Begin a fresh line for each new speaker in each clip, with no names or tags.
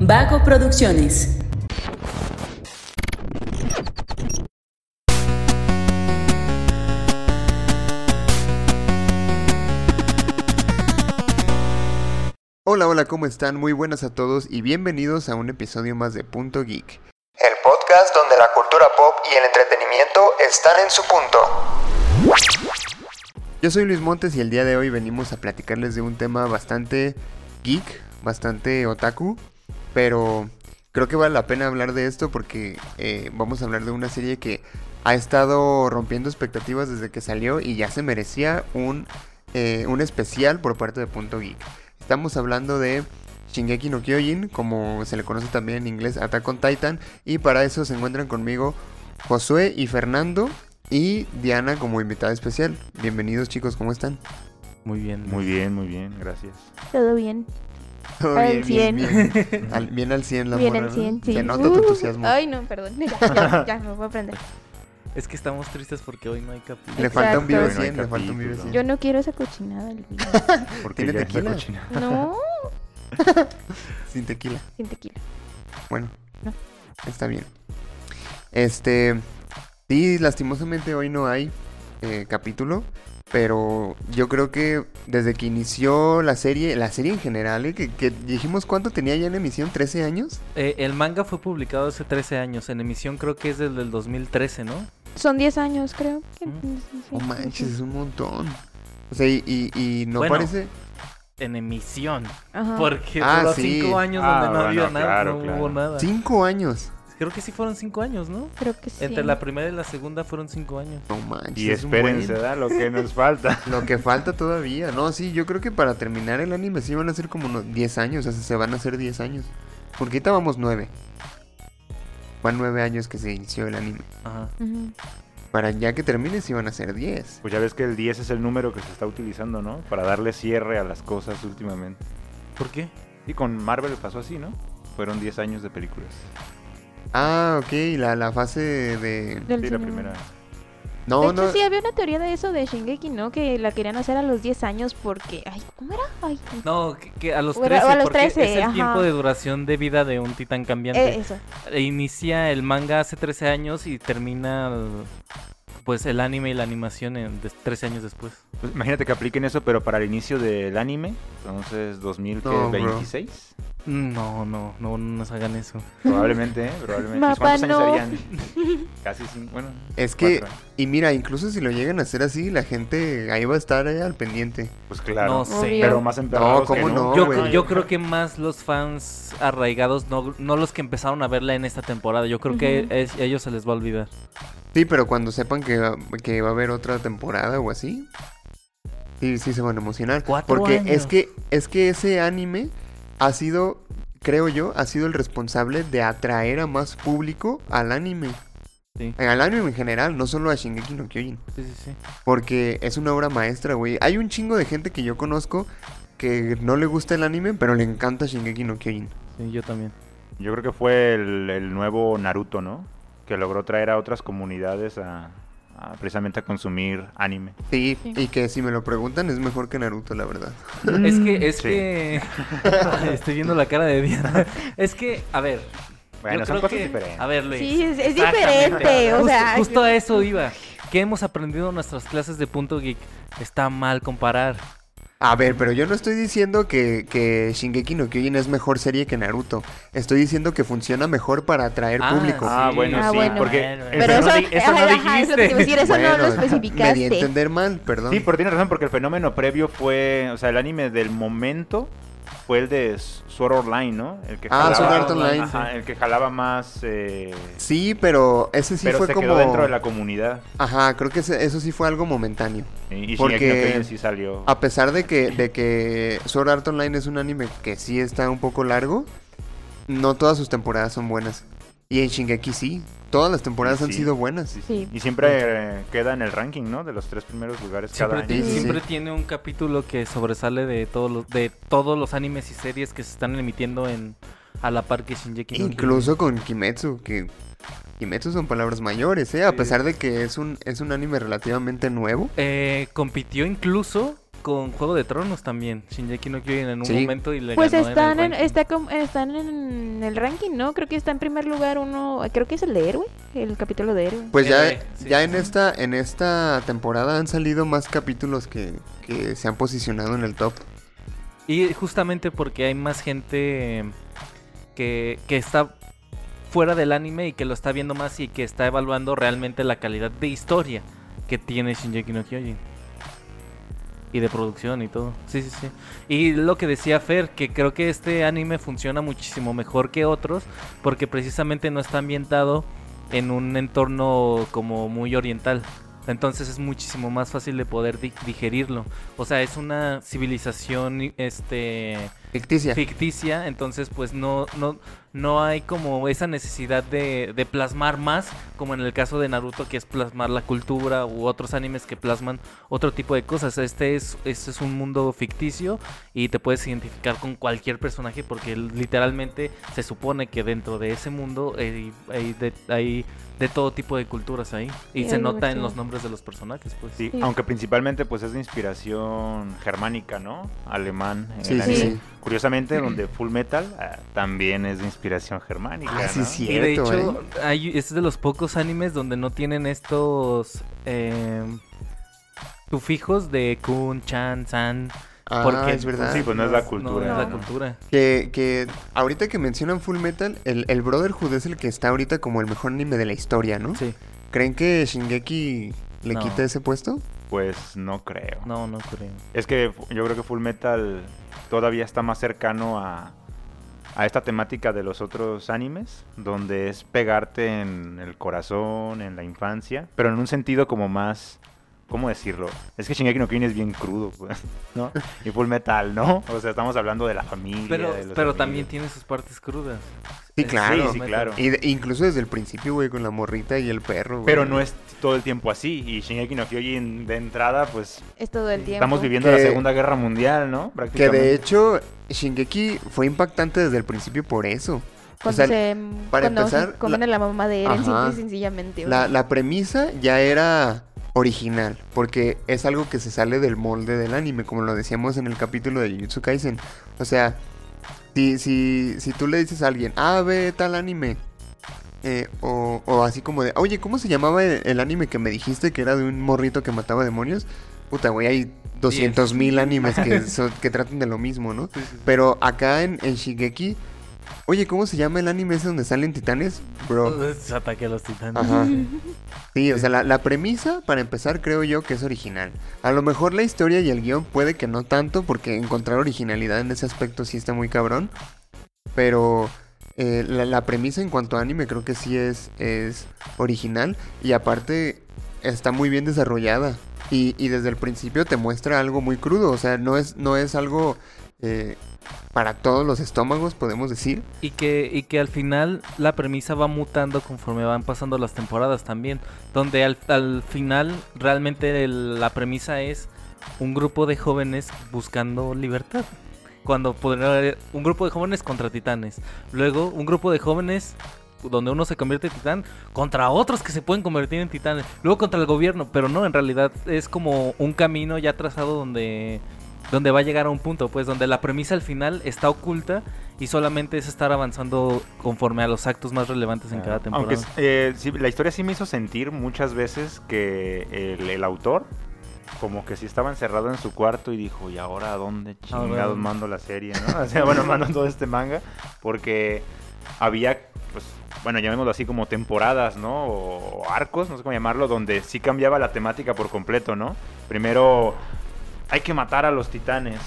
Vago Producciones.
Hola, hola, ¿cómo están? Muy buenas a todos y bienvenidos a un episodio más de Punto Geek.
El podcast donde la cultura pop y el entretenimiento están en su punto.
Yo soy Luis Montes y el día de hoy venimos a platicarles de un tema bastante geek, bastante otaku, pero creo que vale la pena hablar de esto porque eh, vamos a hablar de una serie que ha estado rompiendo expectativas desde que salió y ya se merecía un, eh, un especial por parte de Punto Geek. Estamos hablando de Shingeki no Kyojin, como se le conoce también en inglés, Attack on Titan, y para eso se encuentran conmigo Josué y Fernando y Diana como invitada especial. Bienvenidos chicos, ¿cómo están?
Muy bien.
Muy bien, muy bien, gracias.
Todo bien.
Todo
Al
bien,
100.
bien, bien. Al, bien al 100 la
Bien
mona,
al
¿no?
100, sí.
Se nota tu
Uh,
entusiasmo.
Ay, no, perdón. Ya, ya, ya, me voy a aprender.
Es que estamos tristes porque hoy no hay capítulo.
Le falta un vive
Exacto.
100, le falta un vive 100.
Yo no quiero esa cochinada del vino.
Porque
¿Tiene
ya es la
tequila?
cochina.
No,
Sin tequila.
sin tequila.
Bueno,
No.
está bien. Este, sí, lastimosamente hoy no hay eh, capítulo, pero yo creo que desde que inició la serie, la serie en general, eh, que, que dijimos cuánto tenía ya en emisión, 13 años.
Eh, el manga fue publicado hace 13 años. En emisión creo que es desde el 2013, ¿no?
Son 10 años, creo. que-
Mm.
sí,
No
sí.
manches, es un montón. O sea, y, y- y no
Bueno,
parece...
En emisión.
Ajá.
Porque
Ah,
duró
sí.
5 años
Ah,
donde no
bueno,
había nada,
claro,
no
claro.
hubo nada.
Cinco años.
Creo que sí fueron 5 años, ¿no?
Creo que sí.
Entre la primera y la segunda fueron 5 años.
No manches.
Y
es un buen.
espérense, da lo que nos falta.
Lo que falta todavía. No, sí, yo creo que para terminar el anime sí van a ser como unos 10 años. O sea, se van a hacer 10 años. Porque ahorita vamos 9. Van 9 años que se inició el anime.
Ajá.
Ujú.
Para ya que termine sí van a ser 10.
Pues ya ves que el 10 es el número que se está utilizando, ¿no? Para darle cierre a las cosas últimamente.
¿Por qué?
Y con Marvel pasó así, ¿no? Fueron 10 años de películas.
Ah, ok, la, la fase de...
Del
Sí, la
cinema.
primera.
No,
de hecho,
no.
sí, había una teoría de eso de Shingeki, ¿no? Que la querían hacer a los 10 años porque... Ay, ¿cómo era? Ay,
No, que, que a los
Bueno,
13,
a los
porque
13,
es el
ajá.
tiempo de duración de vida de un titán cambiante.
eh, eso.
E inicia el manga hace 13 años y termina pues el anime y la animación en, de- 13 años después.
Pues imagínate que apliquen eso, pero para el inicio del anime. Entonces,
No, bro.
2026.
No, no, no nos hagan eso.
probablemente, ¿eh? Probablemente.
Mapa,
Pues, ¿Cuántos años
no.
harían? Casi cinco. Bueno,
Es que...
cuatro.
Y mira, incluso si lo llegan a hacer así, la gente ahí va a estar eh, al pendiente.
Pues claro.
No sé.
Obvio.
Pero más emperrados que
¿cómo no?
yo,
güey.
yo creo que más los fans arraigados, no, no los que empezaron a verla en esta temporada. Yo creo que
Ujú.
es- a ellos se les va a olvidar.
Sí, pero cuando sepan que va, que va a haber otra temporada o así, sí, sí se van a emocionar.
Cuatro
porque es
años.
que es que ese anime ha sido, creo yo, ha sido el responsable de atraer a más público al anime.
Sí.
Al anime en general, no solo a Shingeki no Kyojin.
Sí, sí, sí.
Porque es una obra maestra, güey. Hay un chingo de gente que yo conozco que no le gusta el anime, pero le encanta Shingeki no Kyojin.
Sí, yo también.
Yo creo que fue el, el nuevo Naruto, ¿no? Que logró traer a otras comunidades a, a precisamente a consumir anime.
Sí,
Sí.
y que si me lo preguntan es mejor que Naruto, la verdad.
Mm.
Es que, es
Sí.
que... Estoy viendo la cara de Diana. Es que, a ver,
Bueno,
yo
son
creo
cosas
que-
diferentes.
A ver, Luis.
Sí, es, es
Exactamente.
diferente, o
Justo-
sea...
justo a eso iba. ¿Qué hemos aprendido en nuestras clases de punto geek? Está mal comparar.
A ver, pero yo no estoy diciendo que, que Shingeki no Kyojin es mejor serie que Naruto. Estoy diciendo que funciona mejor para atraer
Ah,
público.
sí. eh,
Ah, bueno,
Ah,
sí,
bueno.
porque...
Bueno,
eso
Pero
no
eso,
di- eso no
ajá, ajá, es lo que te
dijiste.
iba a decir, eso no lo
Bueno, Me di a
especificaste.
entender mal, perdón.
Sí, pero tienes razón, porque el fenómeno previo fue... O sea, el anime del momento fue el de Sword Online, ¿no? El que
Ah,
jalaba-
Sword Art Online.
Ajá, el que jalaba más... eh,
Sí, pero ese sí
pero
fue
se
como...
quedó dentro de la comunidad.
Ajá, creo que ese- eso sí fue algo momentáneo.
Y, y
Porque-
Shingeki no Kyojin sí salió.
A pesar de que, de que Sword Art Online es un anime que sí está un poco largo, no todas sus temporadas son buenas. Y en Shingeki sí, todas las temporadas han
Sí.
sido buenas.
Sí.
Y siempre eh, queda en el ranking, ¿no? De los tres primeros lugares
Siempre,
cada
ti-
año.
Sí, sí,
siempre
sí.
tiene un capítulo que sobresale de todos los, de todos los animes y series que se están emitiendo en a la par que Shinjeki. no
Incluso con Kimetsu, que Kimetsu son palabras mayores, ¿eh? A
Sí.
pesar de que es un, es un anime relativamente nuevo.
Kyojin. Eh, compitió incluso con Juego de Tronos también. Shinjeki no Kyojin en un
Sí.
momento y le
Pues
ganó en el
están en,
ranking.
está com- están en el ranking, ¿no? Creo que está en primer lugar uno, creo que es el de héroe, el capítulo de héroe.
Pues ya,
Eh, sí,
ya
sí,
en
sí.
esta en esta temporada han salido más capítulos que, que se han posicionado en el top.
Y justamente porque hay más gente eh, que, que está fuera del anime y que lo está viendo más y que está evaluando realmente la calidad de historia que tiene Shinjeki no Kyojin. Y de producción y todo. Sí, sí, sí. Y lo que decía Fer, que creo que este anime funciona muchísimo mejor que otros porque precisamente no está ambientado en un entorno como muy oriental. Entonces es muchísimo más fácil de poder di- digerirlo. O sea, es una civilización este
Ficticia.
ficticia, entonces pues no, no, no hay como esa necesidad de, de plasmar más, como en el caso de Naruto, que es plasmar la cultura u otros animes que plasman otro tipo de cosas. Este es, este es un mundo ficticio y te puedes identificar con cualquier personaje porque literalmente se supone que dentro de ese mundo eh, hay, de, hay de todo tipo de culturas ahí y
Sí,
se
hay
nota en
demasiado.
los nombres de los personajes pues.
Sí,
Sí.
aunque principalmente pues es de inspiración germánica, ¿no? Alemán. en
Sí,
el
sí,
anime.
sí.
Curiosamente, donde Full Metal ah, también es de inspiración germánica.
Ah, sí,
¿no?
sí.
Y de
Cierto, ¿eh?
hecho, hay- es de los pocos animes donde no tienen estos eh, sufijos de kun, chan, san.
Ah,
porque
es verdad.
Sí, pues no es la cultura,
No, es la
¿no?
cultura.
Que, que ahorita que mencionan Full Metal, el, el Brotherhood es el que está ahorita como el mejor anime de la historia, ¿no?
Sí.
¿Creen que Shingeki le
No.
quita ese puesto?
Pues no creo.
No, no creo.
Es que fu- yo creo que Full Metal todavía está más cercano a, a esta temática de los otros animes, donde es pegarte en el corazón, en la infancia, pero en un sentido como más. ¿Cómo decirlo? Es que Shingeki no Kyojin es bien crudo, pues, ¿no? Y Full Metal, ¿no? O sea, estamos hablando de la familia.
Pero,
de los
pero
amigos.
también tiene sus partes crudas.
Sí,
Eh,
claro.
Sí, sí, claro.
Y de- incluso desde el principio, güey, con la morrita y el perro. güey.
Pero no es todo el tiempo así. Y Shingeki no Kyojin de entrada, pues
Es todo el tiempo.
estamos viviendo la
Que-
Segunda Guerra Mundial, ¿no?
Que
Prácticamente.
de hecho, Shingeki fue impactante desde el principio por eso.
Cuando
o sea,
se,
para
cuando se
empezar,
comen
la-
a la mamá de Eren, simple
Ajá.
y sencillamente. o
La,
sea.
la premisa ya era original, porque es algo que se sale del molde del anime, como lo decíamos en el capítulo de Jujutsu Kaisen. O sea, si, si, si tú le dices a alguien, ah, ve tal anime, eh, o, o así como de, oye, ¿cómo se llamaba el, el anime que me dijiste que era de un morrito que mataba demonios? Puta, güey, hay 200 mil animes que, so- que tratan de lo mismo, ¿no? Pero acá en, en Shigeki, oye, ¿cómo se llama el anime ese donde salen titanes? Bro.
Se ataque a los titanes.
Ajá. Sí, o sea, la, la premisa, para empezar, creo yo que es original. A lo mejor la historia y el guión puede que no tanto, porque encontrar originalidad en ese aspecto sí está muy cabrón. Pero eh, la, la premisa en cuanto a anime creo que sí es, es original. Y aparte, está muy bien desarrollada. Y, y desde el principio te muestra algo muy crudo. O sea, no es, no es algo eh, para todos los estómagos, podemos decir.
Y que, y que al final la premisa va mutando conforme van pasando las temporadas también. Donde al, al final realmente el- la premisa es un grupo de jóvenes buscando libertad. Cuando podría haber un grupo de jóvenes contra titanes. Luego un grupo de jóvenes donde uno se convierte en titán contra otros que se pueden convertir en titanes. Luego contra el gobierno. Pero no, en realidad es como un camino ya trazado donde, donde va a llegar a un punto. Pues donde la premisa al final está oculta y solamente es estar avanzando conforme a los actos más relevantes en
Ah,
cada temporada.
Aunque eh, sí, la historia sí me hizo sentir muchas veces que el, el autor como que sí estaba encerrado en su cuarto y dijo, ¿y ahora a dónde
Ahora,
chingados
¿dónde?"
mando la serie? ¿no? O sea, bueno, mando todo este manga porque había, pues, bueno, llamémoslo así como temporadas, ¿no? O arcos, no sé cómo llamarlo, donde sí cambiaba la temática por completo, ¿no? Primero, hay que matar a los titanes.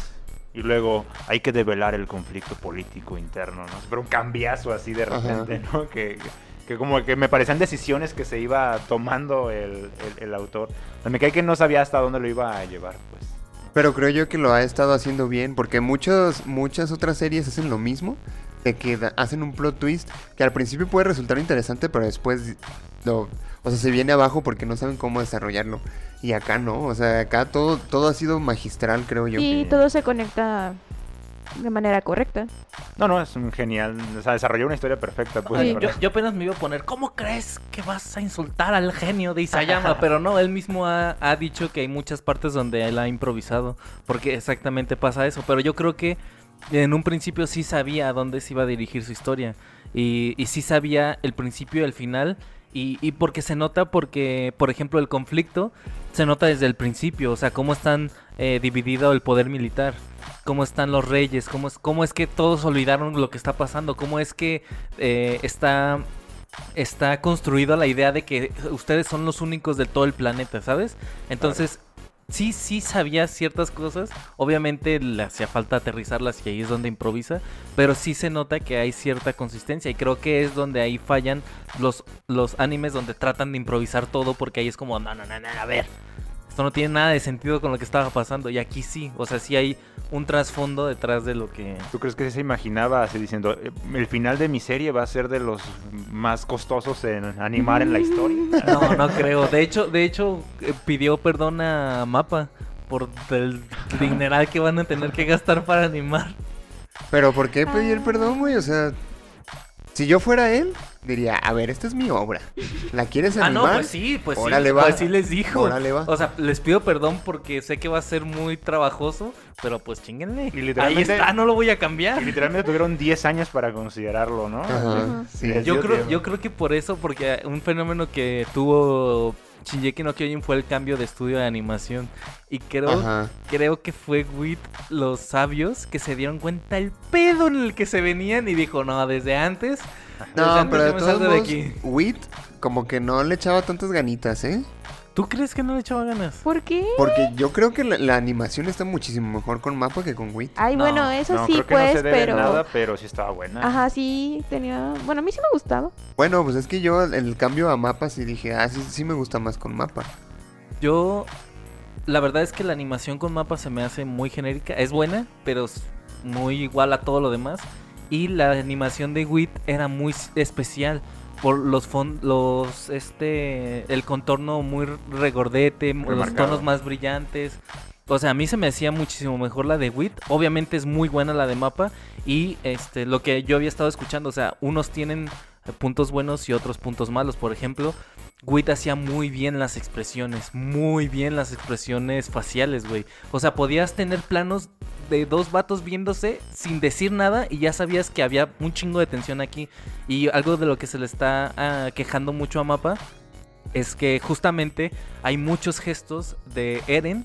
Y luego hay que develar el conflicto político interno, ¿no? Pero un cambiazo así de
Ajá.
repente, ¿no? Que, que como que me parecían decisiones que se iba tomando el, el- el autor. Pues Me cae que no sabía hasta dónde lo iba a llevar, pues.
Pero creo yo que lo ha estado haciendo bien, porque muchos, muchas otras series hacen lo mismo, de que da- hacen un plot twist que al principio puede resultar interesante, pero después lo, o sea, se viene abajo porque no saben cómo desarrollarlo. Y acá no, o sea, acá todo, todo ha sido magistral, creo yo.
Y todo se conecta de manera correcta.
No, no, es un genial. O sea, desarrolló una historia perfecta. Pues,
Ay,
la
yo,
verdad.
yo apenas me iba a poner, ¿cómo crees que vas a insultar al genio de Isayama? Pero no, él mismo ha, ha dicho que hay muchas partes donde él ha improvisado, porque exactamente pasa eso. Pero yo creo que en un principio sí sabía a dónde se iba a dirigir su historia, y, y sí sabía el principio y el final, y, y porque se nota, porque, por ejemplo, el conflicto se nota desde el principio, o sea, cómo están eh, dividido el poder militar. Cómo están los reyes, cómo es, cómo es que todos olvidaron lo que está pasando, cómo es que eh, está, está construida la idea de que ustedes son los únicos de todo el planeta, ¿sabes? Entonces, sí, sí sabía ciertas cosas. Obviamente le hacía falta aterrizarlas y ahí es donde improvisa. Pero sí se nota que hay cierta consistencia y creo que es donde ahí fallan los, los animes donde tratan de improvisar todo porque ahí es como, no, no, no, no, a ver. Esto no tiene nada de sentido con lo que estaba pasando. Y aquí sí. O sea, sí hay un trasfondo detrás de lo que...
¿Tú crees que sí se imaginaba así diciendo, "Eh, el final de mi serie va a ser de los más costosos en animar en la historia?
No, no creo. De hecho, de hecho eh, pidió perdón a Mapa por el dineral que van a tener que gastar para animar.
Pero ¿por qué pedir
Ah.
perdón, güey? O sea, si yo fuera él, diría, a ver, esta es mi obra. ¿La quieres
Ah,
animar?
no, pues sí, pues sí.
Órale, va.
Pues sí les dijo.
Órale, va.
O sea, les pido perdón porque sé que va a ser muy trabajoso, pero pues chinguenle.
Y literalmente-
Ahí está, no lo voy a
Y
cambiar.
literalmente tuvieron 10 años para considerarlo, ¿no?
Ajá,
Ajá.
sí.
Les
Yo
dio
creo,
tiempo.
yo creo que por eso, porque un fenómeno que tuvo Shinjeki no Kyojin fue el cambio de estudio de animación. Y creo
Ajá.
Creo que fue Wit los sabios que se dieron cuenta el pedo en el que se venían y dijo, no, desde antes. desde
No,
antes
pero de
yo me
todos
salgo
modos, Wit como que no le echaba tantas ganitas, ¿eh?
¿Tú crees que no le echaba ganas?
¿Por qué?
Porque yo creo que la, la animación está muchísimo mejor con mapa que con Wit.
Ay,
No,
bueno, eso
no,
sí,
creo que
pues,
no se debe
pero.
nada, pero sí estaba buena.
Ajá, sí, tenía. Bueno, a mí sí me gustaba.
Bueno, pues es que yo el cambio a mapa sí dije, ah, sí, sí me gusta más con mapa.
Yo, la verdad es que la animación con mapa se me hace muy genérica. Es buena, pero es muy igual a todo lo demás. Y la animación de Wit era muy s- especial. Por los fon- los, este, el contorno muy regordete, los
marcado.
tonos más brillantes. O sea, a mí se me hacía muchísimo mejor la de Wit. Obviamente es muy buena la de mapa. Y este, lo que yo había estado escuchando, o sea, unos tienen eh, puntos buenos y otros puntos malos. Por ejemplo, Wit hacía muy bien las expresiones, muy bien las expresiones faciales, güey. O sea, podías tener planos de dos vatos viéndose sin decir nada y ya sabías que había un chingo de tensión aquí. Y algo de lo que se le está ah, quejando mucho a Mapa es que justamente hay muchos gestos de Eren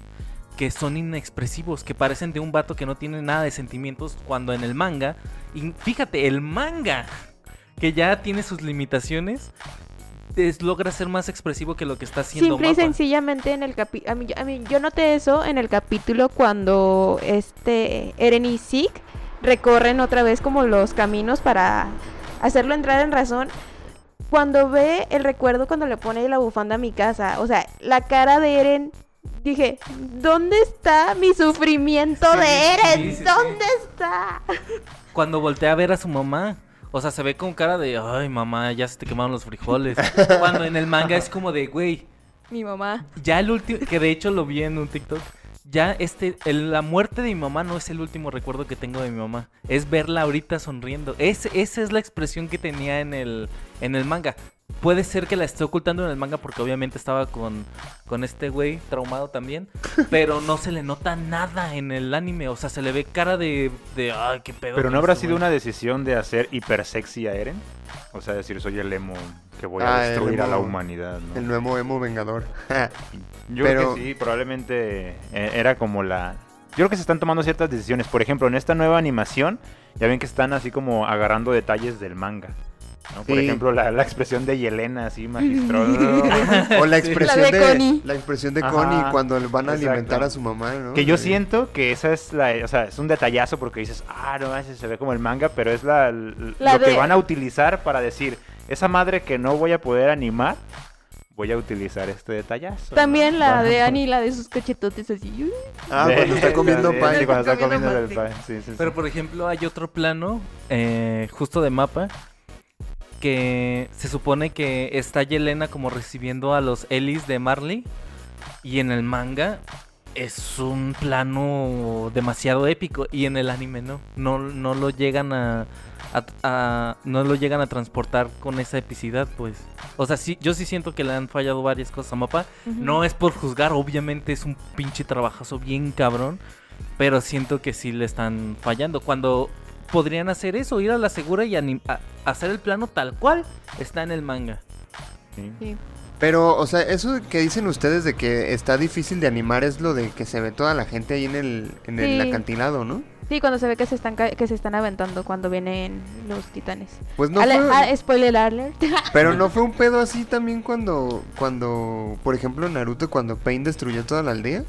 que son inexpresivos, que parecen de un vato que no tiene nada de sentimientos cuando en el manga, y fíjate, el manga que ya tiene sus limitaciones es- logra ser más expresivo que lo que está haciendo
Simple y
Mapa.
sencillamente en el capítulo. A mí, a mí- yo noté eso en el capítulo cuando este Eren y Zeke recorren otra vez como los caminos para hacerlo entrar en razón. Cuando ve el recuerdo cuando le pone la bufanda a mi casa, o sea, la cara de Eren, dije, ¿dónde está mi sufrimiento
Sí,
de Eren?
sí, sí, sí.
¿Dónde está?
Cuando voltea a ver a su mamá. O sea, se ve con cara de, ay mamá, ya se te quemaron los frijoles. Cuando en el manga es como de, güey,
Mi mamá.
Ya el último, que de hecho lo vi en un TikTok. Ya este, el- la muerte de mi mamá no es el último recuerdo que tengo de mi mamá. Es verla ahorita sonriendo. Es, esa es la expresión que tenía en el, en el manga. Puede ser que la esté ocultando en el manga porque obviamente estaba con, con este güey traumado también. Pero no se le nota nada en el anime. O sea, se le ve cara de, de ay, qué pedo.
Pero
con
no habrá
este
sido
güey".
una decisión de hacer hiper sexy a Eren. O sea, decir, soy el emo que voy a
Ah, el
destruir a la
emo-
humanidad. ¿no?
El nuevo emo vengador.
Yo
Pero-
creo que sí, probablemente eh, era como la... Yo creo que se están tomando ciertas decisiones. Por ejemplo, en esta nueva animación, ya ven que están así como agarrando detalles del manga. ¿no? Por
Sí.
ejemplo, la, la expresión de Yelena, así magistral.
o la expresión
La de
de,
Connie.
la expresión de
Ajá,
Connie cuando le van a
exacto.
alimentar a su mamá, ¿no?
que yo
Sí.
siento que esa es la... O sea, es un detallazo porque dices, ah, no, ese se ve como el manga, pero es la, l-
La
lo
de-
que van a utilizar para decir, esa madre que no voy a poder animar, voy a utilizar este detallazo. ¿no?
También la
Bueno.
de Annie, la de sus cachetotes así. uy.
Ah, cuando está comiendo
Sí,
pan.
sí, cuando está
Comiendo
comiendo del
pan,
pan. Sí, sí, sí.
Pero por ejemplo hay otro plano eh, justo de mapa que se supone que está Yelena como recibiendo a los Ellis de Marley y en el manga es un plano demasiado épico y en el anime no, no, no lo llegan a, a- a- no lo llegan a transportar con esa epicidad, pues. O sea, sí, yo sí siento que le han fallado varias cosas a Mapa.
Ujú.
No es por juzgar, obviamente es un pinche trabajazo bien cabrón, pero siento que sí le están fallando. Cuando podrían hacer eso, ir a la segura y anim- a- hacer el plano tal cual está en el manga.
Sí.
Pero, o sea, eso que dicen ustedes de que está difícil de animar es lo de que se ve toda la gente ahí en el, en el
Sí.
acantilado, ¿no?
Sí, cuando se ve que se están ca- que se están aventando cuando vienen los titanes.
Pues no
Ale-
fue-
ah, spoiler alert.
Pero no fue un pedo así también cuando, cuando, por ejemplo, Naruto, cuando Pain destruyó toda la aldea.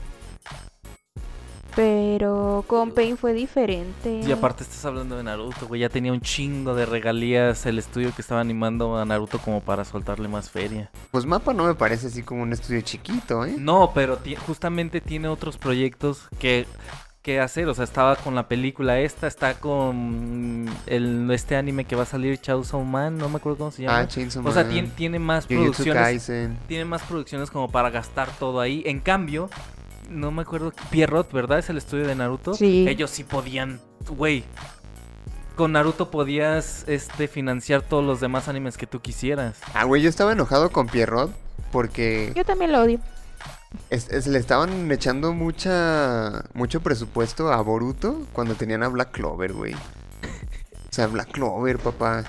Pero con Pain fue diferente.
Y aparte estás hablando de Naruto, güey. Ya tenía un chingo de regalías el estudio que estaba animando a Naruto como para soltarle más feria.
Pues Mapa no me parece así como un estudio chiquito, ¿eh?
No, pero ti- justamente tiene otros proyectos que, que hacer. O sea, estaba con la película esta, está con el, este anime que va a salir, Chainsaw Man, no me acuerdo cómo se llama.
Ah, Chainsaw Man.
o sea, tiene, tiene más
Jujutsu
producciones.
Kaisen.
Tiene más producciones como para gastar todo ahí. En cambio, no me acuerdo. Pierrot, ¿verdad? Es el estudio de Naruto.
Sí.
Ellos sí podían. Güey. Con Naruto podías este, financiar todos los demás animes que tú quisieras.
Ah, güey, yo estaba enojado con Pierrot porque
Yo también lo odio.
es- es- le estaban echando mucha mucho presupuesto a Boruto cuando tenían a Black Clover, güey. O sea, Black Clover, papá.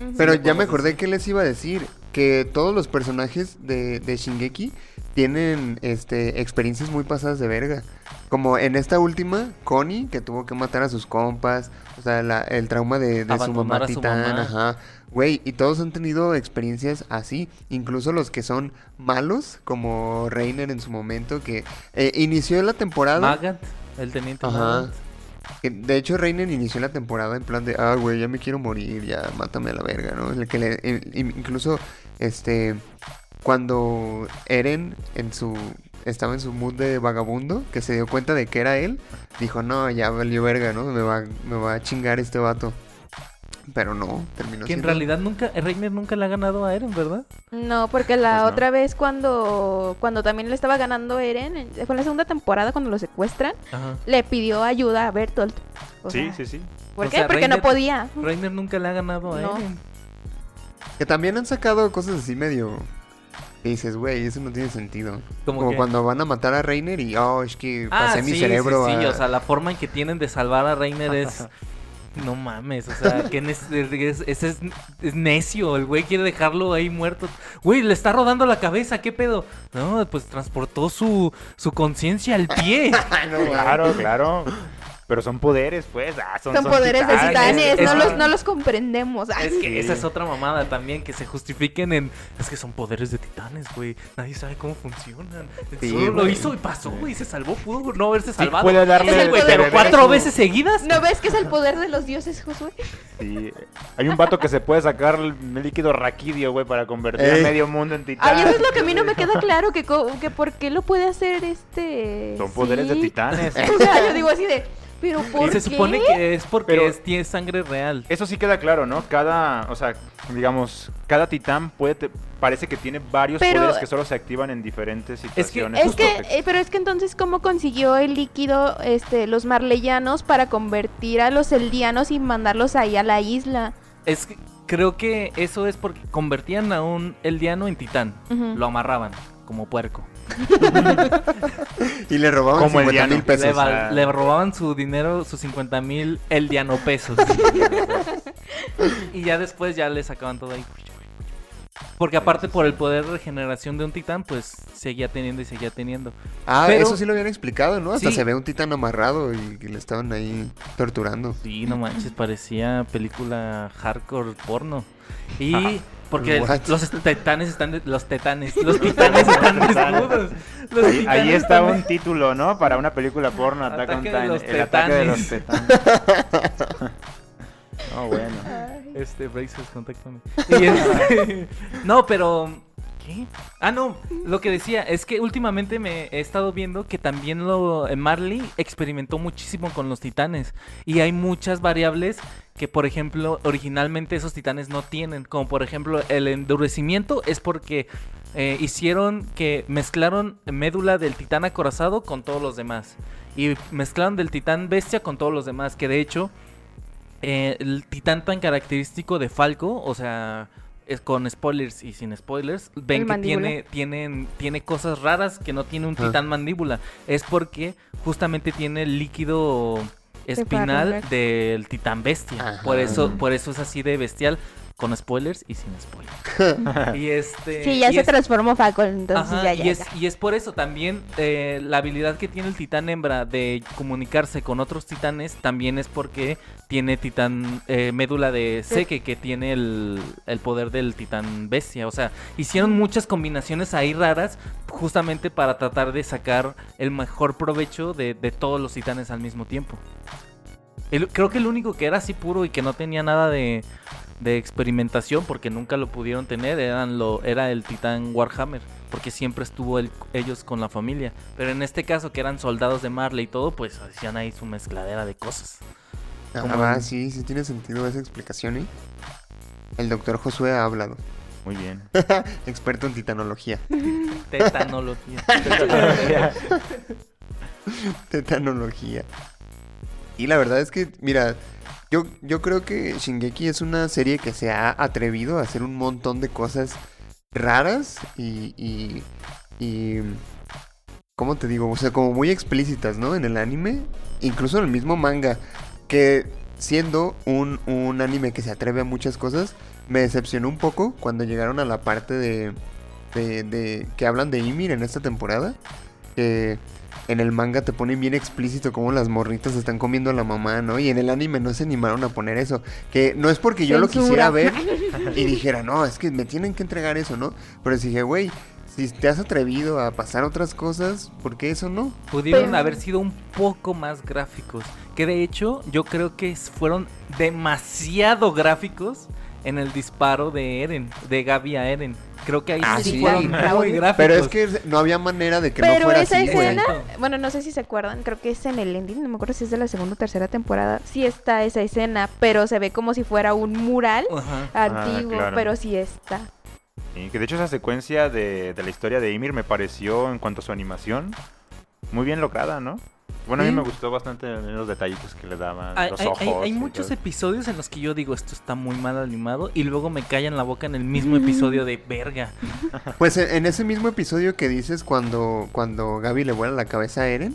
Ujú.
Pero
Sí,
ya me
podemos
acordé
decir.
que les iba a decir que todos los personajes de, de Shingeki tienen este experiencias muy pasadas de verga. Como en esta última, Connie, que tuvo que matar a sus compas, o sea, la- el trauma de, de su
Abandonar
mamá
a su
titán,
mamá.
ajá. Güey, y todos han tenido experiencias así, incluso los que son malos, como Reiner en su momento, que eh, inició la temporada.
Magat, el teniente
Ajá.
Magat.
Que, De hecho, Reiner inició la temporada en plan de, ah, güey, ya me quiero morir, ya mátame a la verga, ¿no? El que le- el- in- incluso, este, cuando Eren en su, estaba en su mood de vagabundo, que se dio cuenta de que era él, dijo, no, ya valió verga, ¿no? Me va, me va a chingar este vato. Pero no, terminó
Que en
siendo-
realidad nunca, Reiner nunca le ha ganado a Eren, ¿verdad?
No, porque la
Pues no.
otra vez cuando cuando también le estaba ganando Eren, en- fue en la segunda temporada cuando lo secuestran,
Ajá.
le pidió ayuda a Bertolt. O
Sí,
sea,
sí, sí.
¿Por
O
qué?
sea,
porque no
Reiner-
podía.
Reiner nunca le ha ganado a
No.
Eren.
Que también han sacado cosas así medio... Y dices, güey, eso no tiene sentido.
¿Cómo
Como
qué? Ah,
cuando van a matar a Reiner y, oh, es que pasé mi
sí,
cerebro
sí, sí,
a...
o sea, la forma en que tienen de salvar a Reiner es... No mames, o sea, que nes- es, es- es- es necio, el güey quiere dejarlo ahí muerto. Güey, le está rodando la cabeza, ¿qué pedo? No, pues transportó su, su conciencia al pie.
Ah,
Ay, no, güey.
Claro, claro. Pero son poderes, pues. Ah, son,
Son,
son
poderes de titanes,
es-
no,
es-
los, no los comprendemos.
Es
Ay,
que esa es otra mamada también, que se justifiquen en... Es que son poderes de titanes, güey, nadie sabe cómo funcionan.
Sí,
Solo lo
güey.
hizo y pasó, güey, se salvó, pudo no haberse salvado.
puede darle
Ese güey,
el
pero
poder
cuatro
regreso.
veces seguidas.
¿No ves que es el poder de los dioses, Josué?
Sí. Hay un vato que se puede sacar el líquido raquidio, güey, para convertir
Ey.
a medio mundo en titán.
Eh. Ay, eso es lo que a mí no me queda claro, que, co- que por qué lo puede hacer este...
Son poderes de
sí.
titanes.
O sea, yo digo así de, pero ¿por
Y se
qué?
supone que es porque
Pero-
es- tiene sangre real.
Eso sí queda claro, ¿no? Cada, o sea, digamos, cada titán puede, te- parece que tiene varios
Pero-
poderes que solo se activan en diferentes
que-
situaciones.
Es
justo
que, eh, pero es que entonces, ¿cómo consiguió el líquido este, los marleyanos para convertir a los eldianos y mandarlos ahí a la isla?
Es que creo que eso es porque convertían a un eldiano en titán.
Ujú.
Lo amarraban como puerco.
Y le robaban
Como
50
el
mil
Diano.
le,
pesos.
val-
ah.
le robaban su dinero, sus 50 mil eldiano pesos. y ya después ya le sacaban todo ahí. Porque aparte por el poder de regeneración de un titán, pues seguía teniendo y seguía teniendo.
Ah,
Pero-
eso sí lo habían explicado, ¿no? Hasta
Sí.
se ve un titán amarrado y que le estaban ahí torturando.
Sí, no manches, parecía película hardcore porno. Y
Ajá.
porque
What?
los titanes están de- los tetanes, los titanes están desnudos. Los
Ahí, ahí
titanes
está
están
un título, ¿no? Para una película porno, Attack on
Ataque de
Titan,
los
el ataque de los tetanes. No, bueno.
Eh, pues, Este, Brazers, contáctame. Y este, no, pero ¿Qué? Ah, no, lo que decía es que últimamente me he estado viendo que también lo eh, Marley experimentó muchísimo con los titanes y hay muchas variables que por ejemplo originalmente esos titanes no tienen, como por ejemplo el endurecimiento es porque eh, hicieron que mezclaron médula del titán acorazado con todos los demás y mezclaron del titán bestia con todos los demás, que de hecho eh, el titán tan característico de Falco, o sea, es con spoilers y sin spoilers, ven que
mandíbula.
tiene, tienen- tiene cosas raras que no tiene un
Ah.
titán mandíbula. Es porque justamente tiene el líquido espinal
Cefalorrax.
del titán bestia.
Ajá.
Por eso, por eso es así de bestial, con spoilers y sin spoilers. y este.
Sí, ya
y
se
es-
transformó Falcon, entonces
Ajá,
ya, ya,
y, es,
ya.
y es por eso también eh, la habilidad que tiene el titán hembra de comunicarse con otros titanes también es porque tiene titán eh, médula de seque que tiene el, el poder del titán bestia. O sea, hicieron muchas combinaciones ahí raras justamente para tratar de sacar el mejor provecho de, de todos los titanes al mismo tiempo. El- creo que el único que era así puro y que no tenía nada de, de experimentación porque nunca lo pudieron tener eran lo era el titán Warhammer porque siempre estuvo el- ellos con la familia pero en este caso que eran soldados de Marley y todo pues hacían ahí su mezcladera de cosas
Ah,
Como-
va, sí, sí tiene sentido esa explicación, ¿eh? El doctor Josué ha hablado.
Muy bien.
Experto en titanología.
tetanología
Tetanología. Y la verdad es que, mira, yo, yo creo que Shingeki es una serie que se ha atrevido a hacer un montón de cosas raras y. y. y, ¿Cómo te digo? O sea, como muy explícitas, ¿no? En el anime, incluso en el mismo manga, que siendo un, un anime que se atreve a muchas cosas, me decepcionó un poco cuando llegaron a la parte de. de, de que hablan de Ymir en esta temporada. Que en el manga te ponen bien explícito cómo las morritas están comiendo a la mamá, ¿no? Y en el anime no se animaron a poner eso. Que no es porque yo lo quisiera
Censura.
ver y dijera, no, es que me tienen que entregar eso, ¿no? Pero dije, güey, si te has atrevido a pasar otras cosas, ¿por qué eso no?
pudieron
Pero-
haber sido un poco más gráficos. Que de hecho, yo creo que s- fueron demasiado gráficos en el disparo de Eren, de Gaby a Eren. Creo que ahí
Ah,
sí,
sí.
fueron muy
Claudio.
gráficos.
Pero es que no había manera de que no
Pero
fuera
esa
así, güey.
escena, bueno, no sé si se acuerdan, creo que es en el ending, no me acuerdo si es de la segunda o tercera temporada, sí está esa escena, pero se ve como si fuera un mural
Ajá.
antiguo,
claro.
pero sí está.
Y que de hecho esa secuencia de, de la historia de Ymir me pareció, en cuanto a su animación, muy bien lograda, ¿no? Bueno, a mí
Sí.
me gustó bastante los detallitos que le daban,
Hay,
los
hay-
ojos.
hay- hay
y
muchos
todo.
episodios en los que yo digo esto está muy mal animado y luego me callan la boca en el
Mm.
mismo episodio de verga.
Pues en en ese mismo episodio que dices cuando, cuando Gaby le vuela la cabeza a Eren,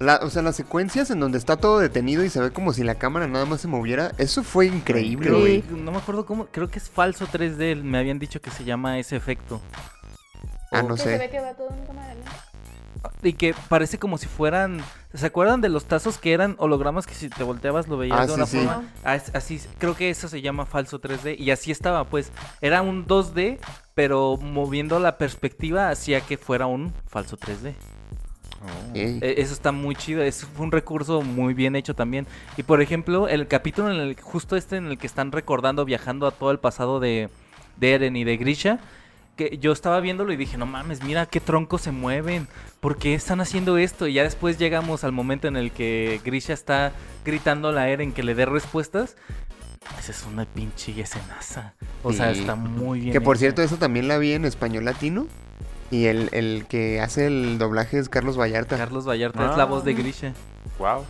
la- o sea, las secuencias en donde está todo detenido y se ve como si la cámara nada más se moviera, eso fue increíble,
Sí.
Creo,
güey.
No me acuerdo cómo, creo que es falso 3D, me habían dicho que se llama ese efecto.
Ah, no sé.
Oh, que va todo en cámara
Y que parece como si fueran. ¿Se acuerdan de los tazos que eran hologramas que si te volteabas lo veías
Ah,
de
sí,
una
sí.
forma? Ah, es- Así, creo que eso se llama falso 3D. Y así estaba, pues. Era un 2D, pero moviendo la perspectiva hacía que fuera un falso 3D.
Oh.
Ey.
Eh, Eso está muy chido, es un recurso muy bien hecho también. Y por ejemplo, el capítulo en el justo este en el que están recordando viajando a todo el pasado de, de Eren y de Grisha, que yo estaba viéndolo y dije, "No mames, mira qué troncos se mueven, ¿por qué están haciendo esto?" Y ya después llegamos al momento en el que Grisha está gritándole a Eren que le dé respuestas. Esa es una pinche escenaza. O sea,
Sí.
está muy bien.
Que por
hecho.
cierto, eso también la vi en español latino. Y el, el que hace el doblaje es Carlos Vallarta.
Carlos Vallarta es la voz de Grisha.
Wow.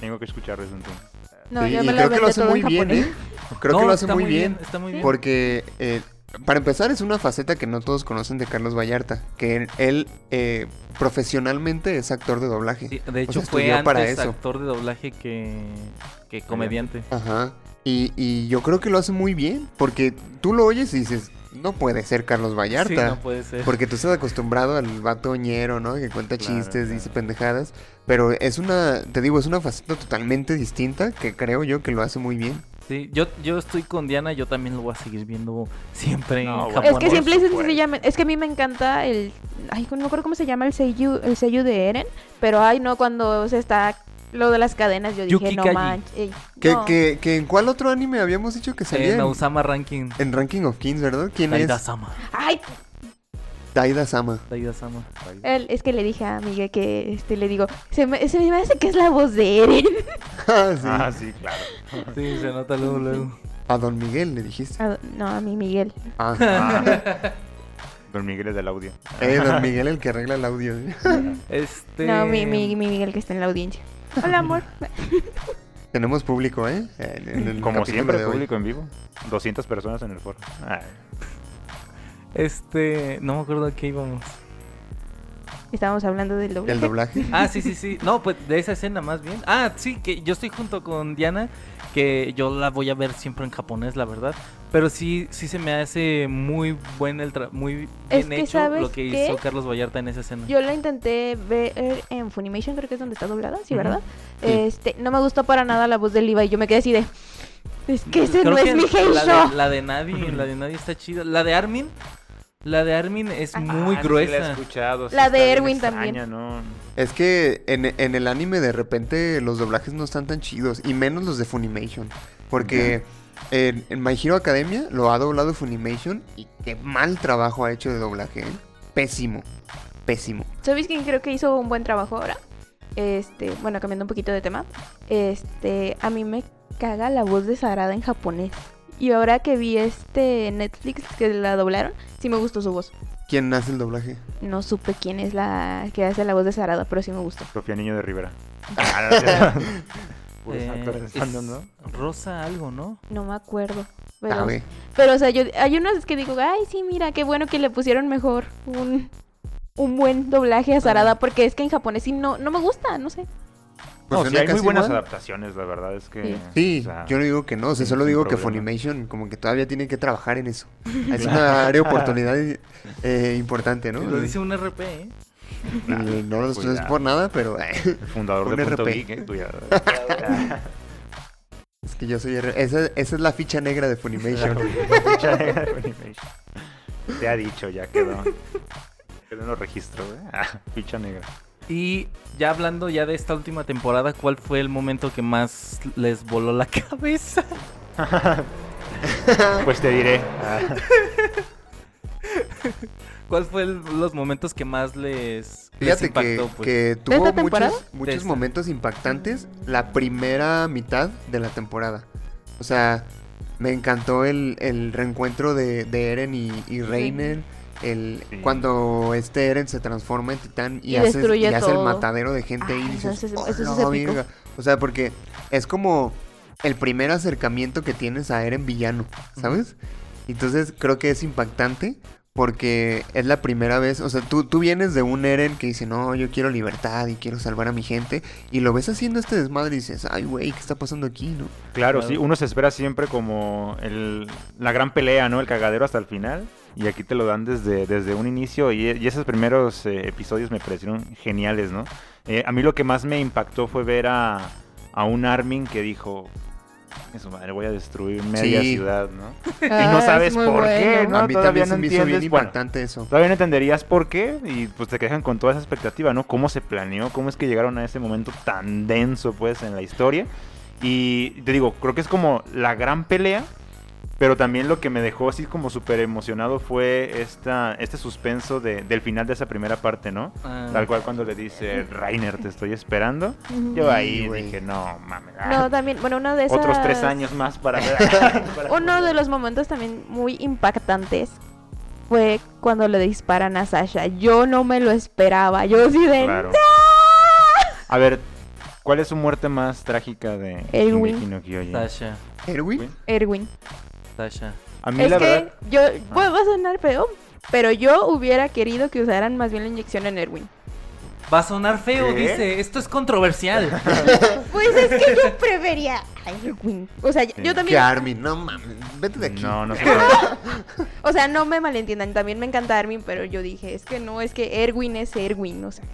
Tengo que escuchar eso entonces.
No,
Sí,
yo
y
me
creo que lo hace
todo
muy
en
bien,
japonés.
¿eh? Creo
No,
que lo hace
está
muy bien.
Está muy bien.
Porque, eh, para empezar, es una faceta que no todos conocen de Carlos Vallarta. Que él eh, profesionalmente es actor de doblaje.
Sí, de
O
hecho,
sea,
fue
estudió
antes
para eso.
actor de doblaje que, que comediante.
Ajá. Y, y yo creo que lo hace muy bien. Porque tú lo oyes y dices, no puede ser Carlos Vallarta.
Sí, no puede ser.
Porque tú estás acostumbrado al vato ñero, ¿no? Que cuenta
Claro,
chistes,
claro.
dice pendejadas. Pero es una, te digo, es una faceta totalmente distinta que creo yo que lo hace muy bien.
Sí, yo, yo estoy con Diana, yo también lo voy a seguir viendo siempre
No,
en
bueno.
Japón.
Es que
Por
simple y
supuesto.
pues.
sencillamente, es que a mí me encanta el, ay, no me acuerdo cómo se llama el sello, el sello de Eren, pero ay no, cuando se está lo de las cadenas, yo dije,
Yuki
no
Kaji.
manches.
¿Que,
no.
que, que en cuál otro anime
Eh,
habíamos dicho que salía?
En
en,
Osama Ranking.
en Ranking of Kings, ¿verdad? ¿Quién es?
Daida-sama.
Ay,
Taida Sama.
Taida-sama.
Él- es que le dije a Miguel que este, le digo, se me, se me hace que es la voz de Eren.
Ah, sí.
Ah, sí, claro.
Sí, se nota luego, luego.
A don Miguel le dijiste.
A- Ah, no, a mí Miguel.
Ah,
Ah. Don Miguel es del audio.
eh, don Miguel el que arregla el audio. ¿eh?
Este...
No, mi, mi- mi Miguel que está en la audiencia. Hola, amor.
Tenemos público, ¿eh? En- en el capítulo
Como siempre,
de hoy.
público en vivo. 200 personas en el foro. Ay,
Este... No me acuerdo a qué íbamos.
Estábamos hablando del doble.
El doblaje.
Ah, sí, sí, sí. No, pues de esa escena más bien. Ah, sí, que yo estoy junto con Diana, que yo la voy a ver siempre en japonés, la verdad. Pero sí, sí se me hace muy buen el tra- muy bien
Es que,
hecho
¿sabes
lo que
qué?
hizo Carlos Vallarta en esa escena.
Yo la intenté ver en Funimation, creo que es donde está doblada, sí,
Ujú.
¿verdad?
Sí.
Este, no me gustó para nada la voz de Liva y yo me quedé así de. Es que ese
Creo
no
que
es mi
la
Heisho.
de, la de nadie, la de nadie está chida. La de Armin, la de Armin es muy
Ah, sí la he
gruesa.
escuchado, sí
La
está
de
bien
Erwin
extraña, ¿no?
Es que en, en el anime de repente los doblajes no están tan chidos, y menos los de Funimation. Porque en, en My Hero Academia lo ha doblado Funimation y qué mal trabajo ha hecho de doblaje. ¿eh? Pésimo, pésimo.
¿Sabéis quién creo que hizo un buen trabajo ahora? Este, bueno, cambiando un poquito de tema. Este, a mí me caga la voz de Sarada en japonés. Y ahora que vi este Netflix que la doblaron, sí me gustó su voz.
¿Quién hace el doblaje?
No supe quién es la que hace la voz de Sarada, pero sí me gustó.
Sofía Niño de Rivera. Ah, no, no, no. Puros
Eh,
actores
es
random, ¿no?
Rosa algo, ¿no?
No me acuerdo.
A
Pero,
ver,
pero o sea, yo, hay unas que digo, ay, sí, mira, qué bueno que le pusieron mejor un, un buen doblaje a Sarada, porque es que en japonés sí no, no me gusta, no sé.
pues ¿eh?
No, sí,
suena
hay muy
casi
buenas
igual.
adaptaciones, la verdad es que.
Sí.
Sí,
o sea,
yo no digo que no, o sea,
sin-
solo
sin
digo que
problema.
Funimation como que todavía tiene que trabajar en eso. Es una área de oportunidad eh, importante, ¿no?
Lo dice un RP, ¿eh?
Y no lo no es
Cuidado.
por nada, pero eh,
El fundador
un
de Punto
RP.
Geek, ¿eh? Tú ya-
es que yo soy... R- Esa, esa es la ficha negra de Funimation.
Te ha dicho, ya quedó. Quedó en los registros, ¿eh? Ah, Ficha negra.
Y ya hablando ya de esta última temporada, ¿cuál fue el momento que más les voló la cabeza?
Pues te diré. Ah,
¿Cuál fue el- los momentos que más les, les
Fíjate
impactó?
que,
pues?
que
esta
tuvo
temporada?
muchos, muchos
esta.
momentos impactantes la primera mitad de la temporada. O sea, me encantó el, el reencuentro de, de Eren y, y Reiner. El,
Sí.
Cuando este Eren se transforma en titán y,
Y
hace,
destruye
y hace el
todo.
matadero de gente ahí.
Ah,
y dices,
eso es-
"Oh,
eso es
no,
épico".
virga". O sea, porque es como el primer acercamiento que tienes a Eren villano, ¿sabes? Entonces creo que es impactante porque es la primera vez, o sea, tú, tú vienes de un Eren que dice, no, yo quiero libertad y quiero salvar a mi gente, y lo ves haciendo este desmadre y dices, ay, güey, ¿qué está pasando aquí? No?
Claro,
Claro.
sí, uno se espera siempre como el- la gran pelea, ¿no? El cagadero hasta el final. Y aquí te lo dan desde, desde un inicio. Y, y esos primeros eh, episodios me parecieron geniales, ¿no? Eh, a mí lo que más me impactó fue ver a, a un Armin que dijo: "Chingue su madre, voy a destruir media
Sí.
ciudad, ¿no? no sabes por qué, ¿no?
a mí
todavía
también
no
se me hizo bien
entiendes, bueno.
impactante eso.
Todavía no entenderías por qué y pues te quedan con toda esa expectativa, ¿no? Cómo se planeó, cómo es que llegaron a ese momento tan denso, pues, en la historia. Y te digo, creo que es como la gran pelea, pero también lo que me dejó así como súper emocionado fue esta, este suspenso de- del final de esa primera parte, ¿no?
Ah,
Tal cual cuando le dice, Rainer, te estoy esperando.
Ujú.
Yo ahí
Sí, güey.
dije, no, mames.
No,
ah,
también, bueno, una de esas...
Otros tres años más para... para-
Uno de los momentos también muy impactantes fue cuando le disparan a Sasha. Yo no me lo esperaba. Yo sí de...
Claro. A ver, ¿cuál es su muerte más trágica de
Erwin.
Shingeki no Kyojin?
Tasha,
Erwin,
Güey.
Erwin.
Tasha.
A mí
Es
la
que
verdad, Ah.
yo... Bueno, va a sonar feo, pero yo hubiera querido que usaran más bien la inyección en Erwin.
Va a sonar feo,
¿Qué?
dice. Esto es controversial.
Pues es que yo prefería a Erwin. O sea, yo
que
también...
Armin, no mames, vete de aquí.
no, no sé. pero-
O sea, no me malentiendan. También me encanta Erwin, pero yo dije, es que no, es que Erwin es Erwin. O sea,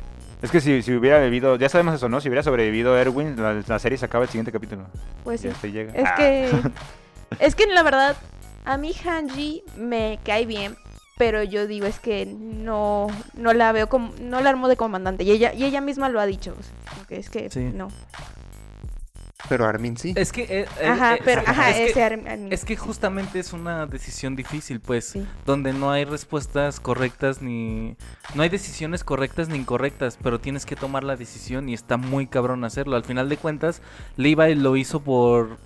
es que si, si hubiera vivido, ya sabemos eso, ¿no? Si hubiera sobrevivido Erwin, la, la serie se acaba el siguiente capítulo.
pues sí.
Ya hasta ahí llega.
Es
Ah,
que. Es que la verdad, a mí Hanji me cae bien. Pero yo digo, es que no, no la veo como. No la armo de comandante. Y ella, y ella misma lo ha dicho. o sea, como que es que
Sí.
no.
pero Armin sí.
Es que. eh, eh,
Ajá,
eh,
pero ajá,
es que-
ese Armin- Armin.
Es que justamente es una decisión difícil, pues,
Sí.
donde no hay respuestas correctas ni... No hay decisiones correctas ni incorrectas, pero tienes que tomar la decisión y está muy cabrón hacerlo. Al final de cuentas, Levi lo hizo por...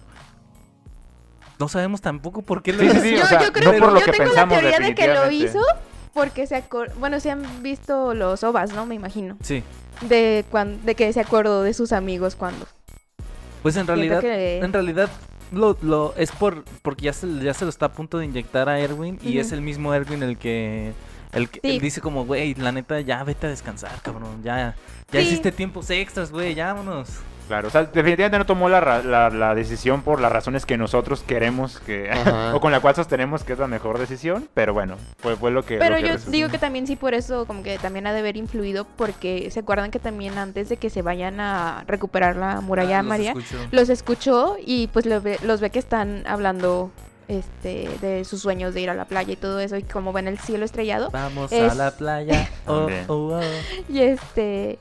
No sabemos tampoco por qué lo
Sí, sí,
hizo.
sí,
yo,
o sea,
yo creo
no por lo
yo
que
tengo
pensamos,
la teoría de que lo
definitivamente.
hizo porque se acor- bueno, se han visto los ovas, ¿no? Me imagino.
Sí.
De cuan- de que se acordó de sus amigos cuando.
Pues en
Siento
realidad,
que-
en realidad lo, lo es por porque ya se, ya se lo está a punto de inyectar a Erwin y
Ujú.
es el mismo Erwin el que el que
Sí.
él dice como, güey, la neta ya vete a descansar, cabrón, ya ya
Sí.
hiciste tiempos extras, güey, ya vámonos.
Claro, o sea, definitivamente no tomó la, ra- la- la decisión por las razones que nosotros queremos que...
Ajá.
o con la cual sostenemos que es la mejor decisión, pero bueno, fue, fue lo que... lo
Pero
que
yo
resultó.
digo que también sí por eso como que también ha de haber influido porque se acuerdan que también antes de que se vayan a recuperar la muralla
Ah, los
María
escucho.
los escuchó y pues lo ve- los ve que están hablando este de sus sueños de ir a la playa y todo eso y como ven el cielo estrellado
Vamos a
Es-
la playa. Oh,
También.
oh, oh.
y este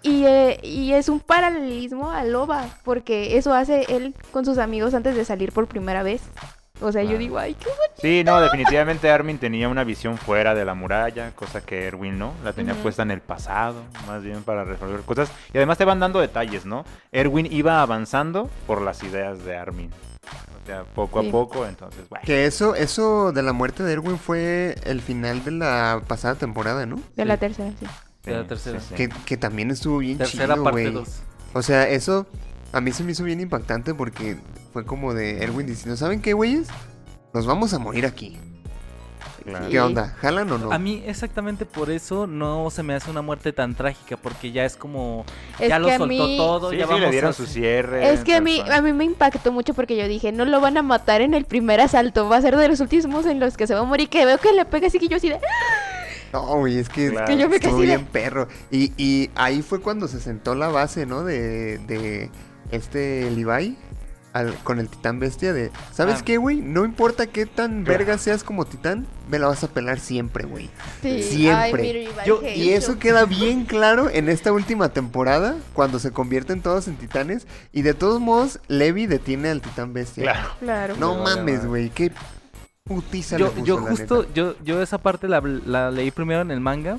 y, eh, y es un paralelismo a Loba porque eso hace él con sus amigos antes de salir por primera vez. O sea, yo
Claro.
digo, ay, qué
Sí, no, definitivamente Armin tenía una visión fuera de la muralla, cosa que Erwin no, la tenía
Ujú.
puesta en el pasado, más bien para resolver cosas. Y además te van dando detalles, ¿no? Erwin iba avanzando por las ideas de Armin. O sea, poco
Sí.
a poco, entonces, bueno.
Que eso, eso de la muerte de Erwin fue el final de la pasada temporada, ¿no?
de la tercera. sí.
Sí,
De la tercera.
sí, sí.
Que, que también estuvo bien
Tercera
chido,
parte
güey.
2.
O sea, eso a mí se me hizo bien impactante porque fue como de Erwin diciendo, ¿saben qué, güeyes? Nos vamos a morir aquí.
Claro.
Sí.
¿Qué onda? ¿Jalan o no?
A mí exactamente por eso no se me hace una muerte tan trágica porque ya es como ya
Es
lo
que a
soltó
mí
todo,
Sí,
ya
sí,
vamos
le dieron
a-
su cierre.
Es que a mí,
tal cual.
a mí me impactó mucho porque yo dije, no lo van a matar en el primer asalto, va a ser de los últimos en los que se va a morir, que veo que le pega así que yo así de... "Ah".
No, güey, es que,
Claro. Que yo
me
estuvo
casi le-
bien perro. Y, y ahí fue cuando se sentó la base, ¿no? De, de este Levi al- con el titán bestia de... ¿Sabes
Ah.
qué, güey? No importa qué tan
Claro.
verga seas como titán, me la vas a pelar siempre, güey.
Sí,
Siempre.
ay, mira, Iván,
Yo-
qué
y eso
hecho.
queda bien claro en esta última temporada, cuando se convierten todos en titanes. Y de todos modos, Levi detiene al titán bestia.
Claro.
Claro.
No
Vale,
mames,
vale.
güey, qué putiza le
yo,
puso,
yo
la
justo,
neta.
yo, yo esa parte la, la leí primero en el manga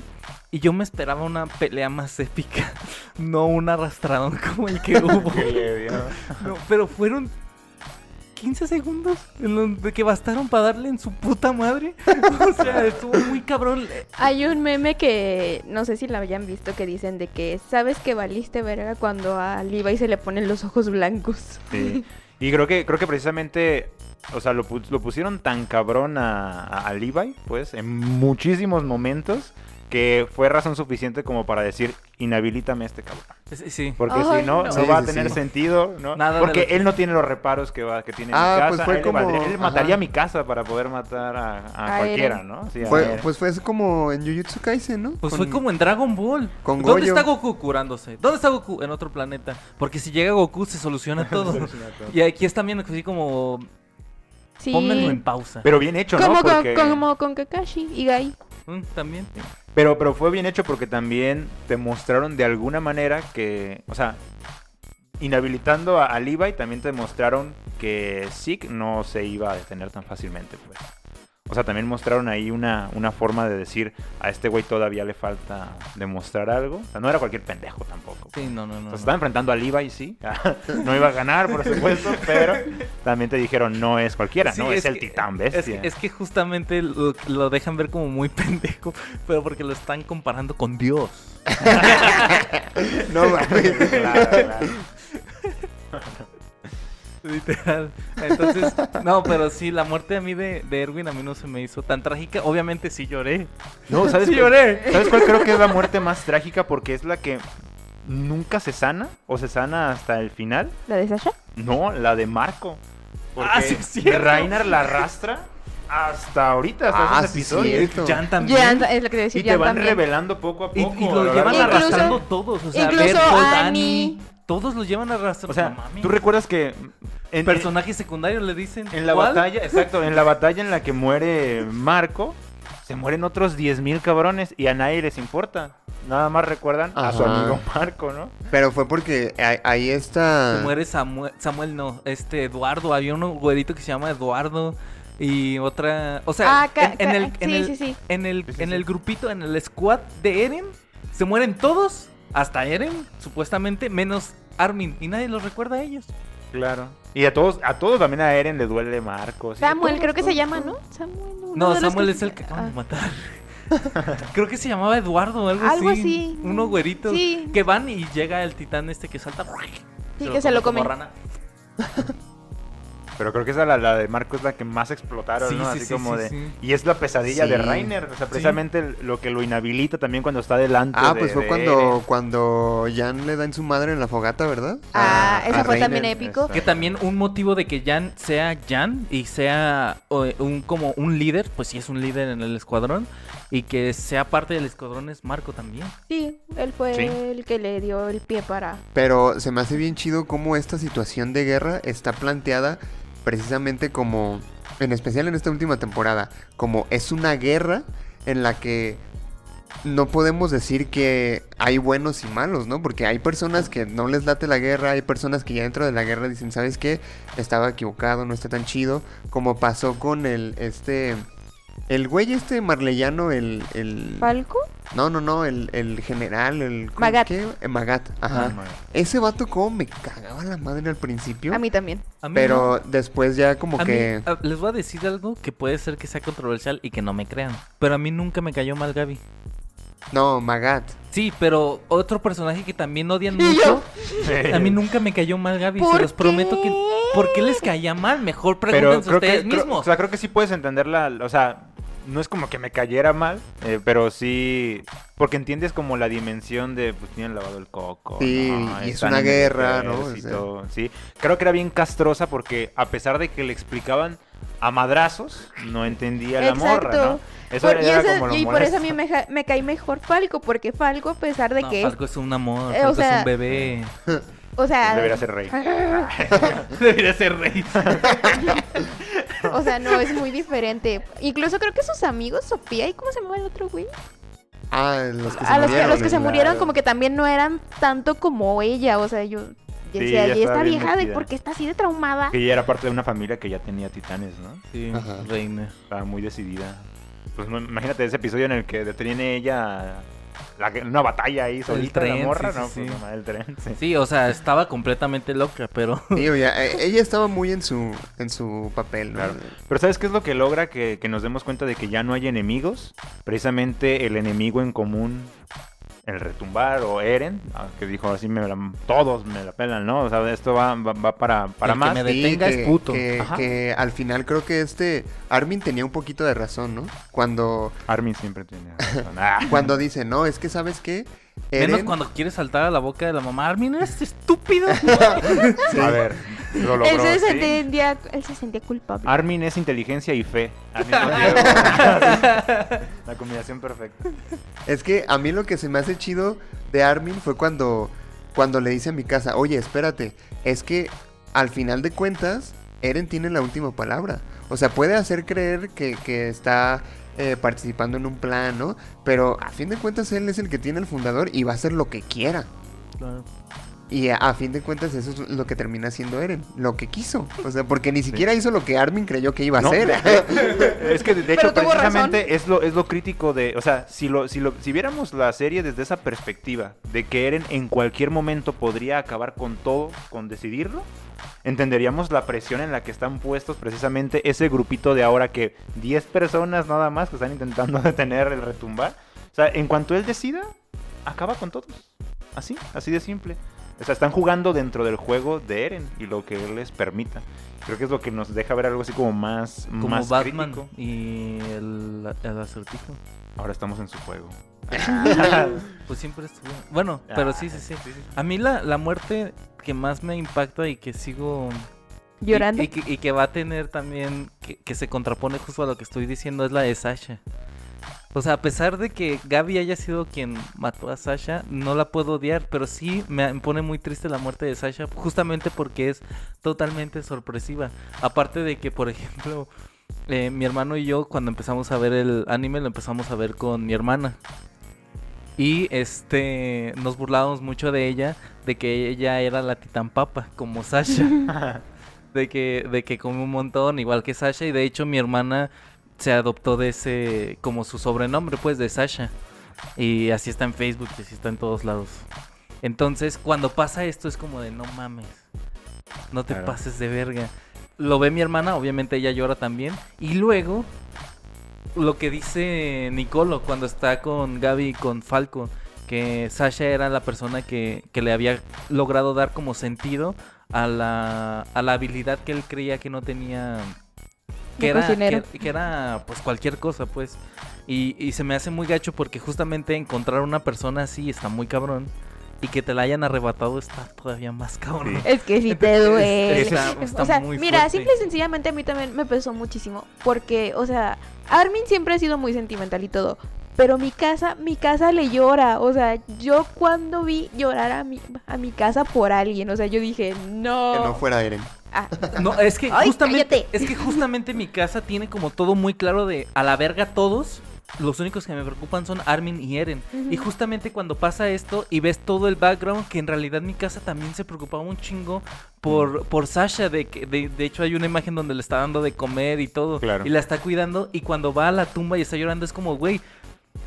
y yo me esperaba una pelea más épica, no un arrastradón como el que hubo.
Que le dio-
No, pero fueron 15 segundos en donde que bastaron para darle en su puta madre. O sea, estuvo muy cabrón. Eh,
Hay un meme que no sé si la hayan visto que dicen de que sabes que valiste verga cuando a Levi se le ponen los ojos blancos.
Sí. Y creo que, creo que precisamente, o sea, lo, pu- lo pusieron tan cabrón a, a- a Levi, pues, en muchísimos momentos, que fue razón suficiente como para decir, inhabilítame a este cabrón.
Sí, sí.
Porque
Ay,
si no,
no.
no,
Sí, sí,
va a tener
sí.
sentido, ¿no?
Nada de
Porque
lo que-
él no tiene los reparos que, va, que tiene
Ah,
en mi casa.
pues fue
él, le valdría-
como-
él mataría
ajá.
mi casa para poder matar a, a
A
cualquiera,
Eren.
¿no? Sí, a
Fue-
Eren.
pues fue eso como en Jujutsu Kaisen, ¿no?
Pues
Con-
fue como en Dragon Ball.
con
¿Dónde
Goyo.
está Goku curándose? ¿Dónde está Goku? En otro planeta. Porque si llega Goku se soluciona todo. y aquí es también así como
Sí.
pónganlo en pausa.
Pero bien hecho,
como,
¿no?
con,
Porque-
como con Kakashi y Gai.
Mm, También.
Pero, pero fue bien hecho porque también te mostraron de alguna manera que, o sea, inhabilitando a, a Levi, también te mostraron que Zeke no se iba a detener tan fácilmente, pues. O sea, también mostraron ahí una, una forma de decir, a este güey todavía le falta demostrar algo. O sea, no era cualquier pendejo tampoco.
Sí, no, no,
Pues
no.
O sea,
no.
se estaba enfrentando a Levi, sí. no iba a ganar, por supuesto, pero también te dijeron, no es cualquiera,
Sí,
no es, el
que-
titán
es-
bestia.
Es, que justamente lo, lo dejan ver como muy pendejo, pero porque lo están comparando con Dios.
No mames.
Claro, claro.
Literal. Entonces, no, pero sí, la muerte a mí de, de Erwin a mí no se me hizo tan trágica. Obviamente sí lloré.
No, ¿sabes,
Sí
cuál-
lloré.
¿sabes cuál creo que es la muerte más trágica? Porque es la que nunca se sana o se sana hasta el final.
¿La de Sasha?
No, la de Marco. Porque
Ah, sí es cierto.
Reinhard la arrastra hasta ahorita, hasta
Ah,
esos
sí es
episodios.
cierto.
Jan también.
Jan, es lo que te decía,
Y te
Jan
van
también.
revelando poco a
Y,
poco.
y
a
lo
lo
llevan
largo de-
Incluso-
arrastrando todos. O sea,
incluso
Berto,
Annie.
Dani. Todos los llevan arrastrando.
O sea,
No mames.
tú recuerdas que... En, en,
Personajes secundarios le dicen.
en la
¿Cuál?
batalla, exacto, en la batalla en la que muere Marco, se mueren otros 10.000 cabrones y a nadie les importa. nada más recuerdan a su
Ajá.
amigo Marco, ¿no?
Pero fue porque a- ahí está.
Se muere Samuel, Samuel no, este Eduardo, había un güerito que se llama Eduardo y otra, o sea,
Ah, ca-
en, en
ca-
el, en
sí,
el-
sí, sí.
en el,
Sí, sí,
en
sí.
el grupito, en el squad de Eren, se mueren todos, hasta Eren, supuestamente, menos Armin, y nadie los recuerda a ellos.
Claro. Y a todos, a todos también a Eren le duele Marco. sí,
Samuel,
todos,
creo que se
todos,
llama,
todos.
¿no? Samuel. uno
No,
de los
Samuel es el que acaban
Ah.
de matar. Creo que se llamaba Eduardo o algo,
Algo así.
así. Unos güeritos
Sí.
que van y llega el titán este que salta.
Sí, que se lo
come
comen.
como rana.
Pero creo que esa la, la de Marco es la que más explotaron,
Sí,
¿no?
sí,
Así
sí,
como
sí,
de.
sí.
Y es la pesadilla de
Sí.
Rainer. O sea, precisamente el- lo que lo inhabilita también cuando está delante.
Ah,
de-
pues fue
de Eren.
cuando, cuando Jan le da en su madre en la fogata, ¿verdad?
Ah,
A-
ese
a
fue
Reiner.
también épico.
Exacto.
Que también un motivo de que Jan sea Jan y sea o, eh, un, como un líder, pues sí es un líder en el escuadrón, y que sea parte del escuadrón es Marco también.
Sí, él fue
Sí. Mm.
el que le dio el pie para.
Pero se me hace bien chido cómo esta situación de guerra está planteada precisamente como, en especial en esta última temporada, como es una guerra en la que no podemos decir que hay buenos y malos, ¿no? Porque hay personas que no les late la guerra, hay personas que ya dentro de la guerra dicen, ¿sabes qué? Estaba equivocado, no está tan chido, como pasó con el, este, el güey este marleyano, el... el
¿Falco?
no, no, no, el, el general, el... ¿cómo-
Magat.
qué? Eh, Magat, ajá.
Ah,
Ese vato como me cagaba la madre al principio.
A mí también.
A mí
Pero después ya como
no- a mí-
que...
a- les voy a decir algo que puede ser que sea controversial y que no me crean, pero a mí nunca me cayó mal Gaby.
No, Magat.
Sí, pero otro personaje que también odian mucho,
sí.
a mí nunca me cayó mal Gaby, se
¿Por
los prometo
qué?
que... ¿Por qué les caía mal? Mejor
Pero
pregúntense
creo que,
ustedes
creo- o
mismos.
sea, creo que sí puedes entenderla. O sea, no es como que me cayera mal, eh, pero sí. Porque entiendes como la dimensión de. Pues tienen lavado el coco.
Sí,
¿no?
y es
Están
una
en el
guerra, ¿no? O sea.
ejército, Sí. Creo que era bien castrosa porque a pesar de que le explicaban a madrazos, no entendía la morra, ¿no?
Exacto. Por- y ese-
lo
y por eso
molesto.
a mí me, ja- me cae mejor Falco, porque Falco, a pesar de
No,
que.
Falco es un amor,
Eh, o
Falco es
sea-
un bebé.
O sea,
Debería ser rey.
Debería ser rey.
o sea, no, es muy diferente. Incluso creo que sus amigos, Sofía, ¿y cómo se llama el otro güey?
Ah, los que se
a los que,
murieron.
los que se
claro.
murieron como que también no eran tanto como ella, o sea, yo decía,
ella estaba
¿y esta
bien
vieja de
metida".
por qué está así de traumada?
Que ella era parte de una familia que ya tenía titanes, ¿no?
Sí,
Ajá.
Reiner.
Estaba muy decidida. Pues no, imagínate ese episodio en el que detiene ella la gue- una batalla ahí solita la
tren,
morra,
sí,
¿no?
sí,
Pues
sí.
nomás el tren, sí.
Sí, o sea, estaba completamente loca, pero
Sí, o ya, eh, ella estaba muy en su, en su papel, ¿no?
Claro. Pero ¿sabes qué es lo que logra que, que nos demos cuenta de que ya no hay enemigos? Precisamente el enemigo en común, el retumbar o Eren, ah, que dijo así, me la- todos me la pelan, ¿no? O sea, esto va, va, va para, para
El que
más.
me
Sí,
detenga es
que-
puto.
Que,
Ajá.
que al final creo que este Armin tenía un poquito de razón, ¿no? Cuando,
Armin siempre tiene razón. Ah.
cuando dice, no, es que sabes qué,
menos
Eren,
cuando quiere saltar a la boca de la mamá. Armin, eres estúpido.
A ver, lo logró.
él, se
sí.
sentía, él se sentía culpable.
Armin es inteligencia y fe. al mismo tiempo. la combinación perfecta.
Es que a mí lo que se me hace chido de Armin fue cuando, cuando le dice a mi casa, oye, espérate, es que al final de cuentas, Eren tiene la última palabra. O sea, puede hacer creer que, que está eh, participando en un plan, ¿no? Pero a fin de cuentas, él es el que tiene el fundador y va a hacer lo que quiera. Y a, a fin de cuentas, eso es lo que termina haciendo Eren, lo que quiso. O sea, porque ni siquiera hizo lo que Armin creyó que iba a
No.
hacer.
Es que de- de
Pero
hecho
tuvo
precisamente es lo, es lo crítico de, o sea, si lo, si lo si viéramos la serie desde esa perspectiva de que Eren en cualquier momento podría acabar con todo, con decidirlo, entenderíamos la presión en la que están puestos precisamente ese grupito de ahora que 10 personas nada más que están intentando detener el retumbar. O sea, en cuanto él decida, acaba con todos. Así, así de simple. O sea, están jugando dentro del juego de Eren y lo que él les permita. Creo que es lo que nos deja ver algo así como más,
Como
más
Batman
crítico.
y el, el acertijo.
Ahora estamos en su juego.
Pues siempre estuvo. Bueno, pero sí, sí, sí. A mí la, la muerte que más me impacta y que sigo. y-
Llorando.
Y, que- y que va a tener también. Que, que se contrapone justo a lo que estoy diciendo es la de Sasha. O sea, a pesar de que Gaby haya sido quien mató a Sasha, no la puedo odiar, pero sí me pone muy triste la muerte de Sasha, justamente porque es totalmente sorpresiva. Aparte de que, por ejemplo, eh, mi hermano y yo cuando empezamos a ver el anime lo empezamos a ver con mi hermana. Y este nos burlábamos mucho de ella, de que ella era la titán papa, como Sasha. de que, de que come un montón, igual que Sasha. Y de hecho, mi hermana se adoptó de ese, como su sobrenombre, pues, de Sasha. Y así está en Facebook, y así está en todos lados. Entonces, cuando pasa esto, es como de no mames. No te
Claro.
pases de verga. Lo ve mi hermana, obviamente ella llora también. Y luego, lo que dice Nicolo cuando está con Gaby y con Falco, que Sasha era la persona que, que le había logrado dar como sentido a la, a la habilidad que él creía que no tenía.
De
Que era,
cocinero.
que- que era pues cualquier cosa, pues. Y, y se me hace muy gacho porque justamente encontrar una persona así está muy cabrón. Y que te la hayan arrebatado está todavía más cabrón.
Es que sí te
Entonces,
duele.
está- está
o sea,
muy
mira,
fuerte.
simple y sencillamente a mí también me pesó muchísimo. Porque, o sea, Armin siempre ha sido muy sentimental y todo. Pero mi casa, mi casa le llora. O sea, yo cuando vi llorar a mi, a mi casa por alguien, o sea, yo dije, no.
Que no fuera Eren.
Ah,
No, es que
Ay,
justamente
cállate.
es que justamente mi casa tiene como todo muy claro de a la verga todos. Los únicos que me preocupan son Armin y Eren.
Ujú.
Y justamente cuando pasa esto y ves todo el background, que en realidad mi casa también se preocupaba un chingo por, por Sasha. De, que- de, de hecho, hay una imagen donde le está dando de comer y todo.
Claro.
Y la está cuidando. Y cuando va a la tumba y está llorando, es como, güey,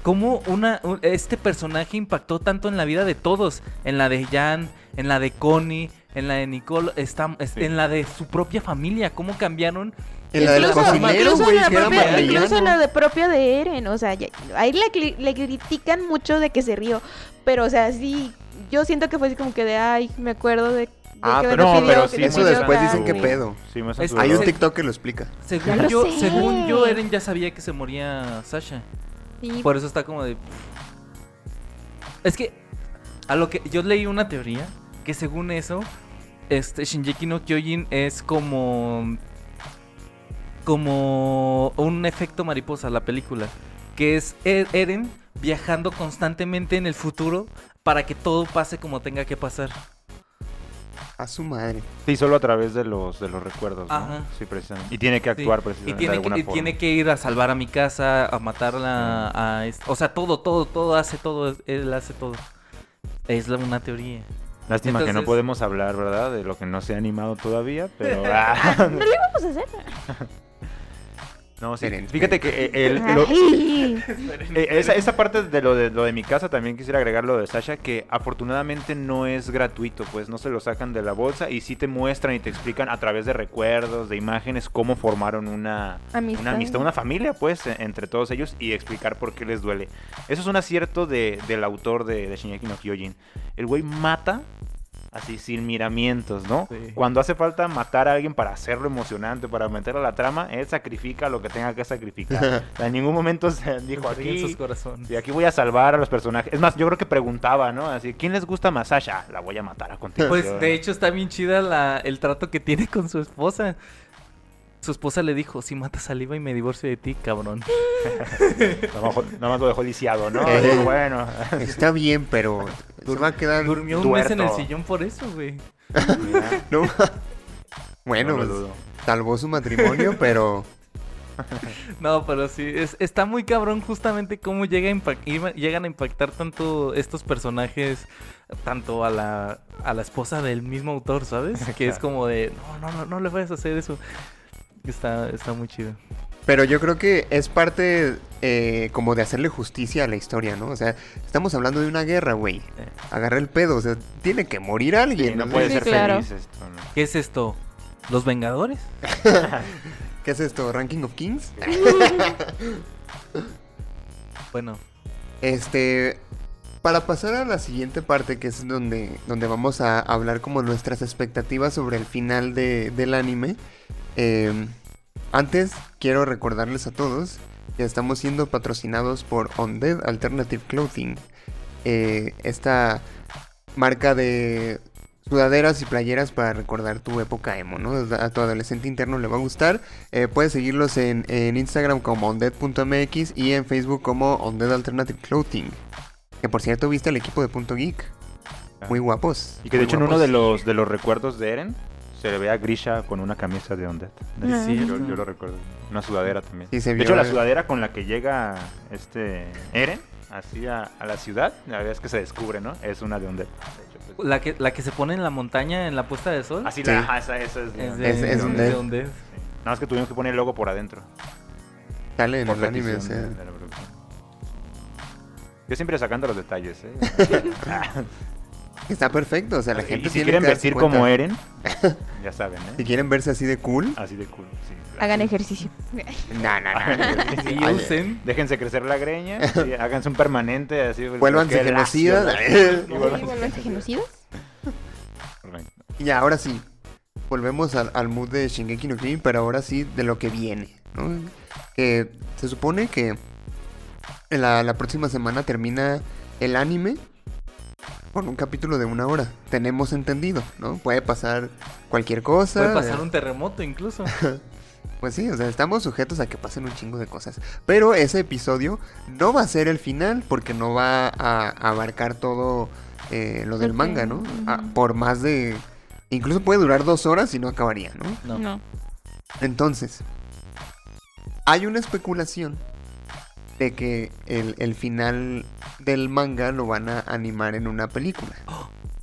cómo una, un- este personaje impactó tanto en la vida de todos. En la de Jan, en la de Connie, en la de Nicole, está, es-
Sí.
en la de su propia familia. Cómo cambiaron.
En la del
Incluso-
cocinero,
incluso
güey,
la
que era
propia-
madrillano.
Incluso la de propia de Eren, o sea, ya- ahí le, cri- le critican mucho de que se rió, pero o sea, sí, yo siento que fue así como que de, ay, me acuerdo de... de
Ah,
que
pero-
me
no,
pidió,
pero
que
sí
me
Eso
pidió
después
acá".
dicen que pedo.
Sí, más a
Es-
su
Hay un
dolor.
TikTok que lo explica.
Ya
Según
lo
yo,
sé.
según yo, Eren ya sabía que se moría Sasha.
Sí,
Por eso está como de. Es que. A lo que. Yo leí una teoría. Que según eso. Este. Shinjeki no Kyojin es como. Como. Un efecto mariposa, la película. Que es E- Eren viajando constantemente en el futuro. Para que todo pase como tenga que pasar.
A su madre.
Sí, solo a través de los, de los recuerdos, ¿no?
Ajá.
Sí, precisamente. Y tiene que
Sí.
actuar
Y
precisamente de
tiene,
alguna
que, y
forma.
tiene que ir a salvar a mi casa, a matarla, a... est- O sea, todo, todo, todo hace todo. Él hace todo. Es la- una teoría.
Lástima que
Entonces-
no podemos hablar, ¿verdad? De lo que no se ha animado todavía, pero... ah.
no lo íbamos a hacer.
No, sí.
Esperen,
Fíjate que eh, el- lo-
Ay.
eh, esa, esa parte de lo, de lo de mi casa también quisiera agregar lo de Sasha, que afortunadamente no es gratuito, pues no se lo sacan de la bolsa y sí te muestran y te explican a través de recuerdos, de imágenes, cómo formaron una
Amistad.
una amistad, una familia, pues, e- entre todos ellos y explicar por qué les duele. Eso es un acierto de- del autor de, de Shingeki no Kyojin. El güey mata así sin miramientos, ¿no?
Sí.
Cuando hace falta matar a alguien para hacerlo emocionante, para meterlo a la trama, él sacrifica lo que tenga que sacrificar. O sea, en ningún momento se dijo
Aquí en sus
aquí.
corazones.
Y aquí voy a salvar a los personajes. Es más, yo creo que preguntaba, ¿no? Así, ¿quién les gusta más Sasha? "Ah, La voy a matar a continuación.
Pues de hecho está bien chida la- el trato que tiene con su esposa. Su esposa le dijo, si matas a Liva y me divorcio de ti, cabrón.
Nada más, nada más lo dejó lisiado, ¿no?
Eh.
Dijo, bueno.
Está bien, pero se va a quedar.
Durmió un mes en el
Tuerto.
sillón por eso, güey.
No. Bueno,
No lo
pues,
dudo.
salvó su matrimonio, pero
No, pero sí, es- está muy cabrón justamente cómo llega a impac- iba- llegan a impactar tanto estos personajes, tanto a la, a la esposa del mismo autor, ¿sabes? Que es como de, no, no, no, no le vayas a hacer eso. Está, está muy chido.
Pero yo creo que es parte eh, como de hacerle justicia a la historia, ¿no? O sea, estamos hablando de una guerra, güey. Agarra el pedo, o sea, tiene que morir alguien.
Sí, no
¿no?
puede
Sí,
ser
claro.
feliz esto, ¿no?
¿Qué es esto? ¿Los Vengadores?
¿Qué es esto? ¿Ranking of Kings?
Bueno,
Este, para pasar a la siguiente parte, que es donde, donde vamos a hablar como nuestras expectativas sobre el final de- del anime, eh, antes quiero recordarles a todos que estamos siendo patrocinados por Undead Alternative Clothing, eh, esta marca de sudaderas y playeras para recordar tu época emo, ¿no? A tu adolescente interno le va a gustar. Eh, puedes seguirlos en, en Instagram como Undead.mx y en Facebook como Undead Alternative Clothing. Que por cierto, viste al equipo de Punto Geek. Muy guapos.
Ah. Y que de
muy
hecho en uno
guapos.
de los, de los recuerdos de Eren se le ve a Grisha con una camisa de Undead.
Ah.
Sí, yo, yo lo recuerdo. Una sudadera también.
Sí, se
de
vio
hecho, la
el-
sudadera con la que llega este Eren así a, a la ciudad, la verdad es que se descubre, ¿no? Es una de Undead. De hecho, pues,
La que, la que se pone en la montaña en la puesta de sol.
así
Ah, Sí.
la ajá, esa, esa es, de
Es
Undead.
de,
Es- es
de
Undead.
Undead.
Sí. Nada más que tuvimos que poner el logo por adentro.
Sale en
por
el anime, o
petición
sea.
de- de la producción. Yo siempre sacando los detalles, ¿eh?
Está perfecto, o sea, la
Y-
gente
y si
tiene
quieren
que darse
vestir como
cuenta.
Eren, ya saben,
Si
¿eh?
quieren verse así de
Ah,
cool,
Así de cool, sí.
Hagan ejercicio.
no, no, no.
Y
Oye.
usen-
Déjense crecer la greña, y háganse un permanente, así. pues,
Vuélvanse
qué lacio,
genocidas.
lacio.
¿Sí,
Y vuélvanse-
volverte genocidas?
Y ahora sí, volvemos al, al mood de Shingeki no Kyojin, pero ahora sí de lo que viene, ¿no? Que se supone que en la, la próxima semana termina el anime con un capítulo de una hora. Tenemos entendido, ¿no? Puede pasar cualquier cosa.
Puede pasar
eh,
un terremoto incluso.
Pues sí, o sea, estamos sujetos a que pasen un chingo de cosas. Pero ese episodio no va a ser el final porque no va a abarcar todo eh, lo del
Ok,
manga, ¿no? Ah,
ujú.
por más de... Incluso puede durar dos horas y no acabaría, ¿no?
No.
Entonces, hay una especulación de que el, el final del manga lo van a animar en una película.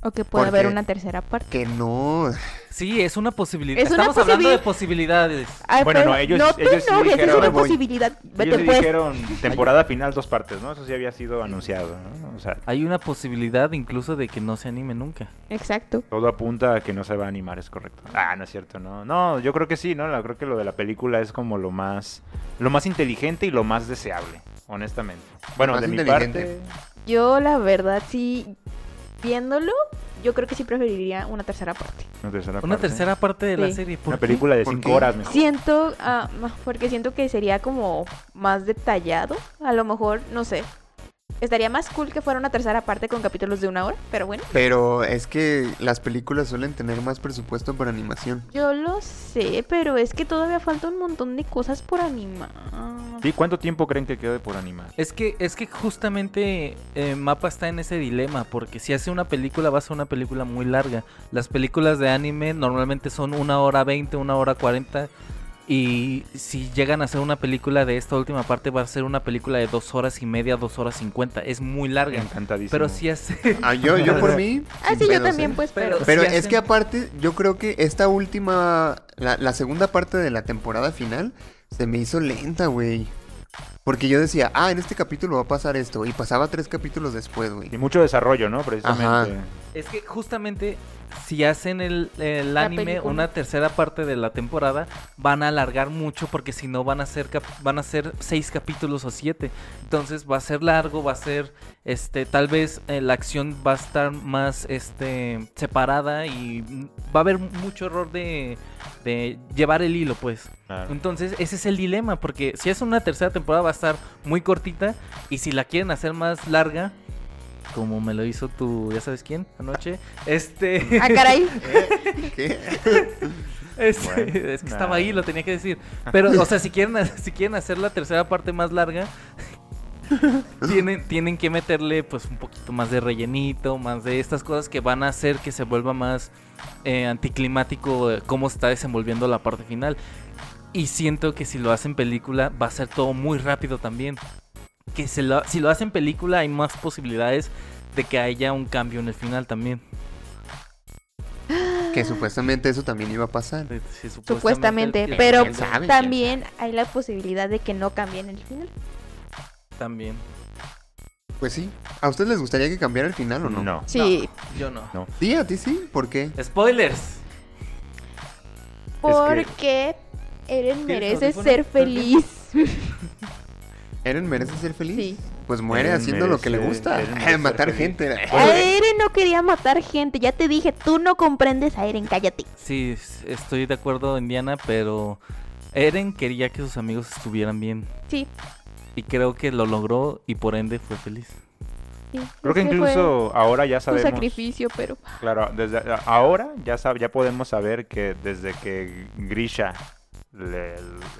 O que
¿Por
puede haber
qué?
una tercera parte.
Que no...
Sí, es una posibilidad.
Es una
Estamos hablando de
posibil-
posibilidades.
Ay,
Bueno,
Ah, pero
no, ellos-
no te
ellos sí
enojes,
dijeron-
es
Me
una
voy.
posibilidad. Vete
Ellos sí
pues.
dijeron temporada final, dos partes, ¿no? Eso sí había sido anunciado, ¿no? O sea,
Hay una posibilidad incluso de que no se anime nunca.
Exacto.
todo apunta a que no se va a animar, es correcto. Ah, no es cierto, no. No, yo creo que sí, ¿no? La- creo que lo de la película es como lo más, lo más inteligente y lo más deseable, honestamente. Bueno,
Más
de mi
inteligente.
parte,
Yo la verdad sí viéndolo, yo creo que sí preferiría una tercera parte.
una tercera
Una
parte.
tercera parte de la
Sí.
serie. ¿por
Una
qué?
película de
¿Por
cinco
qué?
horas mejor.
Siento, ah, ma- porque siento que sería como más detallado. A lo mejor, no sé. Estaría más cool que fuera una tercera parte con capítulos de una hora, pero bueno.
Pero es que las películas suelen tener más presupuesto para animación.
Yo lo sé, pero es que todavía falta un montón de cosas por animar.
¿Y cuánto tiempo creen que quede por animar?
Es que, es que justamente eh, Mapa está en ese dilema, porque si hace una película va a ser una película muy larga. Las películas de anime normalmente son una hora 20, una hora 40, y si llegan a hacer una película de esta última parte va a ser una película de dos horas y media, dos horas 50. Es muy larga.
Encantadísimo.
Pero si hace...
Ah, yo, yo por mí...
Ah,
sin
sí, yo
pedos,
también,
¿eh?
pues, pero...
Pero-
Pero
Sí
es
hacen-
que aparte, yo creo que esta última, la, la segunda parte de la temporada final, se me hizo lenta, güey. Porque yo decía, ah, en este capítulo va a pasar esto. Y pasaba tres capítulos después, güey.
Y mucho desarrollo, ¿no? Precisamente.
Es que justamente si hacen el, el
La
anime
película.
una tercera parte de la temporada, van a alargar mucho porque si no van a ser cap- van a ser seis capítulos o siete. Entonces va a ser largo, va a ser este, tal vez eh, la acción va a estar más este separada y mm, va a haber mucho error de, de llevar el hilo, pues.
Claro.
Entonces, ese es el dilema, porque si es una tercera temporada va a estar muy cortita y si la quieren hacer más larga, como me lo hizo tu, ya sabes quién, anoche, este...
Ah, caray.
¿Eh? ¿Qué?
este,
Bueno,
es que
nah.
estaba ahí, lo tenía que decir. Pero, o sea, si quieren, si quieren hacer la tercera parte más larga, tienen, tienen que meterle pues un poquito más de rellenito, más de estas cosas que van a hacer que se vuelva más eh, anticlimático eh, cómo se está desenvolviendo la parte final. Y siento que si lo hacen película va a ser todo muy rápido también. Que se lo- si lo hacen película hay más posibilidades de que haya un cambio en el final también.
Que supuestamente eso también iba a pasar.
Eh, sí,
Supuestamente,
el-
pero
quién sabe, quién
también hay la posibilidad de que no cambien el final.
También.
Pues sí. ¿A ustedes les gustaría que cambiara el final o no?
No.
Sí,
Yo no.
Sí, a ti sí. ¿Por qué?
Spoilers.
porque
¿Tienes
Eren merece
audífonos?
ser
¿Por qué?
feliz.
¿Eren merece ser feliz?
Sí.
Pues muere
Eren
haciendo lo que le
merece-
gusta.
Eren merece ser
Matar
feliz.
gente.
A Eren no quería matar gente, ya te dije, tú no comprendes a Eren, cállate.
Sí, s- estoy de acuerdo, Indiana, pero Eren quería que sus amigos estuvieran bien.
Sí,
Y creo que lo logró y por ende fue feliz.
sí.
Creo que
ese fue
incluso ahora ya
un
sabemos.
sacrificio, pero
Claro, desde a- ahora ya sab- ya podemos saber que desde que Grisha le-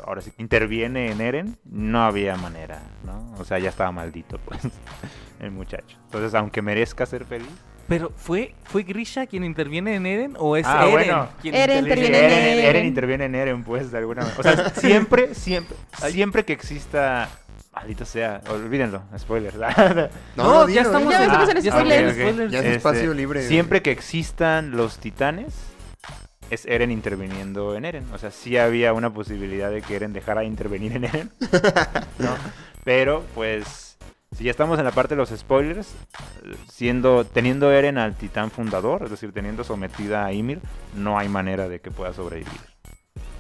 ahora sí que interviene en Eren, no había manera, ¿no? O sea, ya estaba maldito, pues, el muchacho. Entonces, aunque merezca ser feliz,
Pero ¿fue, fue Grisha quien interviene en Eren o es
Ah,
Eren
bueno.
quien
Eren
Sí,
interviene
Eren,
en Eren.
Eren interviene en Eren, pues, de alguna manera. O sea, siempre, siempre, siempre que exista Maldita sea, olvídenlo, spoilers.
No,
No,
no, dilo,
ya estamos
dilo.
Ya
Ah,
estamos en
ya
spoilers.
ok, ok.
spoilers.
Ya es espacio libre.
Este, Siempre que existan los titanes, es Eren interviniendo en Eren. O sea, sí había una posibilidad de que Eren dejara de intervenir en Eren. ¿no? Pero, pues, si ya estamos en la parte de los spoilers, siendo, teniendo Eren al titán fundador, es decir, teniendo sometida a Ymir, no hay manera de que pueda sobrevivir.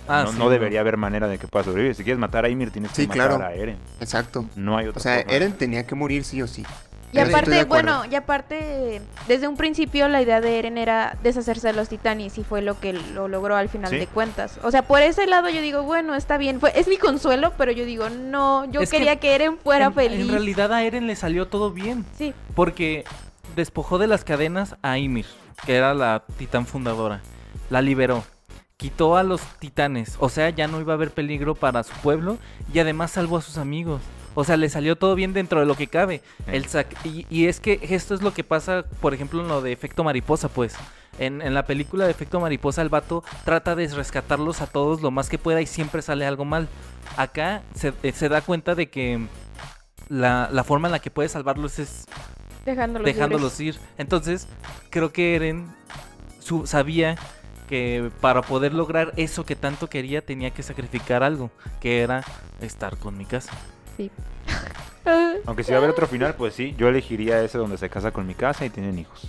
Ah,
no,
sí,
no debería haber manera de que pueda sobrevivir. Si quieres matar a Ymir, tienes que
Sí,
matar
claro.
a Eren.
Exacto.
No hay otra
O sea,
forma.
Eren tenía que morir sí o sí.
Y
Pero sí estoy de
aparte,
acuerdo.
bueno, y aparte, desde un principio la idea de Eren era deshacerse de los titanes y fue lo que lo logró al final
Sí.
de cuentas. O sea, por ese lado yo digo, bueno, está bien, fue, es mi consuelo, pero yo digo, no, yo
Es que
quería que, Eren fuera
en,
feliz.
En realidad a Eren le salió todo bien.
Sí,
Porque despojó de las cadenas a Ymir, que era la titán fundadora. La liberó. Quitó a los titanes. O sea, ya no iba a haber peligro para su pueblo. Y además salvó a sus amigos. O sea, le salió todo bien dentro de lo que cabe. El sac- y, y es que esto es lo que pasa, por ejemplo, en lo de efecto mariposa, pues. En, en la película de efecto mariposa, el vato trata de rescatarlos a todos lo más que pueda y siempre sale algo mal. Acá se, eh, se da cuenta de que la, la forma en la que puede salvarlos es
dejándolos libres.
dejándolos ir. Entonces, creo que Eren su- sabía que para poder lograr eso que tanto quería tenía que sacrificar algo, que era estar con mi casa.
Ah,
Aunque si va a haber otro final, pues sí, yo elegiría ese donde se casa con mi casa y tienen hijos.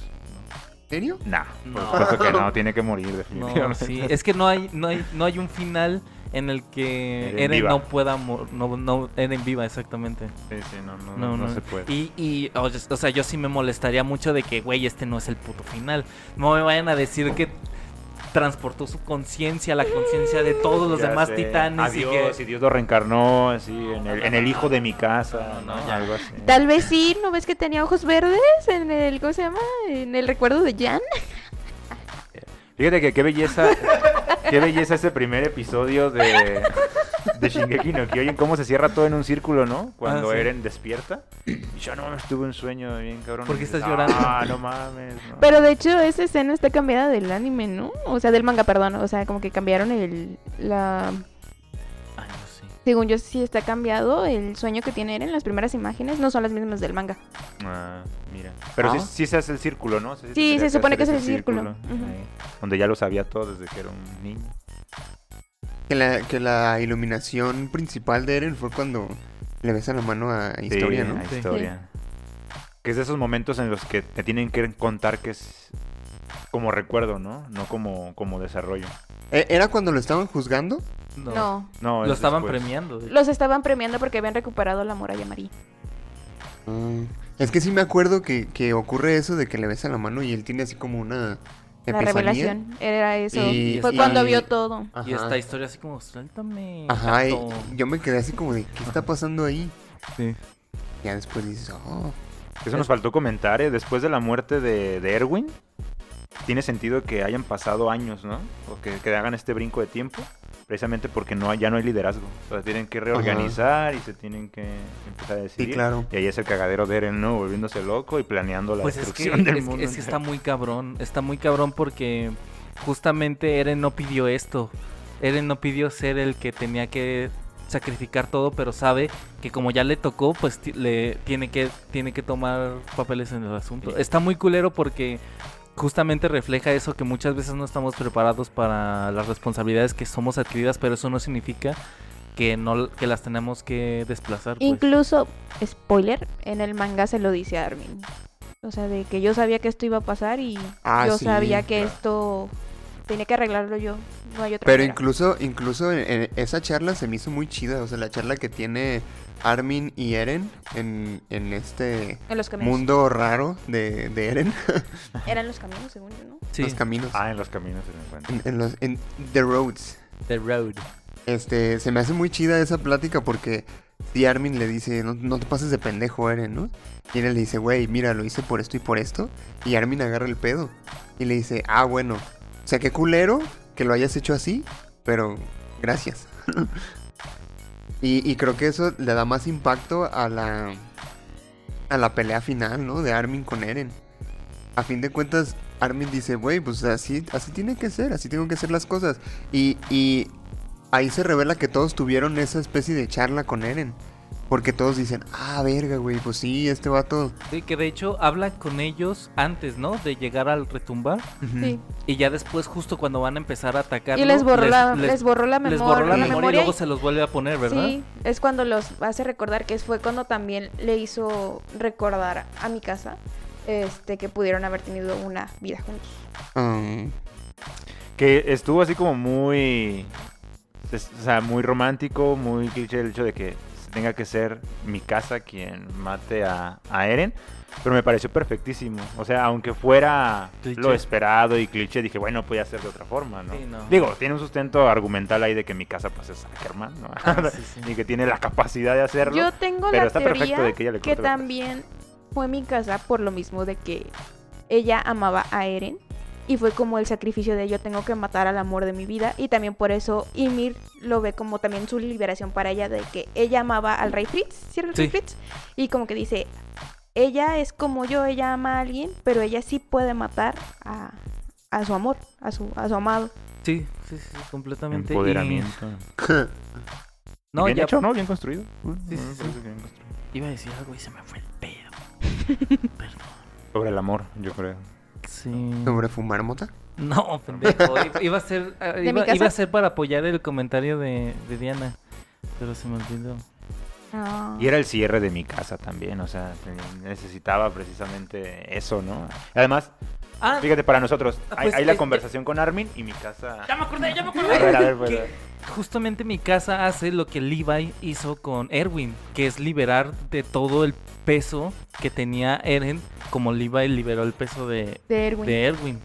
¿En serio?
Nah, por
No.
supuesto que no, tiene que morir
No,
definitivamente.
sí, es que no hay, no hay, no hay un final en el que
Eren
Eren,
viva.
no pueda mor- no, no, Eren viva exactamente.
Sí, sí, no, no,
No,
no
no.
se puede.
Y, y o, o sea, yo sí me molestaría mucho de que, güey, este no es el puto final. No me vayan a decir que transportó su conciencia, la conciencia de todos los
Ya
demás
sé,
titanes y que-
Adiós, y Dios lo reencarnó así en el, en el hijo de mi casa, ¿no?
No, no, ya.
Algo así.
Tal vez sí, ¿no ves que tenía ojos verdes en el, ¿cómo se llama? En el recuerdo de Jan.
Fíjate que qué belleza, qué belleza ese primer episodio de, de Shingeki no Kyojin, cómo se cierra todo en un círculo, ¿no? Cuando
Ah, sí.
Eren despierta. Y yo no mames, tuve un sueño bien cabrón.
¿Por qué
Y dices,
estás llorando?
Ah, no mames. no".
Pero de hecho esa escena está cambiada del anime, ¿no? O sea, del manga, perdón. O sea, como que cambiaron el, la,
Ay, Ah, no sé.
Según yo sí está cambiado el sueño que tiene Eren, las primeras imágenes no son las mismas del manga.
Ah, mira. Pero sí,
Ah.
sí se hace el círculo, ¿no? O sea,
Sí,
tendría
se supone que
hacer
es
ese
el círculo. Ujú.
ahí, Donde ya lo sabía todo desde que era un niño.
Que la, que la iluminación principal de Eren fue cuando le besan la mano a Historia,
Sí,
¿no?
a
Sí.
historia. Que es de esos momentos en los que te tienen que contar que es como recuerdo, ¿no? No como, como desarrollo.
E- ¿Era cuando lo estaban juzgando?
No.
No.
No,
Lo
es
estaban
después.
premiando. de-
Los estaban premiando porque habían recuperado la muralla amarilla.
Mm, Es que sí me acuerdo que, que ocurre eso de que le besan la mano y él tiene así como una
La
epifanía.
revelación era
Y-
eso.
Ah,
Fue
y- pues.
cuando vio todo.
Ajá.
Y esta historia así como, suéltame.
Ajá, y
gato".
yo me quedé así como de, ¿qué está pasando ahí?
Sí.
Ya después dices, oh,
Eso nos faltó comentar, ¿eh? Después de la muerte de, de Erwin, tiene sentido que hayan pasado años, ¿no? O que, que hagan este brinco de tiempo, precisamente porque no hay- ya no hay liderazgo. O sea, tienen que reorganizar y se tienen que empezar a decidir.
sí, claro.
Y ahí es el cagadero de Eren, ¿no? Volviéndose loco y planeando la
Pues es que,
destrucción del
es que-
mundo.
es que está
entero.
muy cabrón. Está muy cabrón porque justamente Eren no pidió esto. Eren no pidió ser el que tenía que sacrificar todo, pero sabe que como ya le tocó, pues ti- le tiene que, tiene que tomar papeles en el asunto.
Sí.
Está muy culero porque justamente refleja eso que muchas veces no estamos preparados para las responsabilidades que somos adquiridas, pero eso no significa que no que las tenemos que desplazar. pues.
Incluso, spoiler, en el manga se lo dice a Armin. O sea, de que yo sabía que esto iba a pasar y
Ah,
yo
sí,
sabía que
claro.
esto tenía que arreglarlo yo. No hay otra
Pero
manera.
incluso, incluso en- en esa charla se me hizo muy chida, o sea, la charla que tiene Armin y Eren en, en este
En los caminos.
mundo raro de, de Eren,
Eran los caminos, según yo, ¿no?
Sí,
los caminos,
Ah, en los caminos se lo encuentran.
en, en los, en The Roads.
The Road.
Este, se me hace muy chida esa plática porque si Armin le dice, no, no te pases de pendejo, Eren, ¿no? Y Eren le dice, güey, mira, lo hice por esto y por esto. Y Armin agarra el pedo y le dice, ah, bueno, o sea, qué culero que lo hayas hecho así, pero gracias. y, y creo que eso le da más impacto a la, a la pelea final, ¿no? De Armin con Eren. A fin de cuentas, Armin dice, güey, pues así, así tiene que ser, así tengo que hacer las cosas. Y, y ahí se revela que todos tuvieron esa especie de charla con Eren. Porque todos dicen, ah, verga, güey, pues sí, este vato.
Sí, que de hecho habla con ellos antes, ¿no? De llegar al retumbar.
Ujú.
Sí.
Y ya después, justo cuando van a empezar a atacar.
Y les borró, la, les, borró la
les
memoria.
borró la
la
memoria y
memoria
luego se los vuelve a poner, ¿verdad?
Sí, es cuando los hace recordar que fue cuando también le hizo recordar a mi casa este que pudieron haber tenido una vida juntos.
Ah,
Que estuvo así como muy. es- O sea, muy romántico, muy cliché el hecho de que tenga que ser mi casa quien mate a, a Eren. Pero me pareció perfectísimo. O sea, aunque fuera
Cliché.
lo esperado y cliché, dije, bueno, podía ser de otra forma, ¿no?
Sí, no.
Digo, tiene un sustento argumental ahí de que mi casa pues es Ackerman, ¿no?
Ah, sí, sí.
y que tiene la capacidad de hacerlo.
Yo tengo
pero
la
está perfecto
teoría
de que ella le corte la cabeza.
también fue mi casa por lo mismo de que ella amaba a Eren y fue como el sacrificio de yo tengo que matar al amor de mi vida y también por eso Ymir lo ve como también su liberación para ella de que ella amaba al rey Fritz, ¿sí era el rey
Sí.
Fritz? Y como que dice, ella es como yo, ella ama a alguien, pero ella sí puede matar a, a su amor, a su, a su amado.
Sí, sí, sí, completamente. y-
Empoderamiento.
No,
bien
ya
hecho, ¿no? Bien construido.
Sí, sí,
Mm, me
sí.
parece que bien construido.
iba a decir algo y se me fue el pedo. Perdón.
Sobre el amor, yo creo.
Sí.
¿Sobre fumar mota?
No, pendejo. i- Iba a ser, eh,
¿De mi
iba,
casa?
iba a ser para apoyar el comentario de, de Diana, pero se me olvidó.
No.
Y era el cierre de mi casa también, o sea, te- necesitaba precisamente eso, ¿no? Además,
Ah,
fíjate, para nosotros,
Ah,
hay,
pues,
hay la
es-
conversación con Armin y mi casa...
me acordé, ya me
A ver, a ver, pues,
Que justamente mi casa hace lo que Levi hizo con Erwin, que es liberar de todo el peso que tenía Eren, como Levi liberó el peso de,
De Erwin.
de Erwin.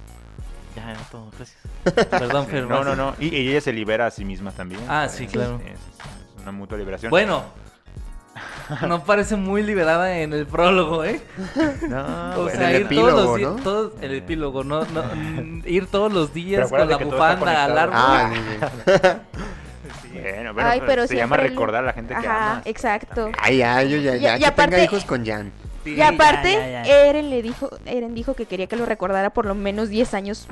Ya, era todo, gracias. Perdón, Fer,
No,
vas.
no, no. Y, y ella se libera a sí misma también.
Ah, sí, claro.
Es, es una mutua liberación.
Bueno, no parece muy liberada en el prólogo, ¿eh?
No,
O
bueno.
sea,
el
ir todos los
epílogo,
días,
¿no?
todos, el epílogo, no, no, mm, ir todos los
Eh. Pero
días con
acuérdate
la
que todo está
bufanda al
conectado.
árbol.
Ah, sí, sí.
Bueno, pero,
Ay, pero
se llama
siempre el-
recordar a la gente que
Ajá,
amas.
exacto.
Ay, ay, yo ya,
Y-
ya,
y
que
aparte-
tenga hijos con Jan.
Sí,
Y
ya,
aparte, eh,
ya, ya.
Eren le dijo, Eren dijo que quería que lo recordara por lo menos 10 años.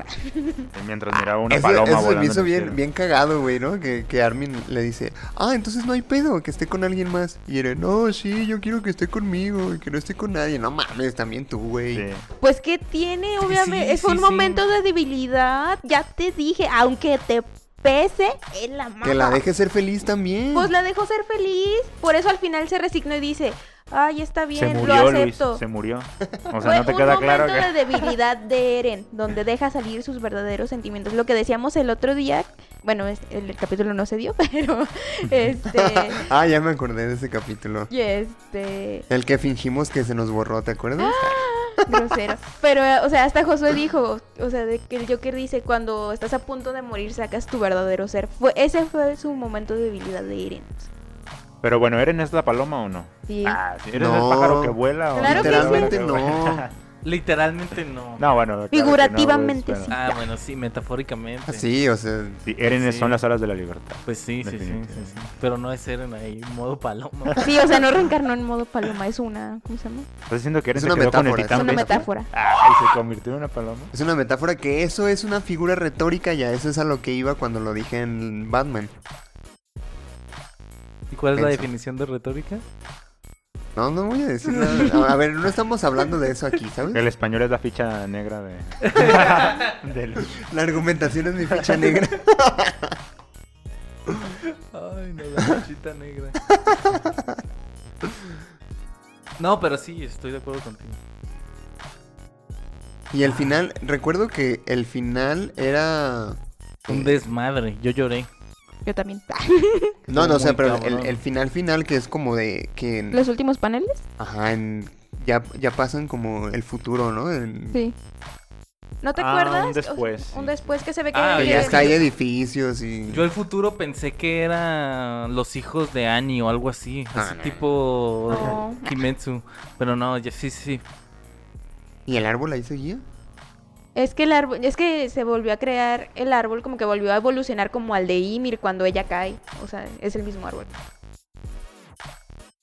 Mientras miraba una
Eso-
paloma
eso se
volando
me
en
hizo
el
bien,
cielo.
bien cagado, güey, ¿no? Que, que Armin le dice, ah, entonces no hay pedo, que esté con alguien más. Y Eren, no, sí, yo quiero que esté conmigo y que no esté con nadie. No mames, también tú, güey.
Sí.
Pues que tiene, obviamente,
sí,
fue un
sí.
momento de debilidad, ya te dije, aunque te pese en la mano.
Que la deje ser feliz también.
Pues la dejó ser feliz, por eso al final se resignó y dice, ay, está
Se
bien, lo
murió, Luis,
acepto.
se murió. O sea,
Fue
no te
un
queda
momento
claro que...
de debilidad de Eren, donde deja salir sus verdaderos sentimientos. Lo que decíamos el otro día, bueno, es- el capítulo no se dio, pero este,
ah, ya me acordé de ese capítulo.
y este,
El que fingimos que se nos borró, ¿te acuerdas?
grosero. Pero, eh, o sea, hasta Josué dijo, o sea, de que el Joker dice, cuando estás a punto de morir, sacas tu verdadero ser. Fue, ese fue su momento de debilidad de Eren.
Pero bueno, ¿Eren es la paloma o no?
Sí.
Ah, sí, ¿Eres
No.
el pájaro que vuela o
Claro que
Literalmente
sí.
no.
Literalmente no.
No, bueno. claro que no,
Figurativamente
pues,
sí.
bueno.
Ah, bueno, sí, metafóricamente.
Así, o sea,
Sí, Eren es-
Sí.
son las alas de la libertad.
Pues sí, sí, sí, sí, sí,
Definitivamente.
Pero no es Eren ahí, modo paloma.
Sí, o sea, no reencarnó en modo paloma, es una, ¿cómo se llama?
¿Estás diciendo que Eren
Es
se
una
quedó con el
metáfora,
Es
titán?
una
Beso?
metáfora.
Ah, y se convirtió en una paloma.
es una metáfora que eso es una figura retórica y a eso es a lo que iba cuando lo dije en Batman.
¿Y cuál es la
Eso.
definición de retórica?
No, no voy a decir nada. A ver, no estamos hablando de eso aquí, ¿sabes?
El español es la ficha negra de... de Luis.
La argumentación es mi ficha negra.
Ay, no, la manchita negra. No, pero sí, estoy de acuerdo contigo.
Y el final, recuerdo que el final era.
Un desmadre, yo lloré.
Yo también.
No, no, o sea,
muy
pero
cabrón.
el, el final final que es como de. que en-
¿Los últimos paneles?
Ajá, en- ya, ya pasan como el futuro, ¿no? En-
Sí. ¿No te
Mm. Ah, un
acuerdas? O sea,
después,
Un
sí.
después que se ve que...
Ah,
que
que-
ya está, hay edificios y.
Yo al futuro pensé que eran los hijos de Annie o algo así,
Ah,
así
no.
tipo
No.
Kimetsu. Pero no, ya sí, sí.
¿Y el árbol ahí seguía?
Es que el árbol, es que se volvió a crear el árbol, como que volvió a evolucionar como al de Ymir cuando ella cae. O sea, es el mismo árbol.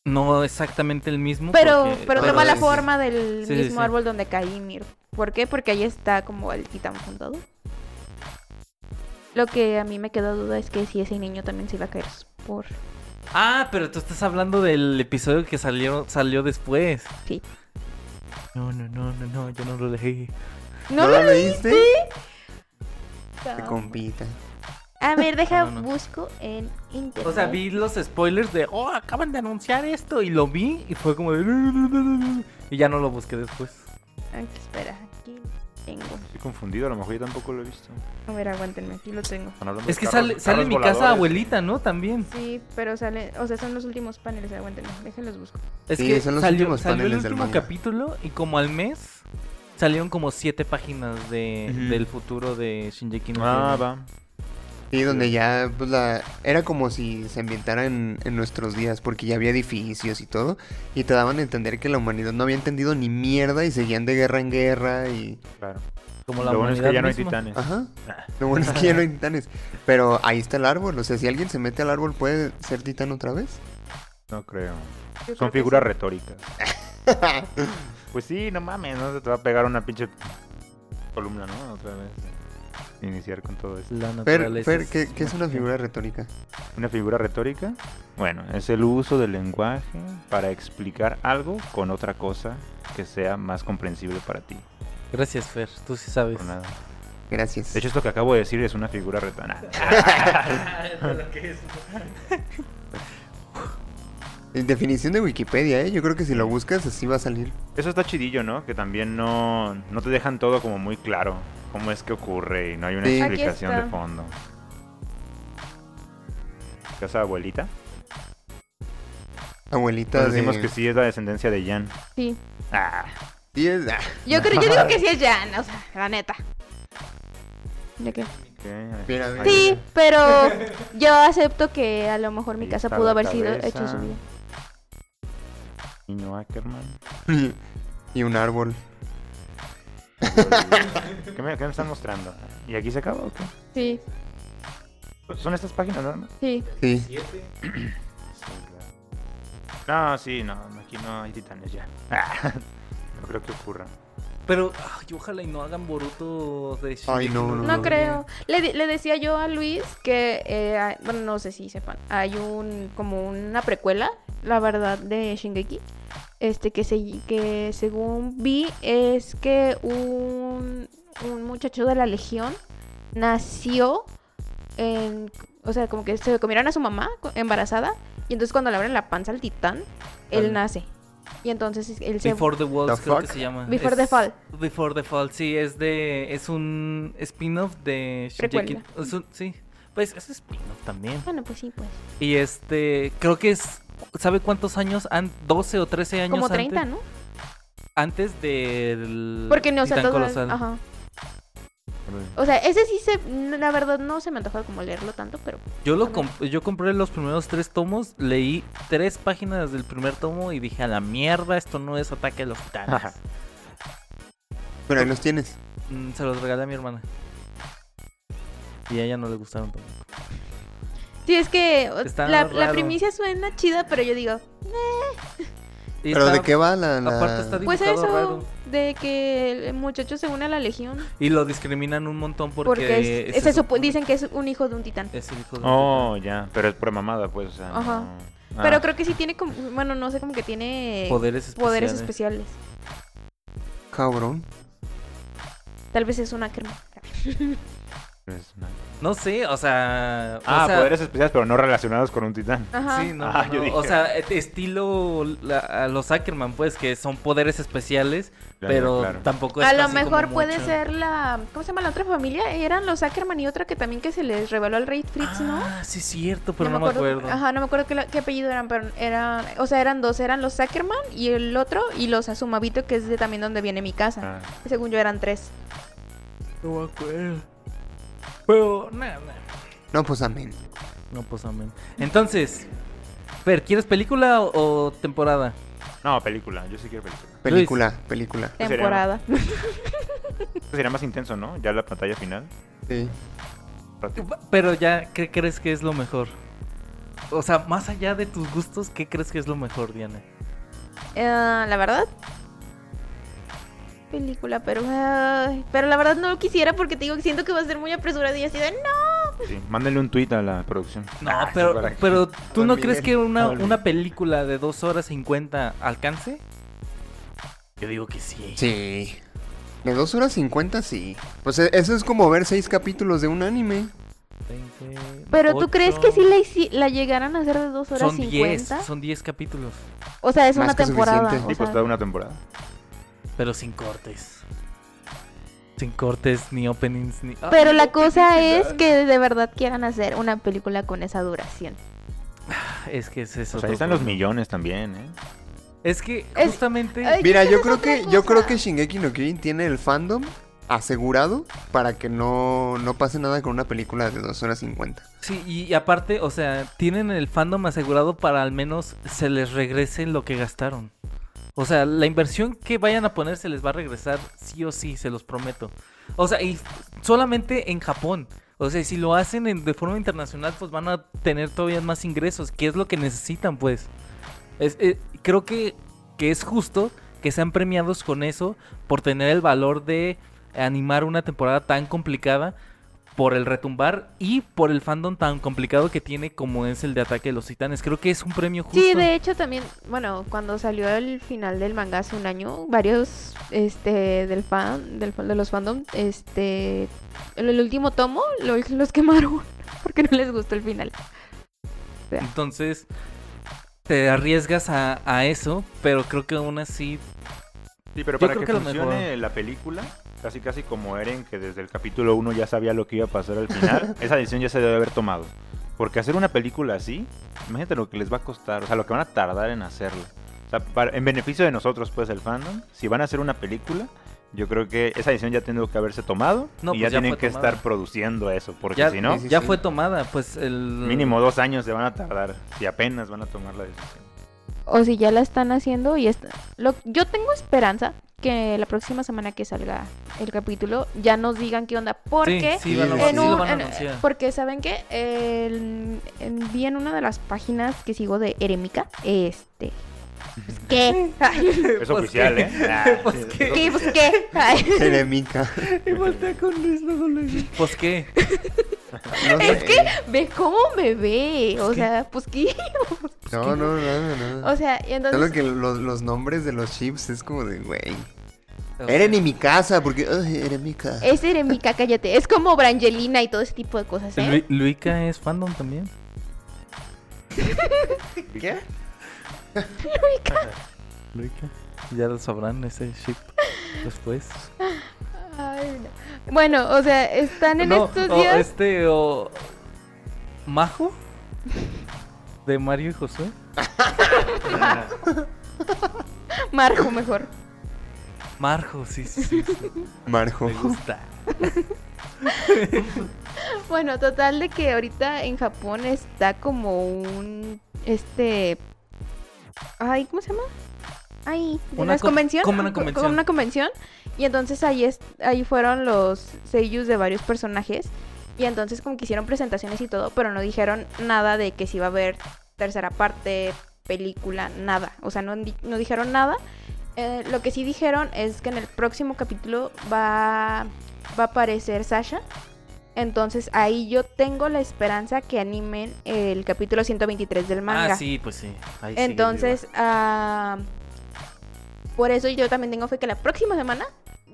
No exactamente el mismo.
Pero,
porque-
pero
bueno,
toma la
sí, sí.
forma del
Sí, sí,
mismo
sí.
árbol donde cae Ymir. ¿Por qué? Porque ahí está como el titán fundado. Lo que a mí me quedó duda es que si ese niño también se iba a caer por
Ah, pero tú estás hablando del episodio que salió, salió después.
Sí.
No, no, no, no, no, yo no lo leí.
¿No, lo
leíste?
leí?
Te compita.
A ver, deja,
Ah, No, no.
busco en internet.
O sea, vi los spoilers de, oh, acaban de anunciar esto. Y lo vi y fue como de... "No, no, no, no, no", Y ya no lo busqué después.
Ay, Ah, espera, aquí tengo.
Estoy confundido, a lo mejor yo tampoco lo he visto.
A ver, aguántenme, aquí lo tengo.
Están hablando
Es
de
que
carros-
sale, sale
carros
en mi casa
voladores.
abuelita, ¿no? También.
Sí, pero sale, o sea, son los últimos paneles, aguántenme, déjenlos busco.
Es
Sí,
que
son los
salió,
últimos
salió el
paneles del
último
manga.
capítulo y como al mes salieron como siete páginas de,
Ujú.
del futuro de Shinji no
Ah,
Kyojin.
va.
Y donde ya, pues la. Era como si se ambientara en, en nuestros días, porque ya había edificios y todo. Y te daban a entender que la humanidad no había entendido ni mierda y seguían de guerra en guerra y.
Claro.
Como la
Lo bueno es que
humanidad
ya no hay
misma.
titanes.
Ajá. Lo bueno es que ya no hay titanes. Pero ahí está el árbol. O sea, si alguien se mete al árbol, ¿puede ser titán otra vez?
No creo.
Yo creo
Son
que
figuras retóricas. pues sí, no mames, no se te va a pegar una pinche columna, ¿no? Otra vez. Iniciar con todo esto.
La
Fer,
naturaleza
Fer ¿qué, qué es una
mágica.
figura retórica?
¿Una figura retórica? Bueno, es el uso del lenguaje para explicar algo con otra cosa que sea más comprensible para ti.
Gracias, Fer. Tú sí sabes.
Por nada.
Gracias.
De hecho, esto que acabo de decir es una figura retórica.
Eh, Definición de Wikipedia, ¿eh? Yo creo que si lo buscas, así va a salir.
Eso está chidillo, ¿no? Que también no, no te dejan todo como muy claro. Cómo es que ocurre y no hay una
Sí. Aquí
explicación de
está.
fondo. ¿Casa abuelita?
Abuelita
Nos
de...
decimos que sí es la descendencia de Jan.
Sí.
Ah,
Sí, es- ah,
Yo creo, yo digo que sí es Jan, o sea, la neta. ¿De qué?
ok.
Mira,
Ahí
Sí, pero yo acepto que a lo mejor mi
Ahí
casa
está
pudo
la
haber sido
cabeza.
hecho su vida.
está Niño Ackerman.
y un árbol.
¿Qué me, qué me están mostrando? ¿Y aquí se acaba o qué?
Sí,
Pues ¿Son estas páginas nada más?
sí.
Sí.
No, sí, no. Aquí no hay titanes ya. Ah, no creo que ocurra.
Pero ay, ojalá y no hagan Boruto de Shinji
Ay, no,
No creo. Le, di- le decía yo a Luis que, eh, hay- bueno, no sé si sepan, hay un como una precuela, la verdad, de Shingeki. Este que, se, que según vi es que un, un muchacho de la Legión nació en... O sea, como que se comieron a su mamá co- embarazada y entonces cuando le abren la panza al titán, él
Ay.
nace. Y entonces él se...
Before the Walls
The
creo que
fuck?
se llama.
Before
Es-
the Fall.
Before the Fall, sí, es de es un spin-off de Shingeki.
Precuela.
es un- sí. Pues es spin-off también.
Bueno, pues sí, pues.
Y este, creo que es ¿sabe cuántos años? han 12 o 13 años
Como 30,
antes,
¿no?
antes del
Porque no, o sea,
Titán
todo-
Colosal.
Ajá. O sea, ese sí se. La verdad no se me antoja como leerlo tanto, pero.
Yo
A
lo
ver.
comp- yo compré los primeros tres tomos, leí tres páginas del primer tomo y dije a la mierda, esto no es ataque a los titanes.
Pero ahí los tienes.
Mm, Se los regalé a mi hermana. Y a ella no le gustaron tampoco.
Sí, es que o-
Está
la,
raro.
la primicia suena chida, pero yo digo,
Y
¿Pero de
estaba-
qué va la...? la-
aparte está di-
pues
Dibujado
eso
raro.
de que el muchacho se une a la legión.
Y lo discriminan un montón porque,
Porque, es- se supo-
supone-
dicen que es un hijo de un titán.
es el hijo de un
Oh, ya. Pero es pura mamada, pues. O sea,
Ajá.
no- Ah,
Pero creo que sí tiene como. Bueno, no sé, como que tiene.
titán. poderes especiales.
poderes especiales.
Cabrón.
Tal vez es una crema.
Pues, es una-
No sé, o sea, o
Ah,
sea,
poderes especiales, pero no relacionados con un titán.
Ajá.
Sí, no,
Ah,
no,
yo
no,
dije.
o sea, et- estilo la- a los Ackerman, pues, que son poderes especiales,
Ya,
pero
claro.
tampoco es
A lo
así como
mejor puede
mucho.
ser la. ¿Cómo se llama la otra familia? Eran los Ackerman y otra que también que se les reveló al rey Fritz, ¿no?
Ah, sí es cierto, pero no, me acuerdo.
Ajá, no me acuerdo qué, la- qué apellido eran, pero eran, o sea, eran dos, eran los Ackerman y el otro y los Azumabito, que es de también donde viene mi casa.
Ah,
Según yo eran tres.
Pues No me acuerdo. Pero nada, nada.
No, pues amén.
no pues amén. Entonces, Fer, ¿quieres película o, o temporada?
No, película. Yo sí quiero película.
Película, película.
Pues
Temporada.
Esto Sería más intenso, ¿no? Ya la pantalla final.
Sí.
Práctico.
Pero ya, ¿qué crees que es lo mejor? O sea, más allá de tus gustos, ¿qué crees que es lo mejor, Diana?
Eh, la verdad. Película, pero ay, pero la verdad no lo quisiera porque te digo que siento que va a ser muy apresurada y así de no.
Sí, mándenle un tweet a la producción.
No,
Ah, sí,
pero,
para que-
pero ¿tú
Don
no crees
Miguel,
que una,
Don
una película de 2 horas 50 alcance? Yo digo que sí.
Sí. De 2 horas 50, sí. Pues e- eso es como ver seis capítulos de un anime.
20,
Pero ¿tú crees que
ocho.
si la, hici- la llegaran a hacer de 2 horas
Son 10,
50?
son 10 capítulos,
O sea, es
Más
una
que
temporada.
suficiente.
Sí,
o sea,
pues toda una temporada.
pero sin cortes. Sin cortes, ni openings, ni... ¡Ay,
Pero la
openings,
cosa
ni
es
nada!
que de verdad quieran hacer una película con esa duración.
Es que es eso.
O sea, ahí están los millones también, ¿eh?
Es que
Es-
justamente...
Ay,
Mira,
esa
yo
es
creo
otra
que yo creo
cosa.
que Shingeki no Kyojin tiene el fandom asegurado para que no, no pase nada con una película de 2 horas 50.
Sí, y aparte, o sea, tienen el fandom asegurado para al menos se les regrese lo que gastaron. O sea, la inversión que vayan a poner se les va a regresar sí o sí, se los prometo. O sea, y solamente en Japón. O sea, si lo hacen en- de forma internacional, pues van a tener todavía más ingresos, que es lo que necesitan, pues. Es- eh, creo que, que es justo que sean premiados con eso por tener el valor de animar una temporada tan complicada por el retumbar y por el fandom tan complicado que tiene como es el de Ataque de los Titanes. Creo que es un premio justo.
Sí, de hecho también, bueno, cuando salió el final del manga hace un año, varios este del fan, del fan- de los fandom, este el, el último tomo lo- los quemaron porque no les gustó el final.
Entonces, te arriesgas a, a eso, pero creo que aún así...
Sí, pero
Yo
para
creo
que,
que lo
funcione
mejor.
la película, casi casi como Eren, que desde el capítulo 1 ya sabía lo que iba a pasar al final, esa decisión ya se debe haber tomado. Porque hacer una película así, imagínate lo que les va a costar, o sea, lo que van a tardar en hacerla. O sea, para- en beneficio de nosotros, pues, el fandom, si van a hacer una película, yo creo que esa decisión ya tiene que haberse tomado
No, pues
y ya,
ya
tienen
fue
que
tomada.
estar produciendo eso, porque
Ya,
si no,
sí,
ya
sí.
fue tomada, pues el...
mínimo dos años se van a tardar, si apenas van a tomar la decisión.
O si ya la están haciendo y está, lo, yo tengo esperanza que la próxima semana que salga el capítulo ya nos digan qué onda
Sí,
porque
sí, van a-
en
sí lo
un-
van a
en-
anunciar.
Porque saben que vi en una de las páginas que sigo de Eremica, este, pues, ¿qué? Ay,
Es
Pues
oficial,
que-
¿eh? Ah,
pues
sí,
que-
es
¿qué? Pues,
oficial.
¿qué? Ay,
Jeremica.
con Luis, luego Luis. Pues qué.
No sé.
¿Ve cómo me ve? O sea, pues ¿qué?
No, no, no, no. no.
O sea, y
Solo
entonces
que los, los nombres de los chips es como de, güey.
O sea,
Eren y mi casa, porque. Ay, Eren mi casa.
es Eremica, cállate, es como Brangelina y todo ese tipo de cosas, ¿eh?
Lu- Luica es fandom también.
¿Qué?
Luica. Ya lo sabrán ese ship después.
Ay, no. Bueno, o sea, están en
No,
estos
o
días.
este o Majo de Mario y Josué.
Marjo mejor.
Marjo, sí, sí, sí, sí,
Marjo.
me gusta.
Bueno, total de que ahorita en Japón está como un este ay, ¿cómo se llama? Ay, de
Una
las
con-
convenciones.
como una
co- como
convención.
una convención. Y entonces ahí es, ahí fueron los seiyus de varios personajes y entonces como que hicieron presentaciones y todo, pero no dijeron nada de que si iba a haber tercera parte, película, nada. O sea, no, di- no dijeron nada. Eh, lo que sí dijeron es que en el próximo capítulo va, va a aparecer Sasha. Entonces ahí yo tengo la esperanza que animen el capítulo 123 del manga.
Ah, sí, pues sí. ahí sigue
Entonces, ah, por eso yo también tengo fe que la próxima semana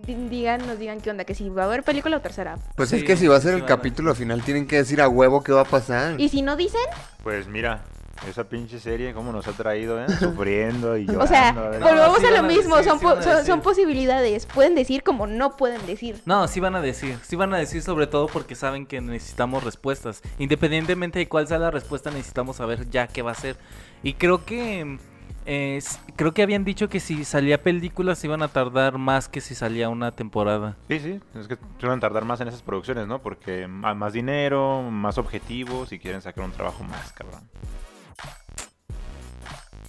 di- digan, nos digan qué onda, que si va a haber película o tercera.
Pues es
Sí,
que si va a ser
sí
el
van a-
capítulo final, tienen que decir a huevo qué va a
Mm.
pasar.
Y si no dicen,
Pues mira, esa pinche serie cómo nos ha traído, ¿eh? Sufriendo y llorando.
o sea,
a ver.
No,
volvamos
sí
a
van
lo
a
mismo,
decir,
son,
sí
po-
van a
son-
decir.
son posibilidades, pueden decir como no pueden decir.
No, sí van a decir, sí van a decir sobre todo porque saben que necesitamos respuestas. Independientemente de cuál sea la respuesta, necesitamos saber ya qué va a ser. Y creo que eh, s- creo que habían dicho que si salía película se iban a tardar más que si salía una temporada.
Sí, sí, es que suelen tardar más en esas producciones, ¿no? Porque ma- más dinero, más objetivos y quieren sacar un trabajo más, cabrón.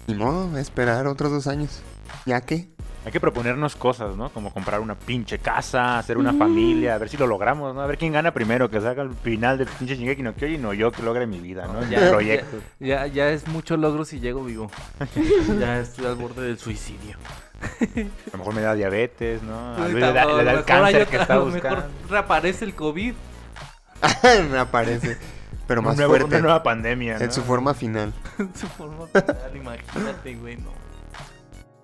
Ni modo, esperar otros dos años. ¿Ya qué?
Hay que proponernos cosas, ¿no? Como comprar una pinche casa, hacer una familia, a ver si lo logramos, ¿no? A ver quién gana primero, que salga el final del pinche Shingeki no Kyojin o yo que logre mi vida, ¿no? Ya,
ya,
proyecto.
Ya, ya es mucho logro si llego vivo. ya estoy al borde del suicidio.
A lo mejor me da diabetes, ¿no? A Luis
Ahorita,
Ah, le
a
da, le da
lo
el
mejor hay
cáncer que
otra-
está
a lo mejor
buscando.
reaparece el COVID.
me aparece. Pero
Un
más
nuevo-
fuerte.
Una nueva pandemia.
En
¿no?
su forma final.
Su forma final, imagínate, güey, no.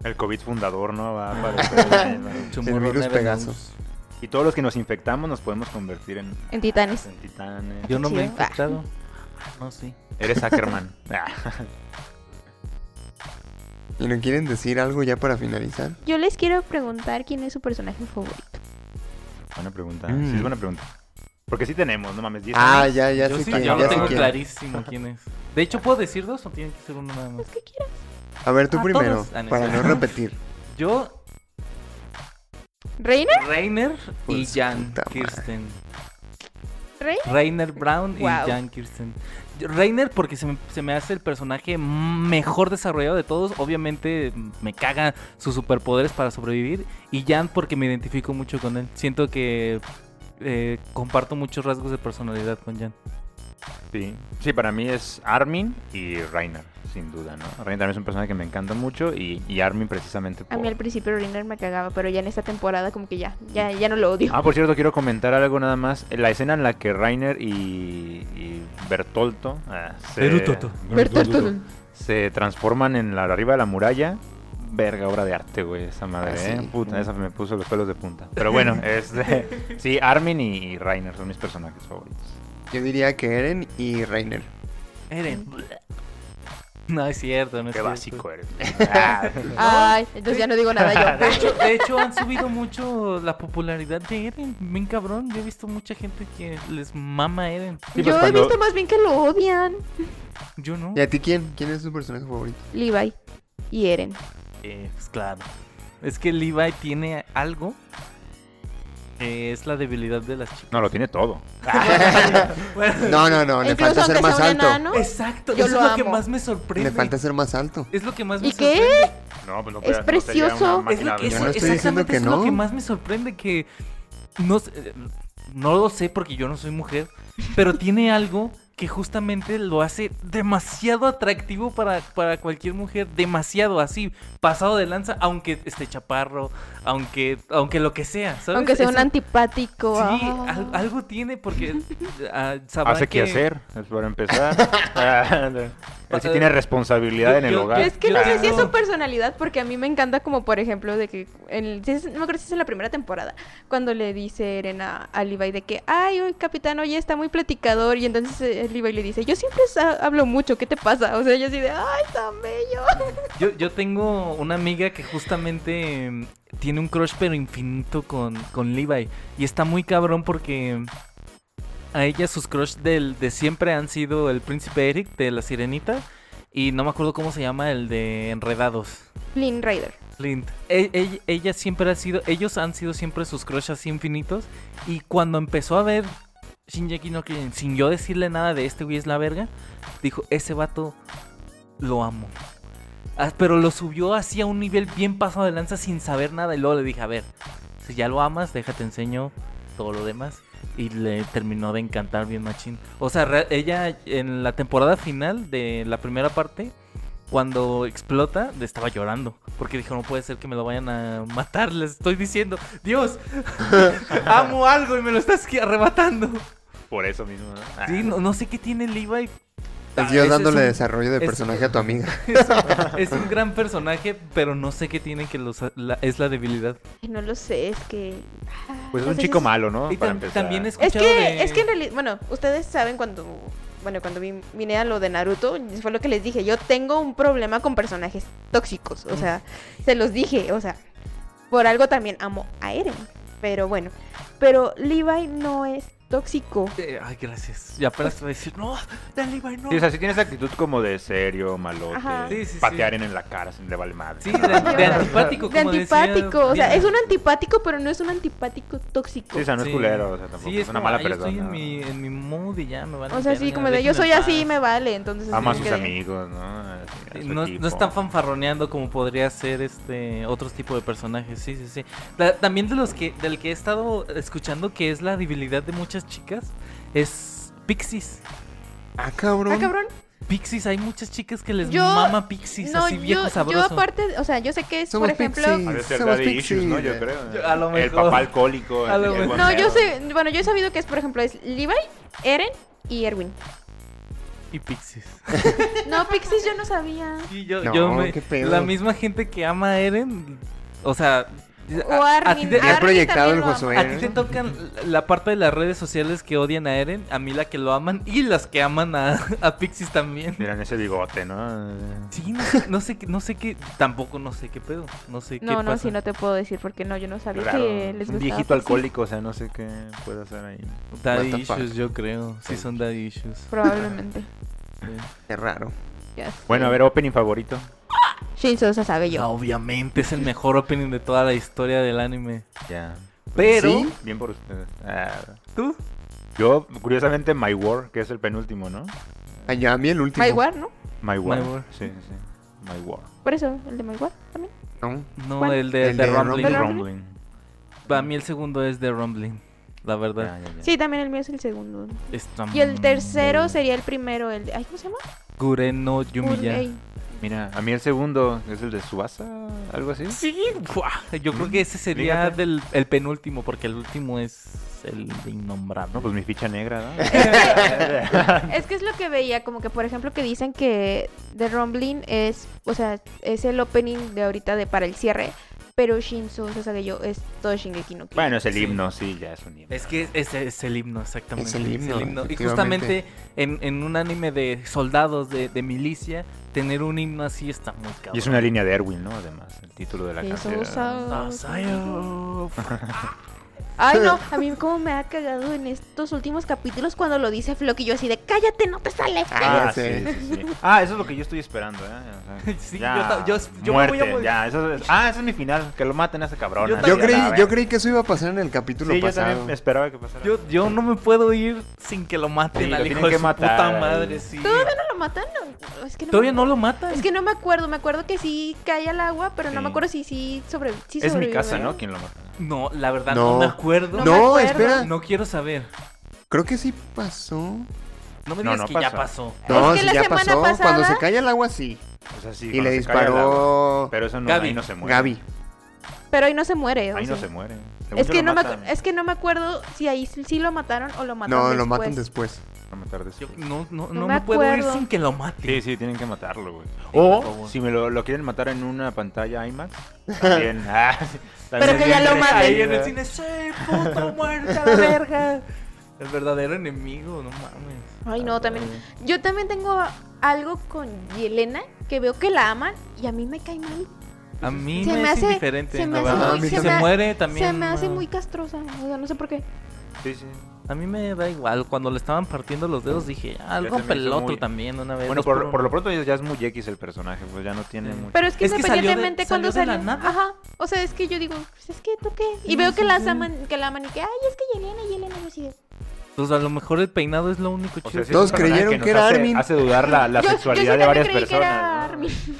El COVID fundador, ¿no? Va a aparecer. ¿no?
Tomorrow
virus
never
Pegaso.
knows.
y todos los que nos infectamos nos podemos convertir en,
En Titanes.
en titanes.
Yo no me he
Sí.
infectado. No, sí.
Eres Ackerman. Ah.
¿Y no quieren decir algo ya para finalizar?
Yo les quiero preguntar quién es su personaje favorito.
buena pregunta.
Mm.
Sí, es buena pregunta. Porque sí tenemos, no mames. 10
Ah,
años.
ya, ya
yo
sé
sí,
quién,
yo
ya
lo
sé
tengo
quién.
clarísimo quién es. De hecho, ¿puedo decir dos o tienen que ser uno nada más?
¿Qué quieres?
A ver, tú
A
primero,
todos. Ah, no,
para
sí.
no repetir.
Yo,
¿Reina?
Rainer y
Pues,
Jan
puta madre.
Kirsten.
¿Reina?
Rainer Brown y
Wow.
Jan Kirsten. Yo- Rainer porque se me, se me hace el personaje mejor desarrollado de todos. Obviamente me caga sus superpoderes para sobrevivir. Y Jan porque me identifico mucho con él. Siento que eh, comparto muchos rasgos de personalidad con Jan.
Sí. Sí, para mí es Armin y Reiner, sin duda, ¿no? Reiner también es un personaje que me encanta mucho y, y Armin precisamente
A
por...
mí al principio Reiner me cagaba, pero ya en esta temporada como que ya, ya, ya no lo odio.
Ah, por cierto, quiero comentar algo nada más. La escena en la que Rainer y, y Bertolto ah, se,
Berutoto.
Bertoldo.
se transforman en la arriba de la muralla. Verga, obra de arte, güey, esa madre,
Ah, sí.
¿eh? Puta, esa me puso los pelos de punta. Pero bueno, este, sí, Armin y Rainer son mis personajes favoritos.
Yo diría que Eren y Reiner.
Eren. No es cierto, no es
Qué
cierto.
básico eres. Ah,
Ay, entonces ya no digo nada
De
yo.
hecho, de hecho, han subido mucho la popularidad de Eren. Bien cabrón. Yo he visto mucha gente que les mama Eren.
Sí, pues
yo he
cuando-
visto más bien que lo odian.
Yo no.
¿Y a ti quién? ¿Quién es tu personaje favorito?
Levi y Eren.
Eh, pues claro. Es que Levi tiene algo que es la debilidad de las chicas.
No, lo tiene todo.
Bueno,
No, no, no, le
Incluso
falta ser
aunque
más
sea un
alto.
enano,
Exacto.
Yo
eso
lo
es lo que
amo.
más me sorprende.
Le falta ser más alto.
Es lo que más me
¿Y qué?
sorprende.
No, pues no puede- no
Es
sería una
precioso.
Es
máquina
lo que,
de-
Yo
eso-
no estoy diciendo
exactamente
que
es
no.
lo que más me sorprende que no sé, eh, no lo sé porque yo no soy mujer, pero tiene algo que justamente lo hace demasiado atractivo para, para cualquier mujer, demasiado así, pasado de lanza, aunque esté chaparro, aunque aunque lo que sea, ¿sabes?
aunque sea un
Eso-
antipático.
Sí,
ah.
al- algo tiene porque ah, sabrá
Hace que hacer, es para empezar. Ah, Él sí tiene responsabilidad
Yo-
en el
yo-
hogar.
yo-
Es que no
Ah.
sé si es
Claro.
su personalidad, porque a mí me encanta como, por ejemplo, de que... En, el- si es- no me acuerdo si es en la primera temporada, cuando le dice Eren a, a Levi de que, ay, uy, capitán, oye, está muy platicador, y entonces eh, Levi le dice, yo siempre sa- hablo mucho, ¿qué te pasa? O sea, yo así de, ay, tan bello.
Yo, yo tengo una amiga que justamente mm, tiene un crush pero infinito con, con Levi. Y está muy cabrón porque a ella sus crush del, de siempre han sido el príncipe Eric de la sirenita. Y no me acuerdo cómo se llama el de Enredados.
Flynn Rider.
Flint. E- ell- ella siempre ha sido, ellos han sido siempre sus crush así infinitos. Y cuando empezó a ver Shinjeki no Kyojin, sin yo decirle nada de este güey es la verga, dijo, ese vato lo amo. Ah, Pero lo subió así a un nivel bien pasado de lanza sin saber nada. Y luego le dije, a ver, si ya lo amas, déjate enseño todo lo demás. Y le terminó de encantar bien machín. O sea, re- ella en la temporada final de la primera parte, cuando explota, le estaba llorando. Porque dijo, no puede ser que me lo vayan a matar. Les estoy diciendo, Dios, amo algo y me lo estás que- arrebatando.
Por eso mismo, ¿no? Ah.
Sí, no, no sé qué tiene Levi.
Es
Ah,
Dios
ese
dándole
es un-
desarrollo de
es-
personaje a tu amiga.
Es un, es un gran personaje, pero no sé qué tiene que los, la- es la debilidad.
Ay, No lo sé, es que...
Pues es
no
un
sé
chico
si-
malo, ¿no?
Y
Para
tam-
empezar.
también he
Es
escuchado
que,
de-
es que en realidad, bueno, ustedes saben cuando, bueno, cuando vi- vine a lo de Naruto, fue lo que les dije, yo tengo un problema con personajes tóxicos, o sea,
Mm.
se los dije, o sea, por algo también amo a Eren, pero bueno, pero Levi no es tóxico.
Eh, ay, gracias. Ya apenas te voy a decir, no, dale, Levi, no.
Sí, o sea, sí tienes actitud como de serio, malote,
Ajá.
Sí, sí, sí.
patear en la cara, sin le vale madre.
Sí, de, de antipático.
De
como decía
antipático, o sea,
Diana.
es un antipático, pero no es un antipático tóxico.
Sí, o sea, no
Sí.
es culero, o sea, tampoco
Sí,
es, una
como,
mala
"Ay, Yo estoy
persona.
en mi, en mi mood y ya me van a
O sea, sí, como de yo soy así y me vale, entonces...
Ama a
sí,
sus
que-
amigos, ¿no? A- a su
No,
equipo.
no están fanfarroneando como podría ser este otros tipo de personajes, sí, sí, sí. Ta- también de los que, del que he estado escuchando que es la debilidad de muchas chicas, es Pixies.
Ah,
Ah,
cabrón.
cabrón.
Pixies, hay muchas chicas que les
Yo-
mama Pixies,
No,
así viejo
yo, yo
sabroso.
aparte, o sea, yo sé que es,
Somos
por ejemplo...
Ha de
pixies.
ser
Somos
daddy issues,
pixies.
¿no? Yo creo.
Yo- a lo
El
mejor.
papá alcohólico.
A
el-
lo
el
mejor.
buen
No,
pedo.
yo sé, bueno, yo he sabido que es, por ejemplo, es Levi Eren y Erwin.
Y Pixies.
No, Pixies yo no sabía.
Y yo,
No,
yo me-
qué pedo.
La misma gente que ama a Eren, o sea...
O
a- a ti
Armin.
te-
Ya
Armin
proyectado
también
el
lo ama.
Josué.
A ti
¿no?
te tocan la parte de las redes sociales que odian a Eren, a mí la que lo aman y las que aman a, a Pixies también.
Miren ese bigote, ¿no?
Sí, no sé, no sé, qué- no sé qué, tampoco no sé qué pedo, no sé qué
No, no,
pasa.
sí, no te puedo decir porque no, yo no sabía
Raro.
que les
un
gustaba.
viejito
Pixies.
alcohólico, o sea, no sé qué puede hacer ahí.
Daddy
What the fuck.
issues, yo creo, sí son daddy issues.
Probablemente.
Qué raro.
Ya sé.
Bueno, a ver, opening favorito.
Shin Sosa sabe
Ya,
yo.
obviamente es el mejor opening de toda la historia del anime.
Ya.
Pero,
¿Sí?
Bien por ustedes. Ah,
¿tú?
yo, curiosamente, My War, que es el penúltimo, ¿no?
Ay, ya, a
Ah,
mí el último.
Maiwar, ¿no?
My War.
My War.
Sí, sí, sí. My War.
Por eso, el de Maiwar también.
No,
No,
¿Cuál?
el de,
El
de
de
Rumbling.
Rumbling.
Rumbling.
Para mí el segundo es de Rumbling, la verdad.
Ya, ya, ya.
Sí, también el mío es el segundo.
Está
Y el tercero
muy-
sería el primero, el de... Ay, ¿cómo se llama?
Guren no Yumiya.
Ey.
Mira, a mí el segundo es el de Subasa, algo así.
Sí, buah, yo creo que ese sería
Fíjate.
del, el penúltimo, porque el último es el de innombrable.
No, pues mi ficha negra, ¿no?
Es que es lo que veía, como que por ejemplo que dicen que The Rumbling es, o sea, es el opening de ahorita de para el cierre, pero Shin Sosa sabe yo es todo Shingeki no Kyojin.
bueno, es el
Sí.
himno, sí, ya es un himno.
Es que ese es el himno, exactamente.
Es el himno,
Y
efectivamente.
justamente en, en un anime de soldados, de, de milicia, tener un himno así está muy cabrón.
Y es una línea de Erwin, ¿no? Además, el título de la
Shin
canción.
Ah,
Sosa.
Sayo.
Ay no, a mí como me ha cagado en estos últimos capítulos cuando lo dice Flock y yo así de cállate, no te sale.
Ah,
Ah,
sí,
sí.
sí, sí. Ah, eso es lo que yo estoy esperando, ¿eh? O sea,
Sí,
ya,
yo ta- yo- yo me voy a
muerte,
morir.
ya, eso es- ah, ese es mi final, que lo maten a ese cabrón.
Yo
Ah,
así,
Yo
a la
creí,
verga.
yo creí que eso iba a pasar en el capítulo
Sí, yo
pasado.
también esperaba que pasara.
Yo, yo no me puedo ir sin que lo maten
Sí, lo
al
tienen
hijo de
que
su
matar.
puta madre, sí.
¿Todavía no lo matan? No, es que no
Todavía
me-
no lo matan.
Es que no me acuerdo, me acuerdo que sí cae al agua, pero no
Sí.
me acuerdo si sí sobre sí
es mi
sobrevive,
casa,
¿verdad?
¿no? Quien lo mata.
No, la verdad no,
No.
me acuerdo.
No
No,
me acuerdo.
espera.
No quiero saber.
Creo que sí pasó.
No me
No,
digas
no
que ya
pasó.
pasó.
No,
que
sí,
la
ya
semana
pasó.
pasada-
Cuando se cae el agua, sí.
O sea, sí,
Y
cuando
le
se cae al agua.
disparó
Pero eso no,
Gaby.
ahí no se muere.
Gaby.
Pero ahí no se muere, o
Ahí no
sí.
se muere. Según
Es
yo
que,
lo
no me,
matan.
acu- es que no me acuerdo si ahí sí sí lo mataron o lo mataron
No,
después.
lo matan después.
Lo matar
este.
después.
Yo no, no, no,
No me
me, puedo ir
acuerdo.
sin que lo maten.
Sí, sí, tienen que matarlo, güey.
por
O
favor.
si me lo, lo quieren matar en una pantalla IMAX, también. ah, también
Pero que
es
ya
bien
lo
interesante.
Ahí en el cine, sí, puto muerte a la verga. El verdadero enemigo, no mames.
Ay, no, también.
Ah.
Yo también tengo algo con Yelena que veo que la aman y a mí me cae mal.
A mí
Se
me,
me
es
hace-
indiferente.
se me
la
hace
verdad.
muy-
si
se
se
me-
muere también. ah.
Se me hace
no.
muy castrosa, o sea, no sé por qué.
Sí, sí.
A mí me da igual. Cuando le estaban partiendo los dedos dije, ah,
Ya se
rompe
me
el
hizo
otro
muy-
también una vez.
Bueno,
dos
por,
uno.
por lo pronto ya es muy X el personaje, pues ya no tiene
Sí.
mucho.
Pero es que
Es que salió de-
independientemente cuando
salió de la
salió-
nada.
Ajá. O sea, es que yo digo, pues es que tú qué. Y
Sí,
veo que
sí,
las
sí.
aman, que la aman y que, ay, es que Yelena, Yelena, yo sigue.
Pues a lo mejor el peinado es lo único
O
chido.
sea, sí es un
Todos
personaje
creyeron
nos
que era
hace,
Armin.
Hace dudar la, la
Yo- yo
sexualidad
sí
de
también
varias
creí que
personas.
era
¿no?
Armin.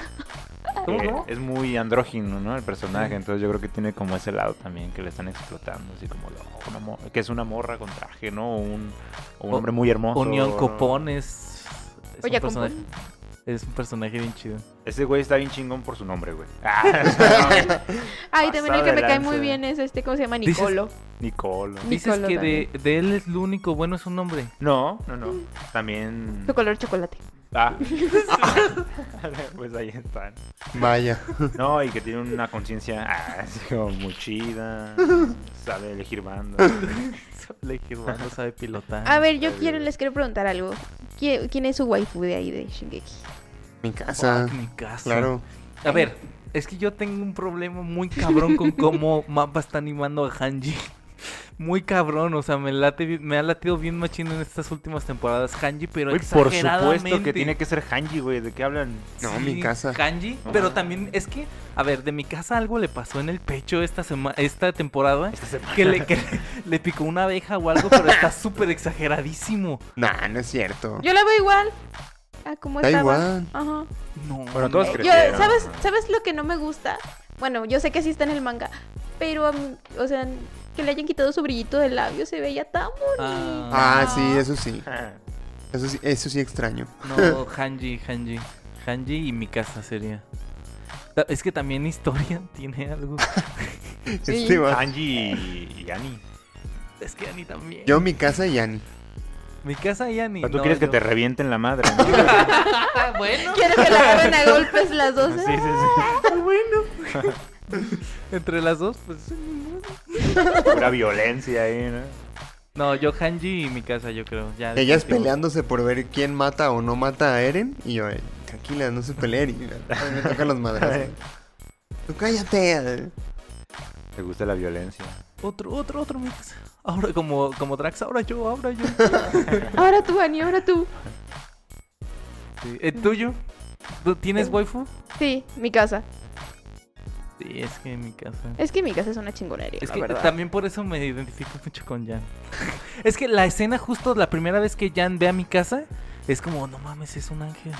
¿Cómo,
Eh,
cómo?
Es muy andrógino, ¿no? El personaje, entonces yo creo que tiene como ese lado también que le están explotando, así como lo- una mo- que es una morra con traje, ¿no? O un, o un
O-
hombre muy hermoso.
Unión
¿no?
Copón es. Es
Oye,
un, personaje,
compón.
es un personaje bien chido.
Ese güey está bien chingón por su nombre, güey. Ah,
Ay, también el
Pasado
que
de
me cae
lanza.
muy bien es este, ¿cómo se llama?
Dices-
Nicolo.
Nicolo.
Ni-
Dices
Nicolo
que de, de él es lo único bueno, es un nombre.
No, no, no. También.
Su color chocolate.
Ah. pues ahí están.
Vaya.
No, y que tiene una conciencia ah, así como muy chida. Sabe elegir banda.
Le no sabe pilotar.
A ver, yo quiero, les quiero preguntar algo. ¿Qui- ¿Quién es su waifu de ahí de Shingeki?
Mi casa.
Fuck, mi casa.
Claro.
A ver, es que yo tengo un problema muy cabrón con cómo Mapa está animando a Hanji. Muy cabrón, o sea, me late, bi- me ha latido bien machino en estas últimas temporadas Hanji, pero
Güey, por supuesto que tiene que ser Hanji, güey. ¿De qué hablan?
No, mi casa.
Hanji,
Ah.
pero también es que, a ver, de mi casa algo le pasó en el pecho esta semana, esta temporada,
Esta semana.
que le, que le- le picó una abeja o algo, pero está súper exageradísimo.
Nah, no es cierto.
Yo la veo igual. Ah, ¿cómo
Da
estaba?
igual.
Ajá.
No.
Bueno, todos
no.
Yo,
Crecieron,
¿sabes,
ajá.
¿Sabes lo que no me gusta? Bueno, yo sé que sí está en el manga, pero, a mí- o sea, que le hayan quitado su brillito del labio se veía tan bonito.
Ah,
Ah, sí, eso sí. Eso sí, eso sí extraño.
No, Hanji, Hanji. Hanji y mi casa sería. Ta- Es que también historia tiene algo.
Sí.
Este va.
Hanji y Annie.
Es que Ani también.
Yo, mi casa y Annie.
Mi casa ya ni.
O sea, tú
no,
quieres que
yo-
te revienten la madre, ¿no?
Ah, bueno.
Quiero que la agarren a golpes las dos. ¿eh?
Sí, sí, sí.
Entre las dos, pues.
Pura violencia ahí, ¿no?
No, yo Hanji y mi casa, yo creo. Ya,
Ellas
definitivo.
peleándose por ver quién mata o no mata a Eren. Y yo, eh, tranquila, no se peleen. Y ay, me tocan los madrazos. Tú cállate.
Te gusta la violencia.
Otro, otro, otro mi casa. Ahora como, como Drax, ahora yo, ahora yo.
Ahora tú, Ani, ahora tú.
Sí. ¿El tuyo? ¿Tú tienes waifu?
Sí, mi casa.
Sí, es que en mi casa.
Es que mi casa es una chingonería,
Es
la
que
verdad.
también por eso me identifico mucho con Jan. es que la escena justo la primera vez que Jan ve a mi casa es como, no mames, es un ángel.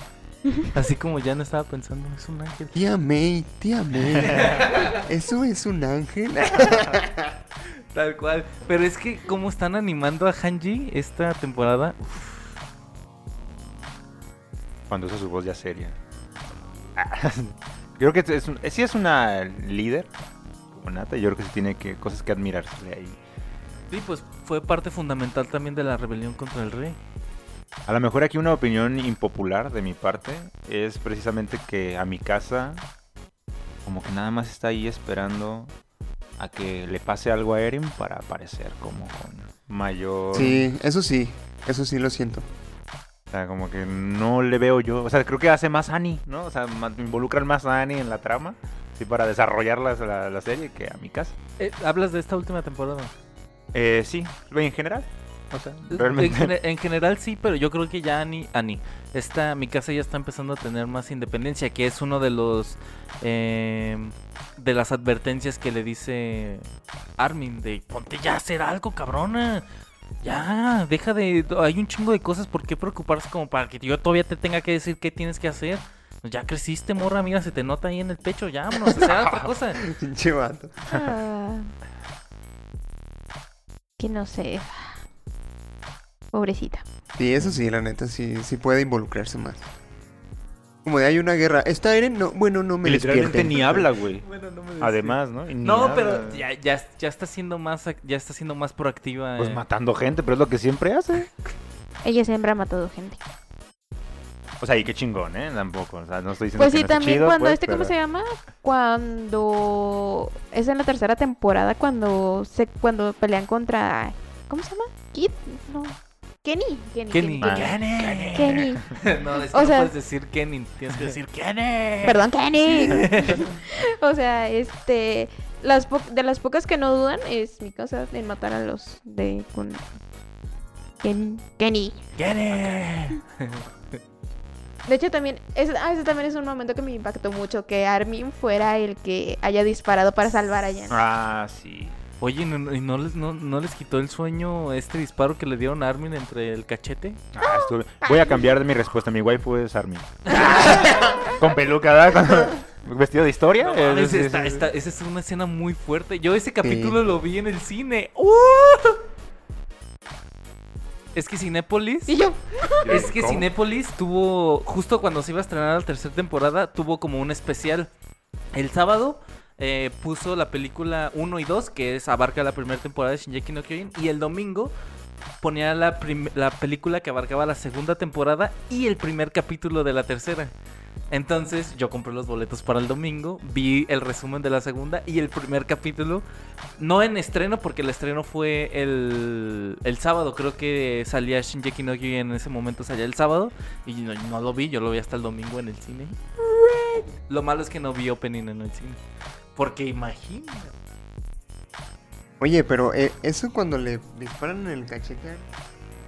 Así como Jan estaba pensando, es un ángel.
Tía May, tía May. ¿Eso es un ángel?
Tal cual. Pero es que como están animando a Hanji esta temporada,
Cuando usa su voz ya seria. Ah, Creo que es un- sí es una líder, como Nata, yo creo que sí tiene que, cosas que admirarse ahí.
sí, pues fue parte fundamental también de la rebelión contra el rey.
A lo mejor aquí una opinión impopular de mi parte es precisamente que a mi casa como que nada más está ahí esperando a que le pase algo a Eren para aparecer como con mayor...
Sí, eso sí. Eso sí lo siento.
O sea, como que no le veo yo. O sea, creo que hace más Annie, ¿no? O sea, ma- involucran más a Annie en la trama. Sí, para desarrollar la, la- la serie que a mi casa.
Eh, Hablas de esta última temporada.
Eh, sí, en general. O sea,
En,
realmente.
gene- en general sí, pero yo creo que ya Ani, Ani, esta, mi casa ya está empezando a tener más independencia, que es uno de los eh, de las advertencias que le dice Armin de ponte ya a hacer algo, cabrona. Ya, deja de. Hay un chingo de cosas por qué preocuparse como para que yo todavía te tenga que decir qué tienes que hacer. Pues Ya creciste, morra, mira, se te nota ahí en el pecho, ya, vámonos, a hacer otra cosa.
Pinche vato.
Ah. que no sé. Pobrecita.
Sí, eso sí, la neta, sí, sí puede involucrarse más. Como de hay una guerra. ¿Está Eren? No, bueno, no me
Y literalmente
despierten.
ni habla, güey.
Bueno, no me
Además, ¿no? Y ni
No,
habla.
pero ya, ya, ya está siendo más ac- ya está siendo más proactiva.
Pues
eh.
matando gente, pero es lo que siempre hace.
Ella siempre ha matado gente.
O sea, y qué chingón, ¿eh? Tampoco. O sea, no estoy diciendo
Pues
que
sí,
no esté
también
chido,
cuando
pues,
este, ¿cómo
pero-
se llama? Cuando es en la tercera temporada, cuando se, cuando pelean contra, ¿cómo se llama? Kid, no, Kenny, Kenny,
Kenny.
Ah.
Kenny, Kenny.
No, es que
O
no
sea-
puedes decir Kenin, tienes que decir Kenin.
perdón, Kenny. o sea, este, las po- de las pocas que no dudan es mi casa en matar a los de con Kenny, Kenny.
Kenin.
De hecho, también, es, ah, ese también es un momento que me impactó mucho, que Armin fuera el que haya disparado para salvar a Jan.
Ah, sí.
Oye, ¿no- no- ¿y no les, no, no les quitó el sueño este disparo que le dieron a Armin entre el cachete?
Ah, estuve- Voy a cambiar de mi respuesta. Mi waifu es Armin. Con peluca, ¿verdad? Vestido de historia.
No,
Eh,
mames,
sí, sí,
esta-
sí.
esta- esa es una escena muy fuerte. Yo ese capítulo lo vi en el cine. ¡Uh! Es que Cinépolis.
Y yo,
Es que
¿Cómo?
Cinépolis tuvo, justo cuando se iba a estrenar la tercera temporada, tuvo como un especial. El sábado eh, puso la película 1 y 2, que es abarca la primera temporada de Shinjeki no Kyojin, y el domingo ponía la, prim- la película que abarcaba la segunda temporada y el primer capítulo de la tercera. Entonces yo compré los boletos para el domingo, vi el resumen de la segunda y el primer capítulo, no en estreno porque el estreno fue el, el sábado, creo que salía Shinjeki no Kyojin en ese momento salía el sábado y no, no lo vi, yo lo vi hasta el domingo en el cine. Lo malo es que no vi opening en el cine. Porque imagina.
Oye, pero eh, ¿eso cuando le disparan en el cachete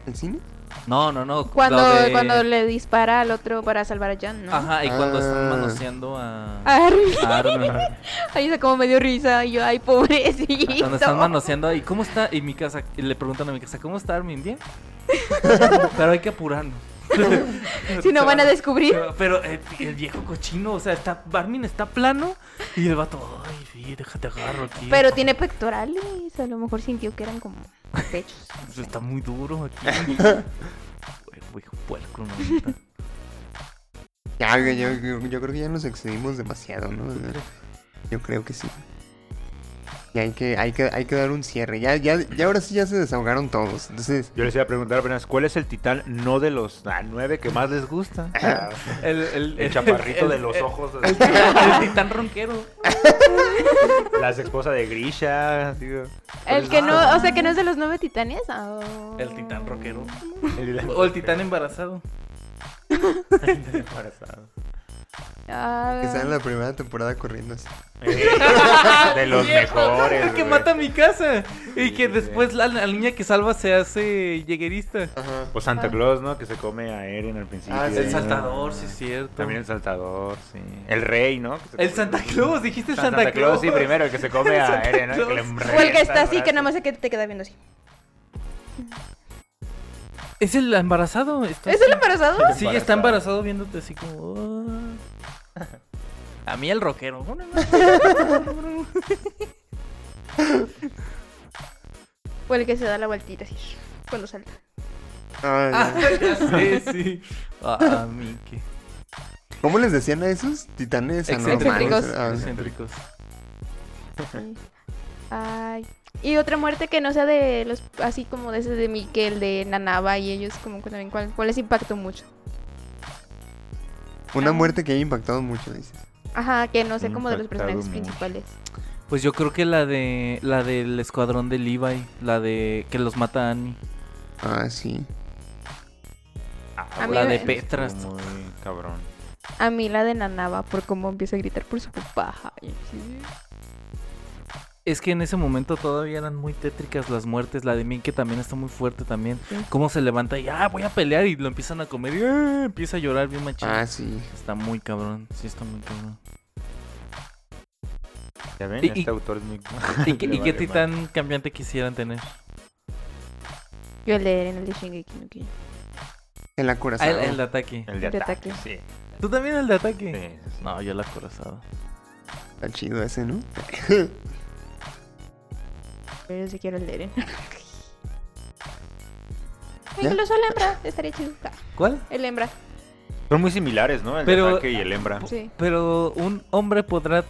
al cine?
No, no, no.
cuando,
lo de-
cuando le dispara al otro para salvar a Jan, ¿no?
Ajá, y cuando están
Ah.
manoseando a...
A Armin.
a Armin.
Ahí se como me dio risa. Y yo, ay, pobrecito.
Cuando están manoseando, ¿y cómo está? Y mi casa, y le preguntan a mi casa, ¿cómo está Armin? Bien. Pero hay que apurarnos.
Si no van a descubrir.
Pero el, el viejo cochino, o sea, está, Armin está plano y el vato, ay, sí, déjate agarro aquí.
Pero tiene pectorales. A lo mejor sintió que eran como pechos.
Pues Está muy duro aquí. Puerco, hijo, puerco, no, neta.
Ya, güey, yo, yo- yo creo que ya nos excedimos demasiado, ¿no? Yo creo que sí. Y hay que, hay que, hay que dar un cierre. Ya, ya, ya ahora sí ya se desahogaron todos. Entonces,
Yo les iba a preguntar apenas, ¿cuál es el titán no de los ah, nueve que más les gusta?
El, el-
El chaparrito
el-
de los
el-
ojos,
El, el titán ronquero.
las esposas de Grisha, tío.
Pues
El que no, o sea, que no es de los nueve titanes. Ah, oh.
El titán rockero.
El-
O el titán embarazado.
Embarazado.
Ah,
que está en la primera temporada corriendo así.
Eh, de los
Viejo,
mejores.
El que
güey.
mata mi casa. Y
Sí,
que
sí,
después la, la niña que salva se hace lleguerista.
Ajá.
O Santa Claus, ¿no? Que se come a Eren al principio.
Ah, sí.
Ah. El saltador, sí es cierto.
También el saltador, sí. El rey, ¿no? Que se
El
come-
Santa Claus, dijiste el
Santa,
Santa,
Claus, sí, primero, el que se come
El
a
Santa
Eren, ¿no?
Claus.
Que le
O el que
revienta
está
el
así, que
brazo.
nada más es que te queda viendo así.
Es el embarazado. esto-
¿Es el embarazado?
Sí, está embarazado viéndote así como. "Oh". A mí el rockero.
O el que se da la vueltita así, cuando salta.
Ay,
Ah. sí, sí. Ah, a mí qué.
¿Cómo les decían a esos titanes
Excéntricos.
anormales? Ah,
Excéntricos.
Sí. Ay. Y otra muerte que no sea de los, así como de ese de Miquel, de Nanaba y ellos, como que también, ¿cuál, cuál les impactó mucho?
Ah, Una muerte que ha impactado mucho, dices.
Ajá, que no sea como de los
Impactado
personajes
mucho.
principales.
Pues yo creo que la de la del escuadrón de Levi, la de que los mata Annie.
Ah, sí.
Ah,
A
güey,
mí me-
estuvo
Petras.
Muy cabrón.
A mí la de Nanaba, por cómo empieza a gritar por su papá. Ay, sí.
Es que en ese momento todavía eran muy tétricas las muertes. La de Min que también está muy fuerte también.
Sí.
Cómo se levanta y ah, voy a pelear y lo empiezan a comer y "Ah", empieza a llorar bien machín.
Ah, sí.
Está muy cabrón, sí está muy cabrón.
Ya ven,
Y- y-
este autor es muy.
¿Y, qué-
le
y qué
vale
titán cambiante quisieran tener?
Yo el de Eren, el de Shingeki no Kyojin.
El
Ah,
acorazado.
el, el de ataque.
madre. El de
De
ataque.
ataque.
Sí.
¿Tú también el de ataque?
sí, sí, sí.
No, yo la acorazado.
Está chido ese, ¿no?
Pero yo sí quiero el de Eren. Ay,
¿Ya?
Incluso el hembra, estaría chido. Ah,
¿Cuál?
El hembra,
Son muy similares, ¿no? El
Pero-
de ataque y el hembra.
sí.
Pero un hombre podrá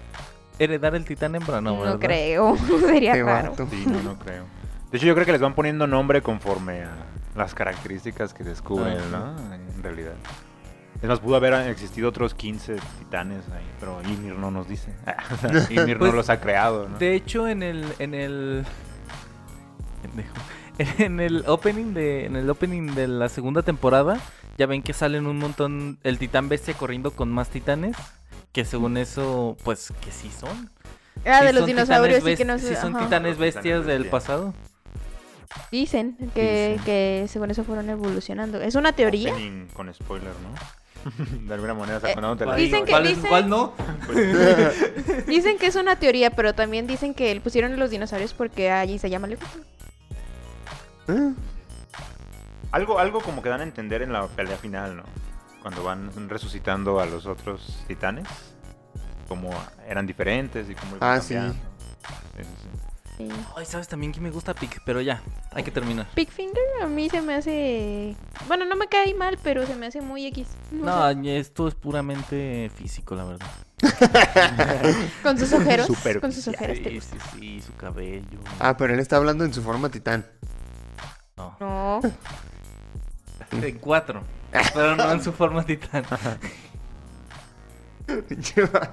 heredar el titán hembra, no,
No,
¿verdad?
creo, sería
Qué
raro.
Este vato.
Sí, no, no creo. De hecho, yo creo que les van poniendo nombre conforme a las características que descubren,
Ajá.
¿no? En realidad. Es más, pudo haber existido otros 15 titanes ahí, pero Ymir no nos dice. O sea, Ymir
Pues,
no los ha creado, ¿no?
De hecho, en el. En el. Pendejo. En el opening de. En el opening de la segunda temporada. Ya ven que salen un montón. El titán bestia corriendo con más titanes. Que según eso, pues que sí son.
Mm. Ah,
Sí
de los
son
dinosaurios
titanes
sí que no
bes-
se...
sí son
ajá.
titanes bestias
Titanes
del
bestia.
pasado.
Dicen que,
Dicen.
que según eso fueron evolucionando. Es una teoría.
Opening con spoiler, ¿no? De alguna manera sacándote la pues,
Dicen
historia.
que-
¿Cuál, es-
dicen-
cuál no?
Dicen que es una teoría, pero también dicen que le pusieron los dinosaurios porque allí se llama Legolas.
Ah,
Algo, algo como que dan a entender en la pelea final, ¿no? Cuando van resucitando a los otros titanes. Como eran diferentes y como...
Ah, sí.
Sí.
Ay, sabes también que me gusta Pic, pero ya, hay que terminar.
Pickfinger a mí se me hace... Bueno, no me cae mal, pero se me hace muy X. No
No,
sé,
esto es puramente físico, la verdad.
con sus ojeros.
Superficial.
con sus ojeros. te
Sí,
gusta.
sí, sí, su cabello.
Ah, pero él está hablando en su forma titán.
No.
No.
En cuatro. Pero no en su forma titán.
Pinche vato.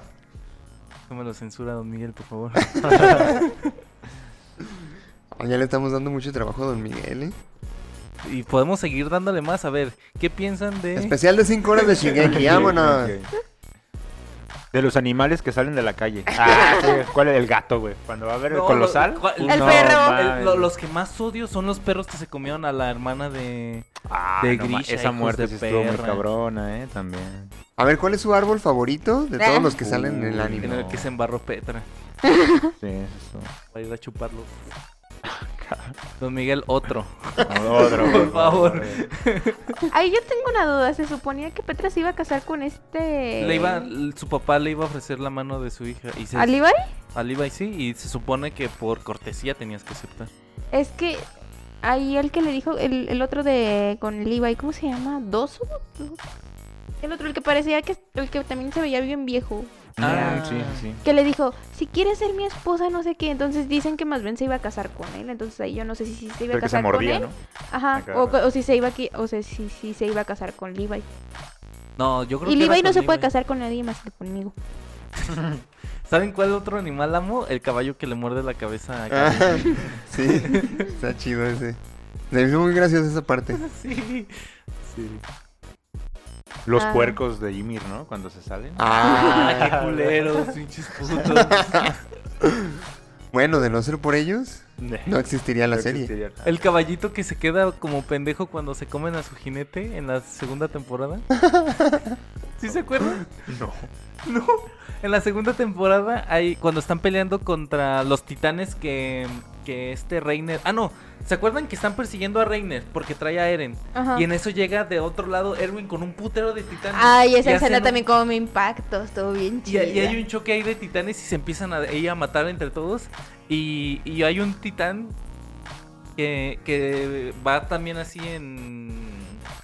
No me lo censura, don Miguel, por favor.
Oh, ya le estamos dando mucho trabajo a Don Miguel, ¿eh?
Y podemos seguir dándole más. A ver, ¿qué piensan de.
Especial de 5 horas de Shingeki, vámonos.
De los animales que salen de la calle. Ah, sí, ¿Cuál es el gato, güey? Cuando va a ver el
No,
colosal.
lo- ¿cuál-
Uh,
el perro?
mames.
El- lo- los que más odio son los perros que se comieron a la hermana de.
Ah,
de
no ma-
Grisha,
Esa
hijos
muerte
de
sí estuvo muy
perra.
cabrona, ¿eh? También.
A ver, ¿cuál es su árbol favorito de
Ah.
todos los que salen en el
Uy,
En
anime?
el que se embarró Petra.
Sí, eso.
Para ir a chuparlo. Don Miguel, otro.
Otro,
Por favor.
Ahí yo tengo una duda. Se suponía que Petra se iba a casar con este...
Le iba, su papá le iba a ofrecer la mano de su hija. Y se,
¿A Levi?
a Levi, sí, y se supone que por cortesía tenías que aceptar.
Es que ahí el que le dijo, el, el otro de con Levi, ¿cómo se llama? ¿Doso? El otro, el que parecía que, el que también se veía bien viejo.
Ah.
Sí, sí, sí.
que le dijo, si quieres ser mi esposa, no sé qué. Entonces dicen que más bien se iba a casar con él. Entonces ahí yo no sé si, sí se iba
Pero
a
que
casar
se mordía,
con
¿no?
él. Ajá.
Acá,
O,
¿no?
o si se iba aquí, o sea, si, si se iba a casar con Levi.
No, yo creo
Y
que. era
Levi no
con
se puede
Levi.
casar con nadie más que conmigo.
¿Saben cuál otro animal amo? El caballo que le muerde la cabeza a Gaby.
Ah, sí, está chido ese. Se me hizo muy graciosa esa parte.
Sí. Sí.
Los
Ah.
puercos de Ymir, ¿no? Cuando se salen.
Ah,
Ah,
qué culeros, pinches putos.
bueno, de no ser por ellos, no existiría la
Creo que
serie.
sería-
El caballito que se queda como pendejo cuando se comen a su jinete en la segunda temporada. ¿Sí se acuerdan?
No.
No. En la segunda temporada hay cuando están peleando contra los titanes que que este Reiner. Ah, no. ¿Se acuerdan que están persiguiendo a Reiner porque trae a Eren?
Ajá.
Y en eso llega de otro lado Erwin con un putero de titanes.
Ay, esa
Y hacen
escena
un-
también como me impactó, estuvo bien
Y,
chida.
y hay un choque ahí de titanes y se empiezan a, ahí a matar entre todos. Y, y hay un titán que, que va también así en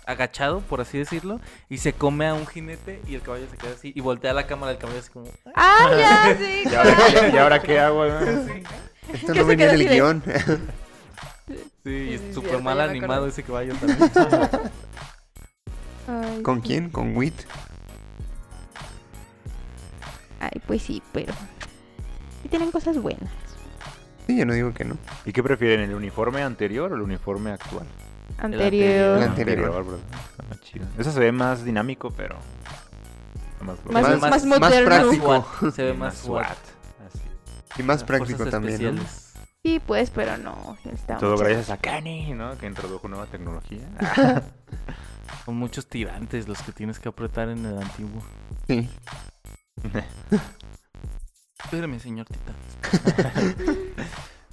agachado, por así decirlo, y se come a un jinete y el caballo se queda así y voltea la cámara del caballo así como...
Ah, ya, sí.
¿Y
claro.
ahora, qué- y ahora qué hago? eh?
Esto
Que
no
se
venía
queda
del
así de-
guión.
Sí, y
sí,
es
es
súper
cierto,
mal
ya me
animado
acordé.
ese caballo también.
Ay,
¿Con
sí.
quién? ¿Con Wit?
Ay, pues sí, pero. Y tienen cosas buenas.
Sí, yo no digo que no.
¿Y qué prefieren, el uniforme anterior o el uniforme actual?
Anterior.
El anterior.
bro. Ah, chido. Eso se ve más dinámico, pero. no Más,
Más-
bro.
más moderno.
práctico.
Se ve más
SWAT.
SWAT.
Así.
Y más
Las
práctico
fuerzas
también, ¿no?
Ah, especiales.
Sí, pues, pero no. está
Todo
mucho-
gracias a Kenny, ¿no? Que introdujo nueva tecnología.
Son muchos tirantes los que tienes que apretar en el antiguo.
Sí.
Espérame, señor titán.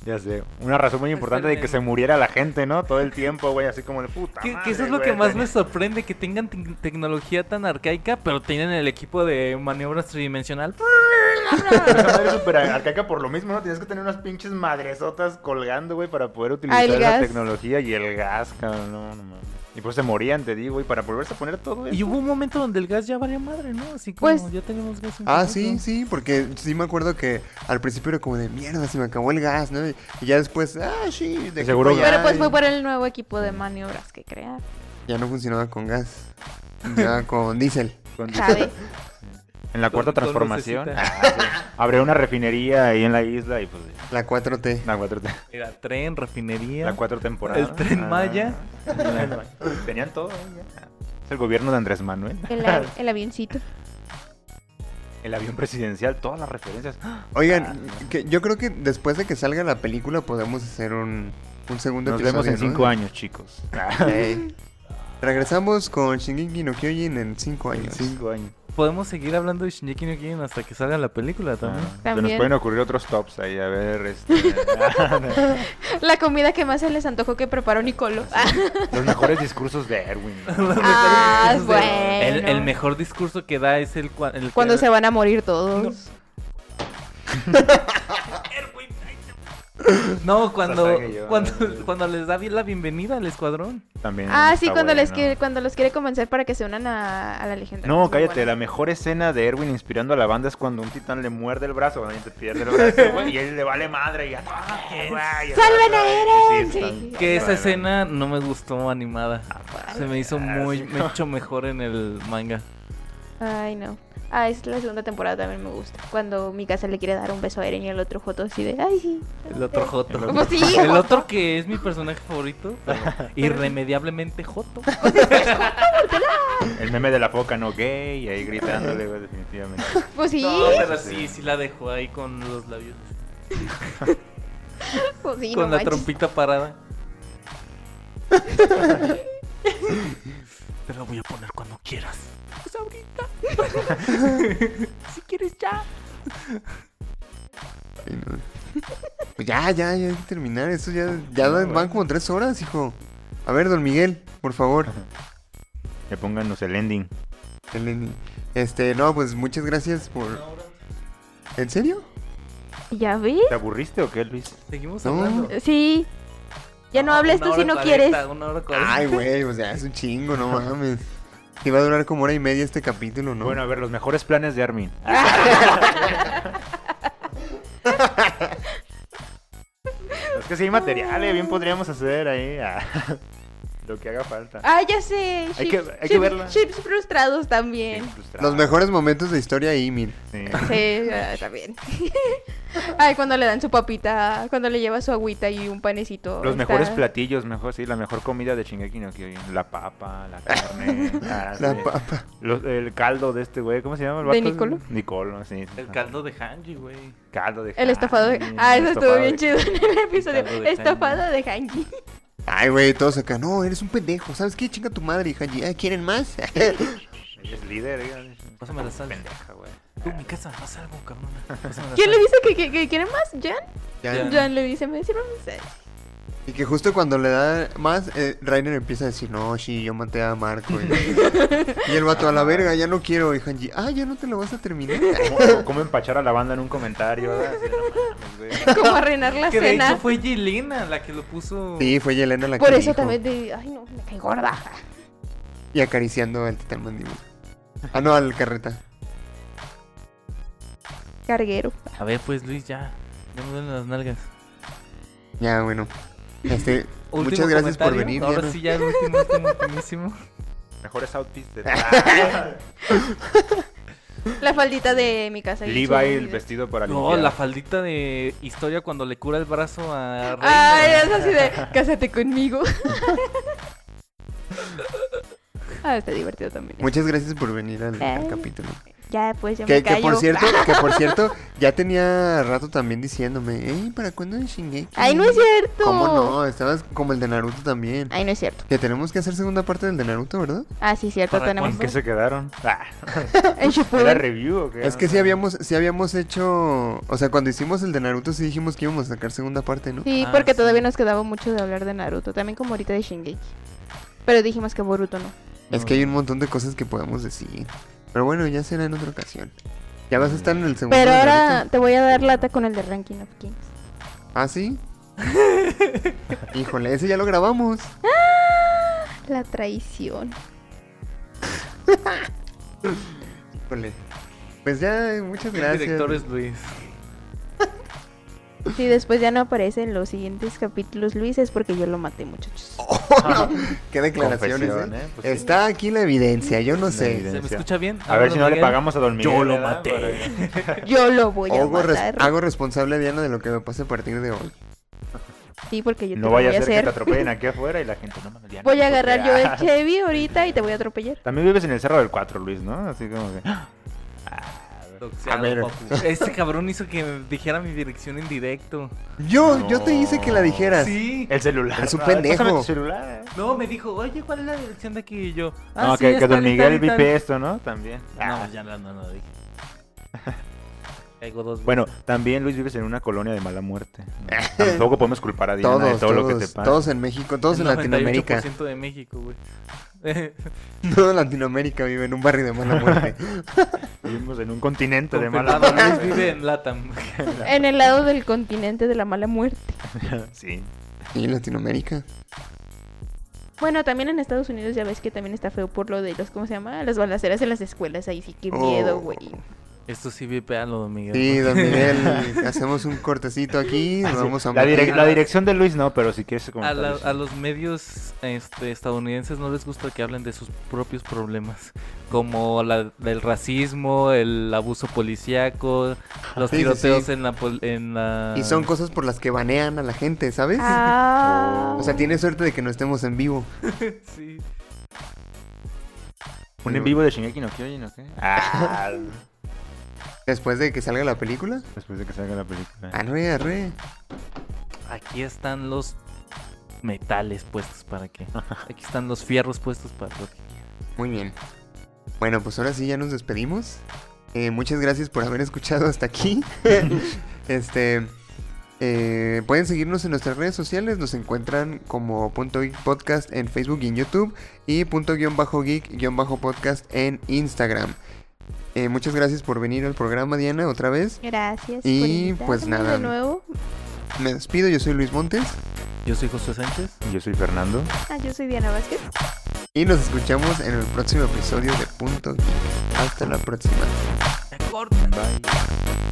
Ya sé, una razón muy importante de que se muriera la gente, ¿no? Todo el tiempo, güey, así como de puta.
Que, que
madre,
eso es lo
güey,
que más
tenía-
me sorprende, que tengan tec- tecnología tan arcaica, pero tienen el equipo de maniobras tridimensional.
Esa madre es súper arcaica por lo mismo, ¿no? Tienes que tener unas pinches madresotas colgando, güey, para poder utilizar
el
la
gas.
tecnología y el gas, cabrón. No, no mames. Y pues se morían, te digo, güey, para volverse a poner todo eso.
Y hubo un momento donde el gas ya valía madre, ¿no? Así como
Pues-
ya tenemos gas.
Ah, sí,
infinito.
sí, porque sí me acuerdo que al principio era como de mierda, se me acabó el gas, ¿no? Y ya después, ah, sí, de aquí
Seguro
para allá",
Pero pues
y
fue por el nuevo equipo de maniobras que crearon.
Ya no funcionaba con gas, funcionaba con diésel.
Con-
¿Sabe?
En la cuarta
Con- con
transformación.
lucecita.
Abrió una refinería ahí en la isla y pues.
La 4T.
La cuatro, te-
Era tren, refinería.
la cuatro temporadas.
El tren Maya.
Ah. Tenían todo, eh, ya. Es el gobierno de Andrés Manuel.
El, a- el avioncito.
El avión presidencial, todas las referencias. ¡Ah!
Oigan, que yo creo que después de que salga la película podemos hacer un, un segundo
Nos
episodio.
vemos en
¿no?
cinco años, chicos.
Ey. Regresamos con Shingeki no Kyojin en 5
En
años.
cinco años.
Podemos seguir hablando de Shinjeki no Kyojin hasta que salga la película también.
Ah, Se nos
También.
pueden ocurrir otros tops ahí, a ver, este,
La comida que más se les antojó que preparó Nicolo.
los mejores discursos de Erwin. ¿no?
Ah,
Entonces, el,
bueno.
el mejor discurso que da es el, cua- el que-
Cuando se van a morir todos.
No, cuando,
Sasage yo.
cuando, cuando les da bien la bienvenida al escuadrón.
También
Ah, sí,
está
cuando, les
bueno.
quiere, cuando los quiere convencer para que se unan a, a la leyenda.
No,
Es muy
cállate,
buena.
la mejor escena de Erwin inspirando a la banda es cuando un titán le muerde el brazo, cuando alguien te pierde el brazo, güey, y él le vale madre y
Ah,
ataque, güey.
¡Salven a Eren!
Sí, está-
Sí.
Que esa
Bueno. Ah, pues,
escena no me gustó animada. Se me hizo muy,
sí, no.
mucho mejor en el manga.
Ay, no. Ah, es la segunda temporada también me gusta. Cuando Mikasa le quiere dar un beso a Eren y el otro Joto así de, ay, sí.
El otro Joto.
El
El
otro-
otro,
Pues sí, Joto.
que es mi personaje favorito, pero irremediablemente Joto.
El meme de la foca no gay, y ahí gritándole, güey, definitivamente.
Pues sí,
No, pero sí, sí la dejó ahí con los labios.
pues sí,
con
no
la
manches.
trompita parada. Te la voy a poner cuando quieras. Pues ahorita. si quieres ya.
Ay, no. Pues ya, ya, ya hay que terminar. Eso ya, ya
No,
van
bueno.
como tres horas, hijo. A ver, don Miguel, por favor.
Que pónganos el ending.
El Lenny. Este, no, pues muchas gracias por. ¿En serio?
¿Ya ves?
¿Te aburriste o qué, Luis?
Seguimos
No.
hablando. Ah,
Sí. Ya no hables
una
tú
hora
si no
cuarenta,
quieres.
una hora cuarenta.
Ay, güey, o sea, es un chingo, no mames. Iba a durar como hora y media este capítulo, ¿no?
Bueno, a ver, los mejores planes de Armin. es que sí hay material, eh, bien podríamos hacer ahí ah, lo que haga falta.
Ah, ya sé.
Hay
chips-
que- hay que
chips-
verla.
Chips frustrados también.
Bien frustrado.
Los mejores momentos de historia y mil.
Sí.
Sí, ah, también. Ay, cuando le dan su papita, cuando le lleva su agüita y un panecito.
Los
está-
mejores platillos, mejor sí, la mejor comida de Shingeki no Kyojin. La papa, la carne, ah,
La
sí.
papa.
Los- el caldo de este güey, ¿cómo se llama? el
¿De
vato?
Nicolo?
Nicolo, sí.
El caldo de Hanji, güey.
Caldo de
El estafado de...
Hanji,
Ah,
el
eso estuvo
estofado
bien
de-
chido en el episodio.
caldo de
Estafado de Hanji.
Ay, güey, todos acá. No, eres un pendejo. ¿Sabes qué? Chinga tu madre, hija. Ay, ¿Quieren más?
Ella es líder, ella-
Pásame la sal.
Pendeja, güey.
Tú, mi casa, haz algo, cabrón. Pásame la
¿Quién
sal.
le dice que, que, que quiere más? ¿Jan?
Ya.
Jan le dice, me sirve mi sal.
Y que justo cuando le da más, eh, Rainer empieza a decir, no, sí, yo maté a Marco. Y, y el vato, a
Ah.
la verga, ya no quiero. Y Hanji, ah, ya no te lo vas a terminar.
¿Cómo, cómo empachar a la banda en un comentario? ¿verdad? Así, no mames, güey.
Como arruinar la
Que de hecho
cena.
fue Yelena la que lo puso.
Sí, fue Yelena la que
Por eso
dijo.
también te... Ay, no, me caí gorda.
Y acariciando al titán mandíbula. Ah, no, al carreta.
Carguero.
A ver, pues, Luis, ya. Ya me duelen las nalgas.
Ya, bueno. Este,
Último
muchas gracias por
comentario.
venir.
Ahora
Diana.
sí, ya el último, último, ultimísimo.
Mejores outfits de
La faldita de mi casa. y
Levi, el
su-
vestido para
No, la
limpiar.
faldita de historia cuando le cura el brazo a
Ay,
Reina.
es así de, cásate conmigo. ah, está divertido también.
Muchas gracias por venir al, al
Eh.
capítulo.
Ya, pues, ya me
Que, que
callo.
por cierto, que por cierto, ya tenía rato también diciéndome, "Ey, ¿para cuándo es Shingeki?
Ay, no es cierto.
¿Cómo no? Estabas como el de Naruto también.
Ay, no es cierto.
Que tenemos que hacer segunda parte del de Naruto, ¿verdad?
Ah, sí, cierto,
¿Para
tenemos.
¿En qué se quedaron? Ah,
En
¿Era
Shippuden.
review o qué?
Es que sí habíamos, sí habíamos hecho, o sea, cuando hicimos el de Naruto sí dijimos que íbamos a sacar segunda parte, ¿no?
Sí,
Ah,
porque
sí.
todavía nos quedaba mucho de hablar de Naruto. También como ahorita de Shingeki. Pero dijimos que Boruto no.
Es que hay un montón de cosas que podemos decir. Pero bueno, ya será en otra ocasión. Ya vas a estar en el segundo.
Pero
de
ahora
Naruto.
te voy a dar lata con el de Ranking of Kings.
¿Ah, sí? Híjole, ese ya lo grabamos.
La traición.
Híjole. Pues ya, muchas
El
gracias.
director es Luis.
Si después ya no aparece en los siguientes capítulos, Luis, es porque yo lo maté, muchachos.
Oh. Qué declaraciones,
Confesión,
¿eh?
¿eh? Pues sí.
Está aquí la evidencia, yo no
La
sé.
¿Se
evidencia.
me escucha bien?
A ver
Háblalo,
si no le
Miguel.
pagamos a Don Miguel,
Yo lo
¿verdad?
maté.
Para-
Yo lo voy a
Hago, res-
matar.
hago responsable a Diana de lo que me pase a partir de hoy.
Sí, porque yo te
No
lo voy
vaya
a
a ser que
hacer.
te atropellen aquí afuera y la gente no mames, ya no
Voy a
me
agarrar yo este.
toque.
el Chevy ahorita y te voy a atropellar.
También vives en el Cerro del 4, Luis, ¿no? Así como que...
Doxeado,
A ver.
papu. Este cabrón hizo que me dijera mi dirección en directo.
Yo, yo te hice que la
No.
dijeras.
Sí.
El celular.
Es un
A ver,
pendejo.
pásame tu celular. eh.
No, me dijo, oye, ¿cuál es la dirección de aquí? Y yo, ah,
No,
sí,
que,
es
que Don
tal y
Miguel
tal y tal".
vipe esto, ¿no? También. Ah.
No, ya no, no, no, dije. Caigo dos veces.
Bueno, también Luis vives en una colonia de mala muerte. ¿no? Tampoco podemos culpar a Diana de
Todos,
todo
todos,
lo que te pasa.
todos en México, todos en
El
Latinoamérica.
98% de México, güey.
Todo Latinoamérica vive en un barrio de mala muerte.
Vivimos en un continente de mala
Confirmado, Luis
muerte.
vive en Latam.
En el lado del continente de la mala muerte.
Sí.
Y Latinoamérica.
Bueno, también en Estados Unidos ya ves que también está feo por lo de los, ¿cómo se llama? Las balaceras en las escuelas. Ahí sí, qué
Oh.
miedo, güey.
Esto sí vipea lo Don Miguel.
Sí, don Miguel, hacemos un cortecito aquí. nos Vamos a
la,
meter-
direc- la dirección de Luis no, pero si quieres
A,
comentar,
la-
Luis.
a los medios este, estadounidenses no les gusta que hablen de sus propios problemas, como la del racismo, el abuso policíaco, los
Sí, sí,
tiroteos
sí.
En, la, pol- en la...
Y son cosas por las que banean a la gente, ¿sabes?
Ah.
O sea, tiene suerte de que no estemos en vivo.
Sí.
¿Un en vivo de Shingeki no Kyojin o qué? Ah,
Después de que salga la película.
después de que salga la película.
Arre, arre.
Aquí están los metales puestos para que... Aquí están los fierros puestos para lo que quieran.
Muy bien. Bueno, pues ahora sí ya nos despedimos. Eh, muchas gracias por haber escuchado hasta aquí. este. eh, pueden seguirnos en nuestras redes sociales. Nos encuentran como punto geek podcast en Facebook y en YouTube. Y punto guión bajo geek guión bajo podcast en Instagram. Eh, muchas gracias por venir al programa, Diana, otra vez.
Gracias.
Y,
por
pues,
invitarme
nada.
De nuevo.
Me despido, yo soy Luis Montes.
Yo soy José Sánchez.
Yo soy Fernando.
Ah, yo soy Diana Vázquez.
Y nos escuchamos en el próximo episodio de Punto Geek. Hasta la próxima.
Te cortan.
Bye.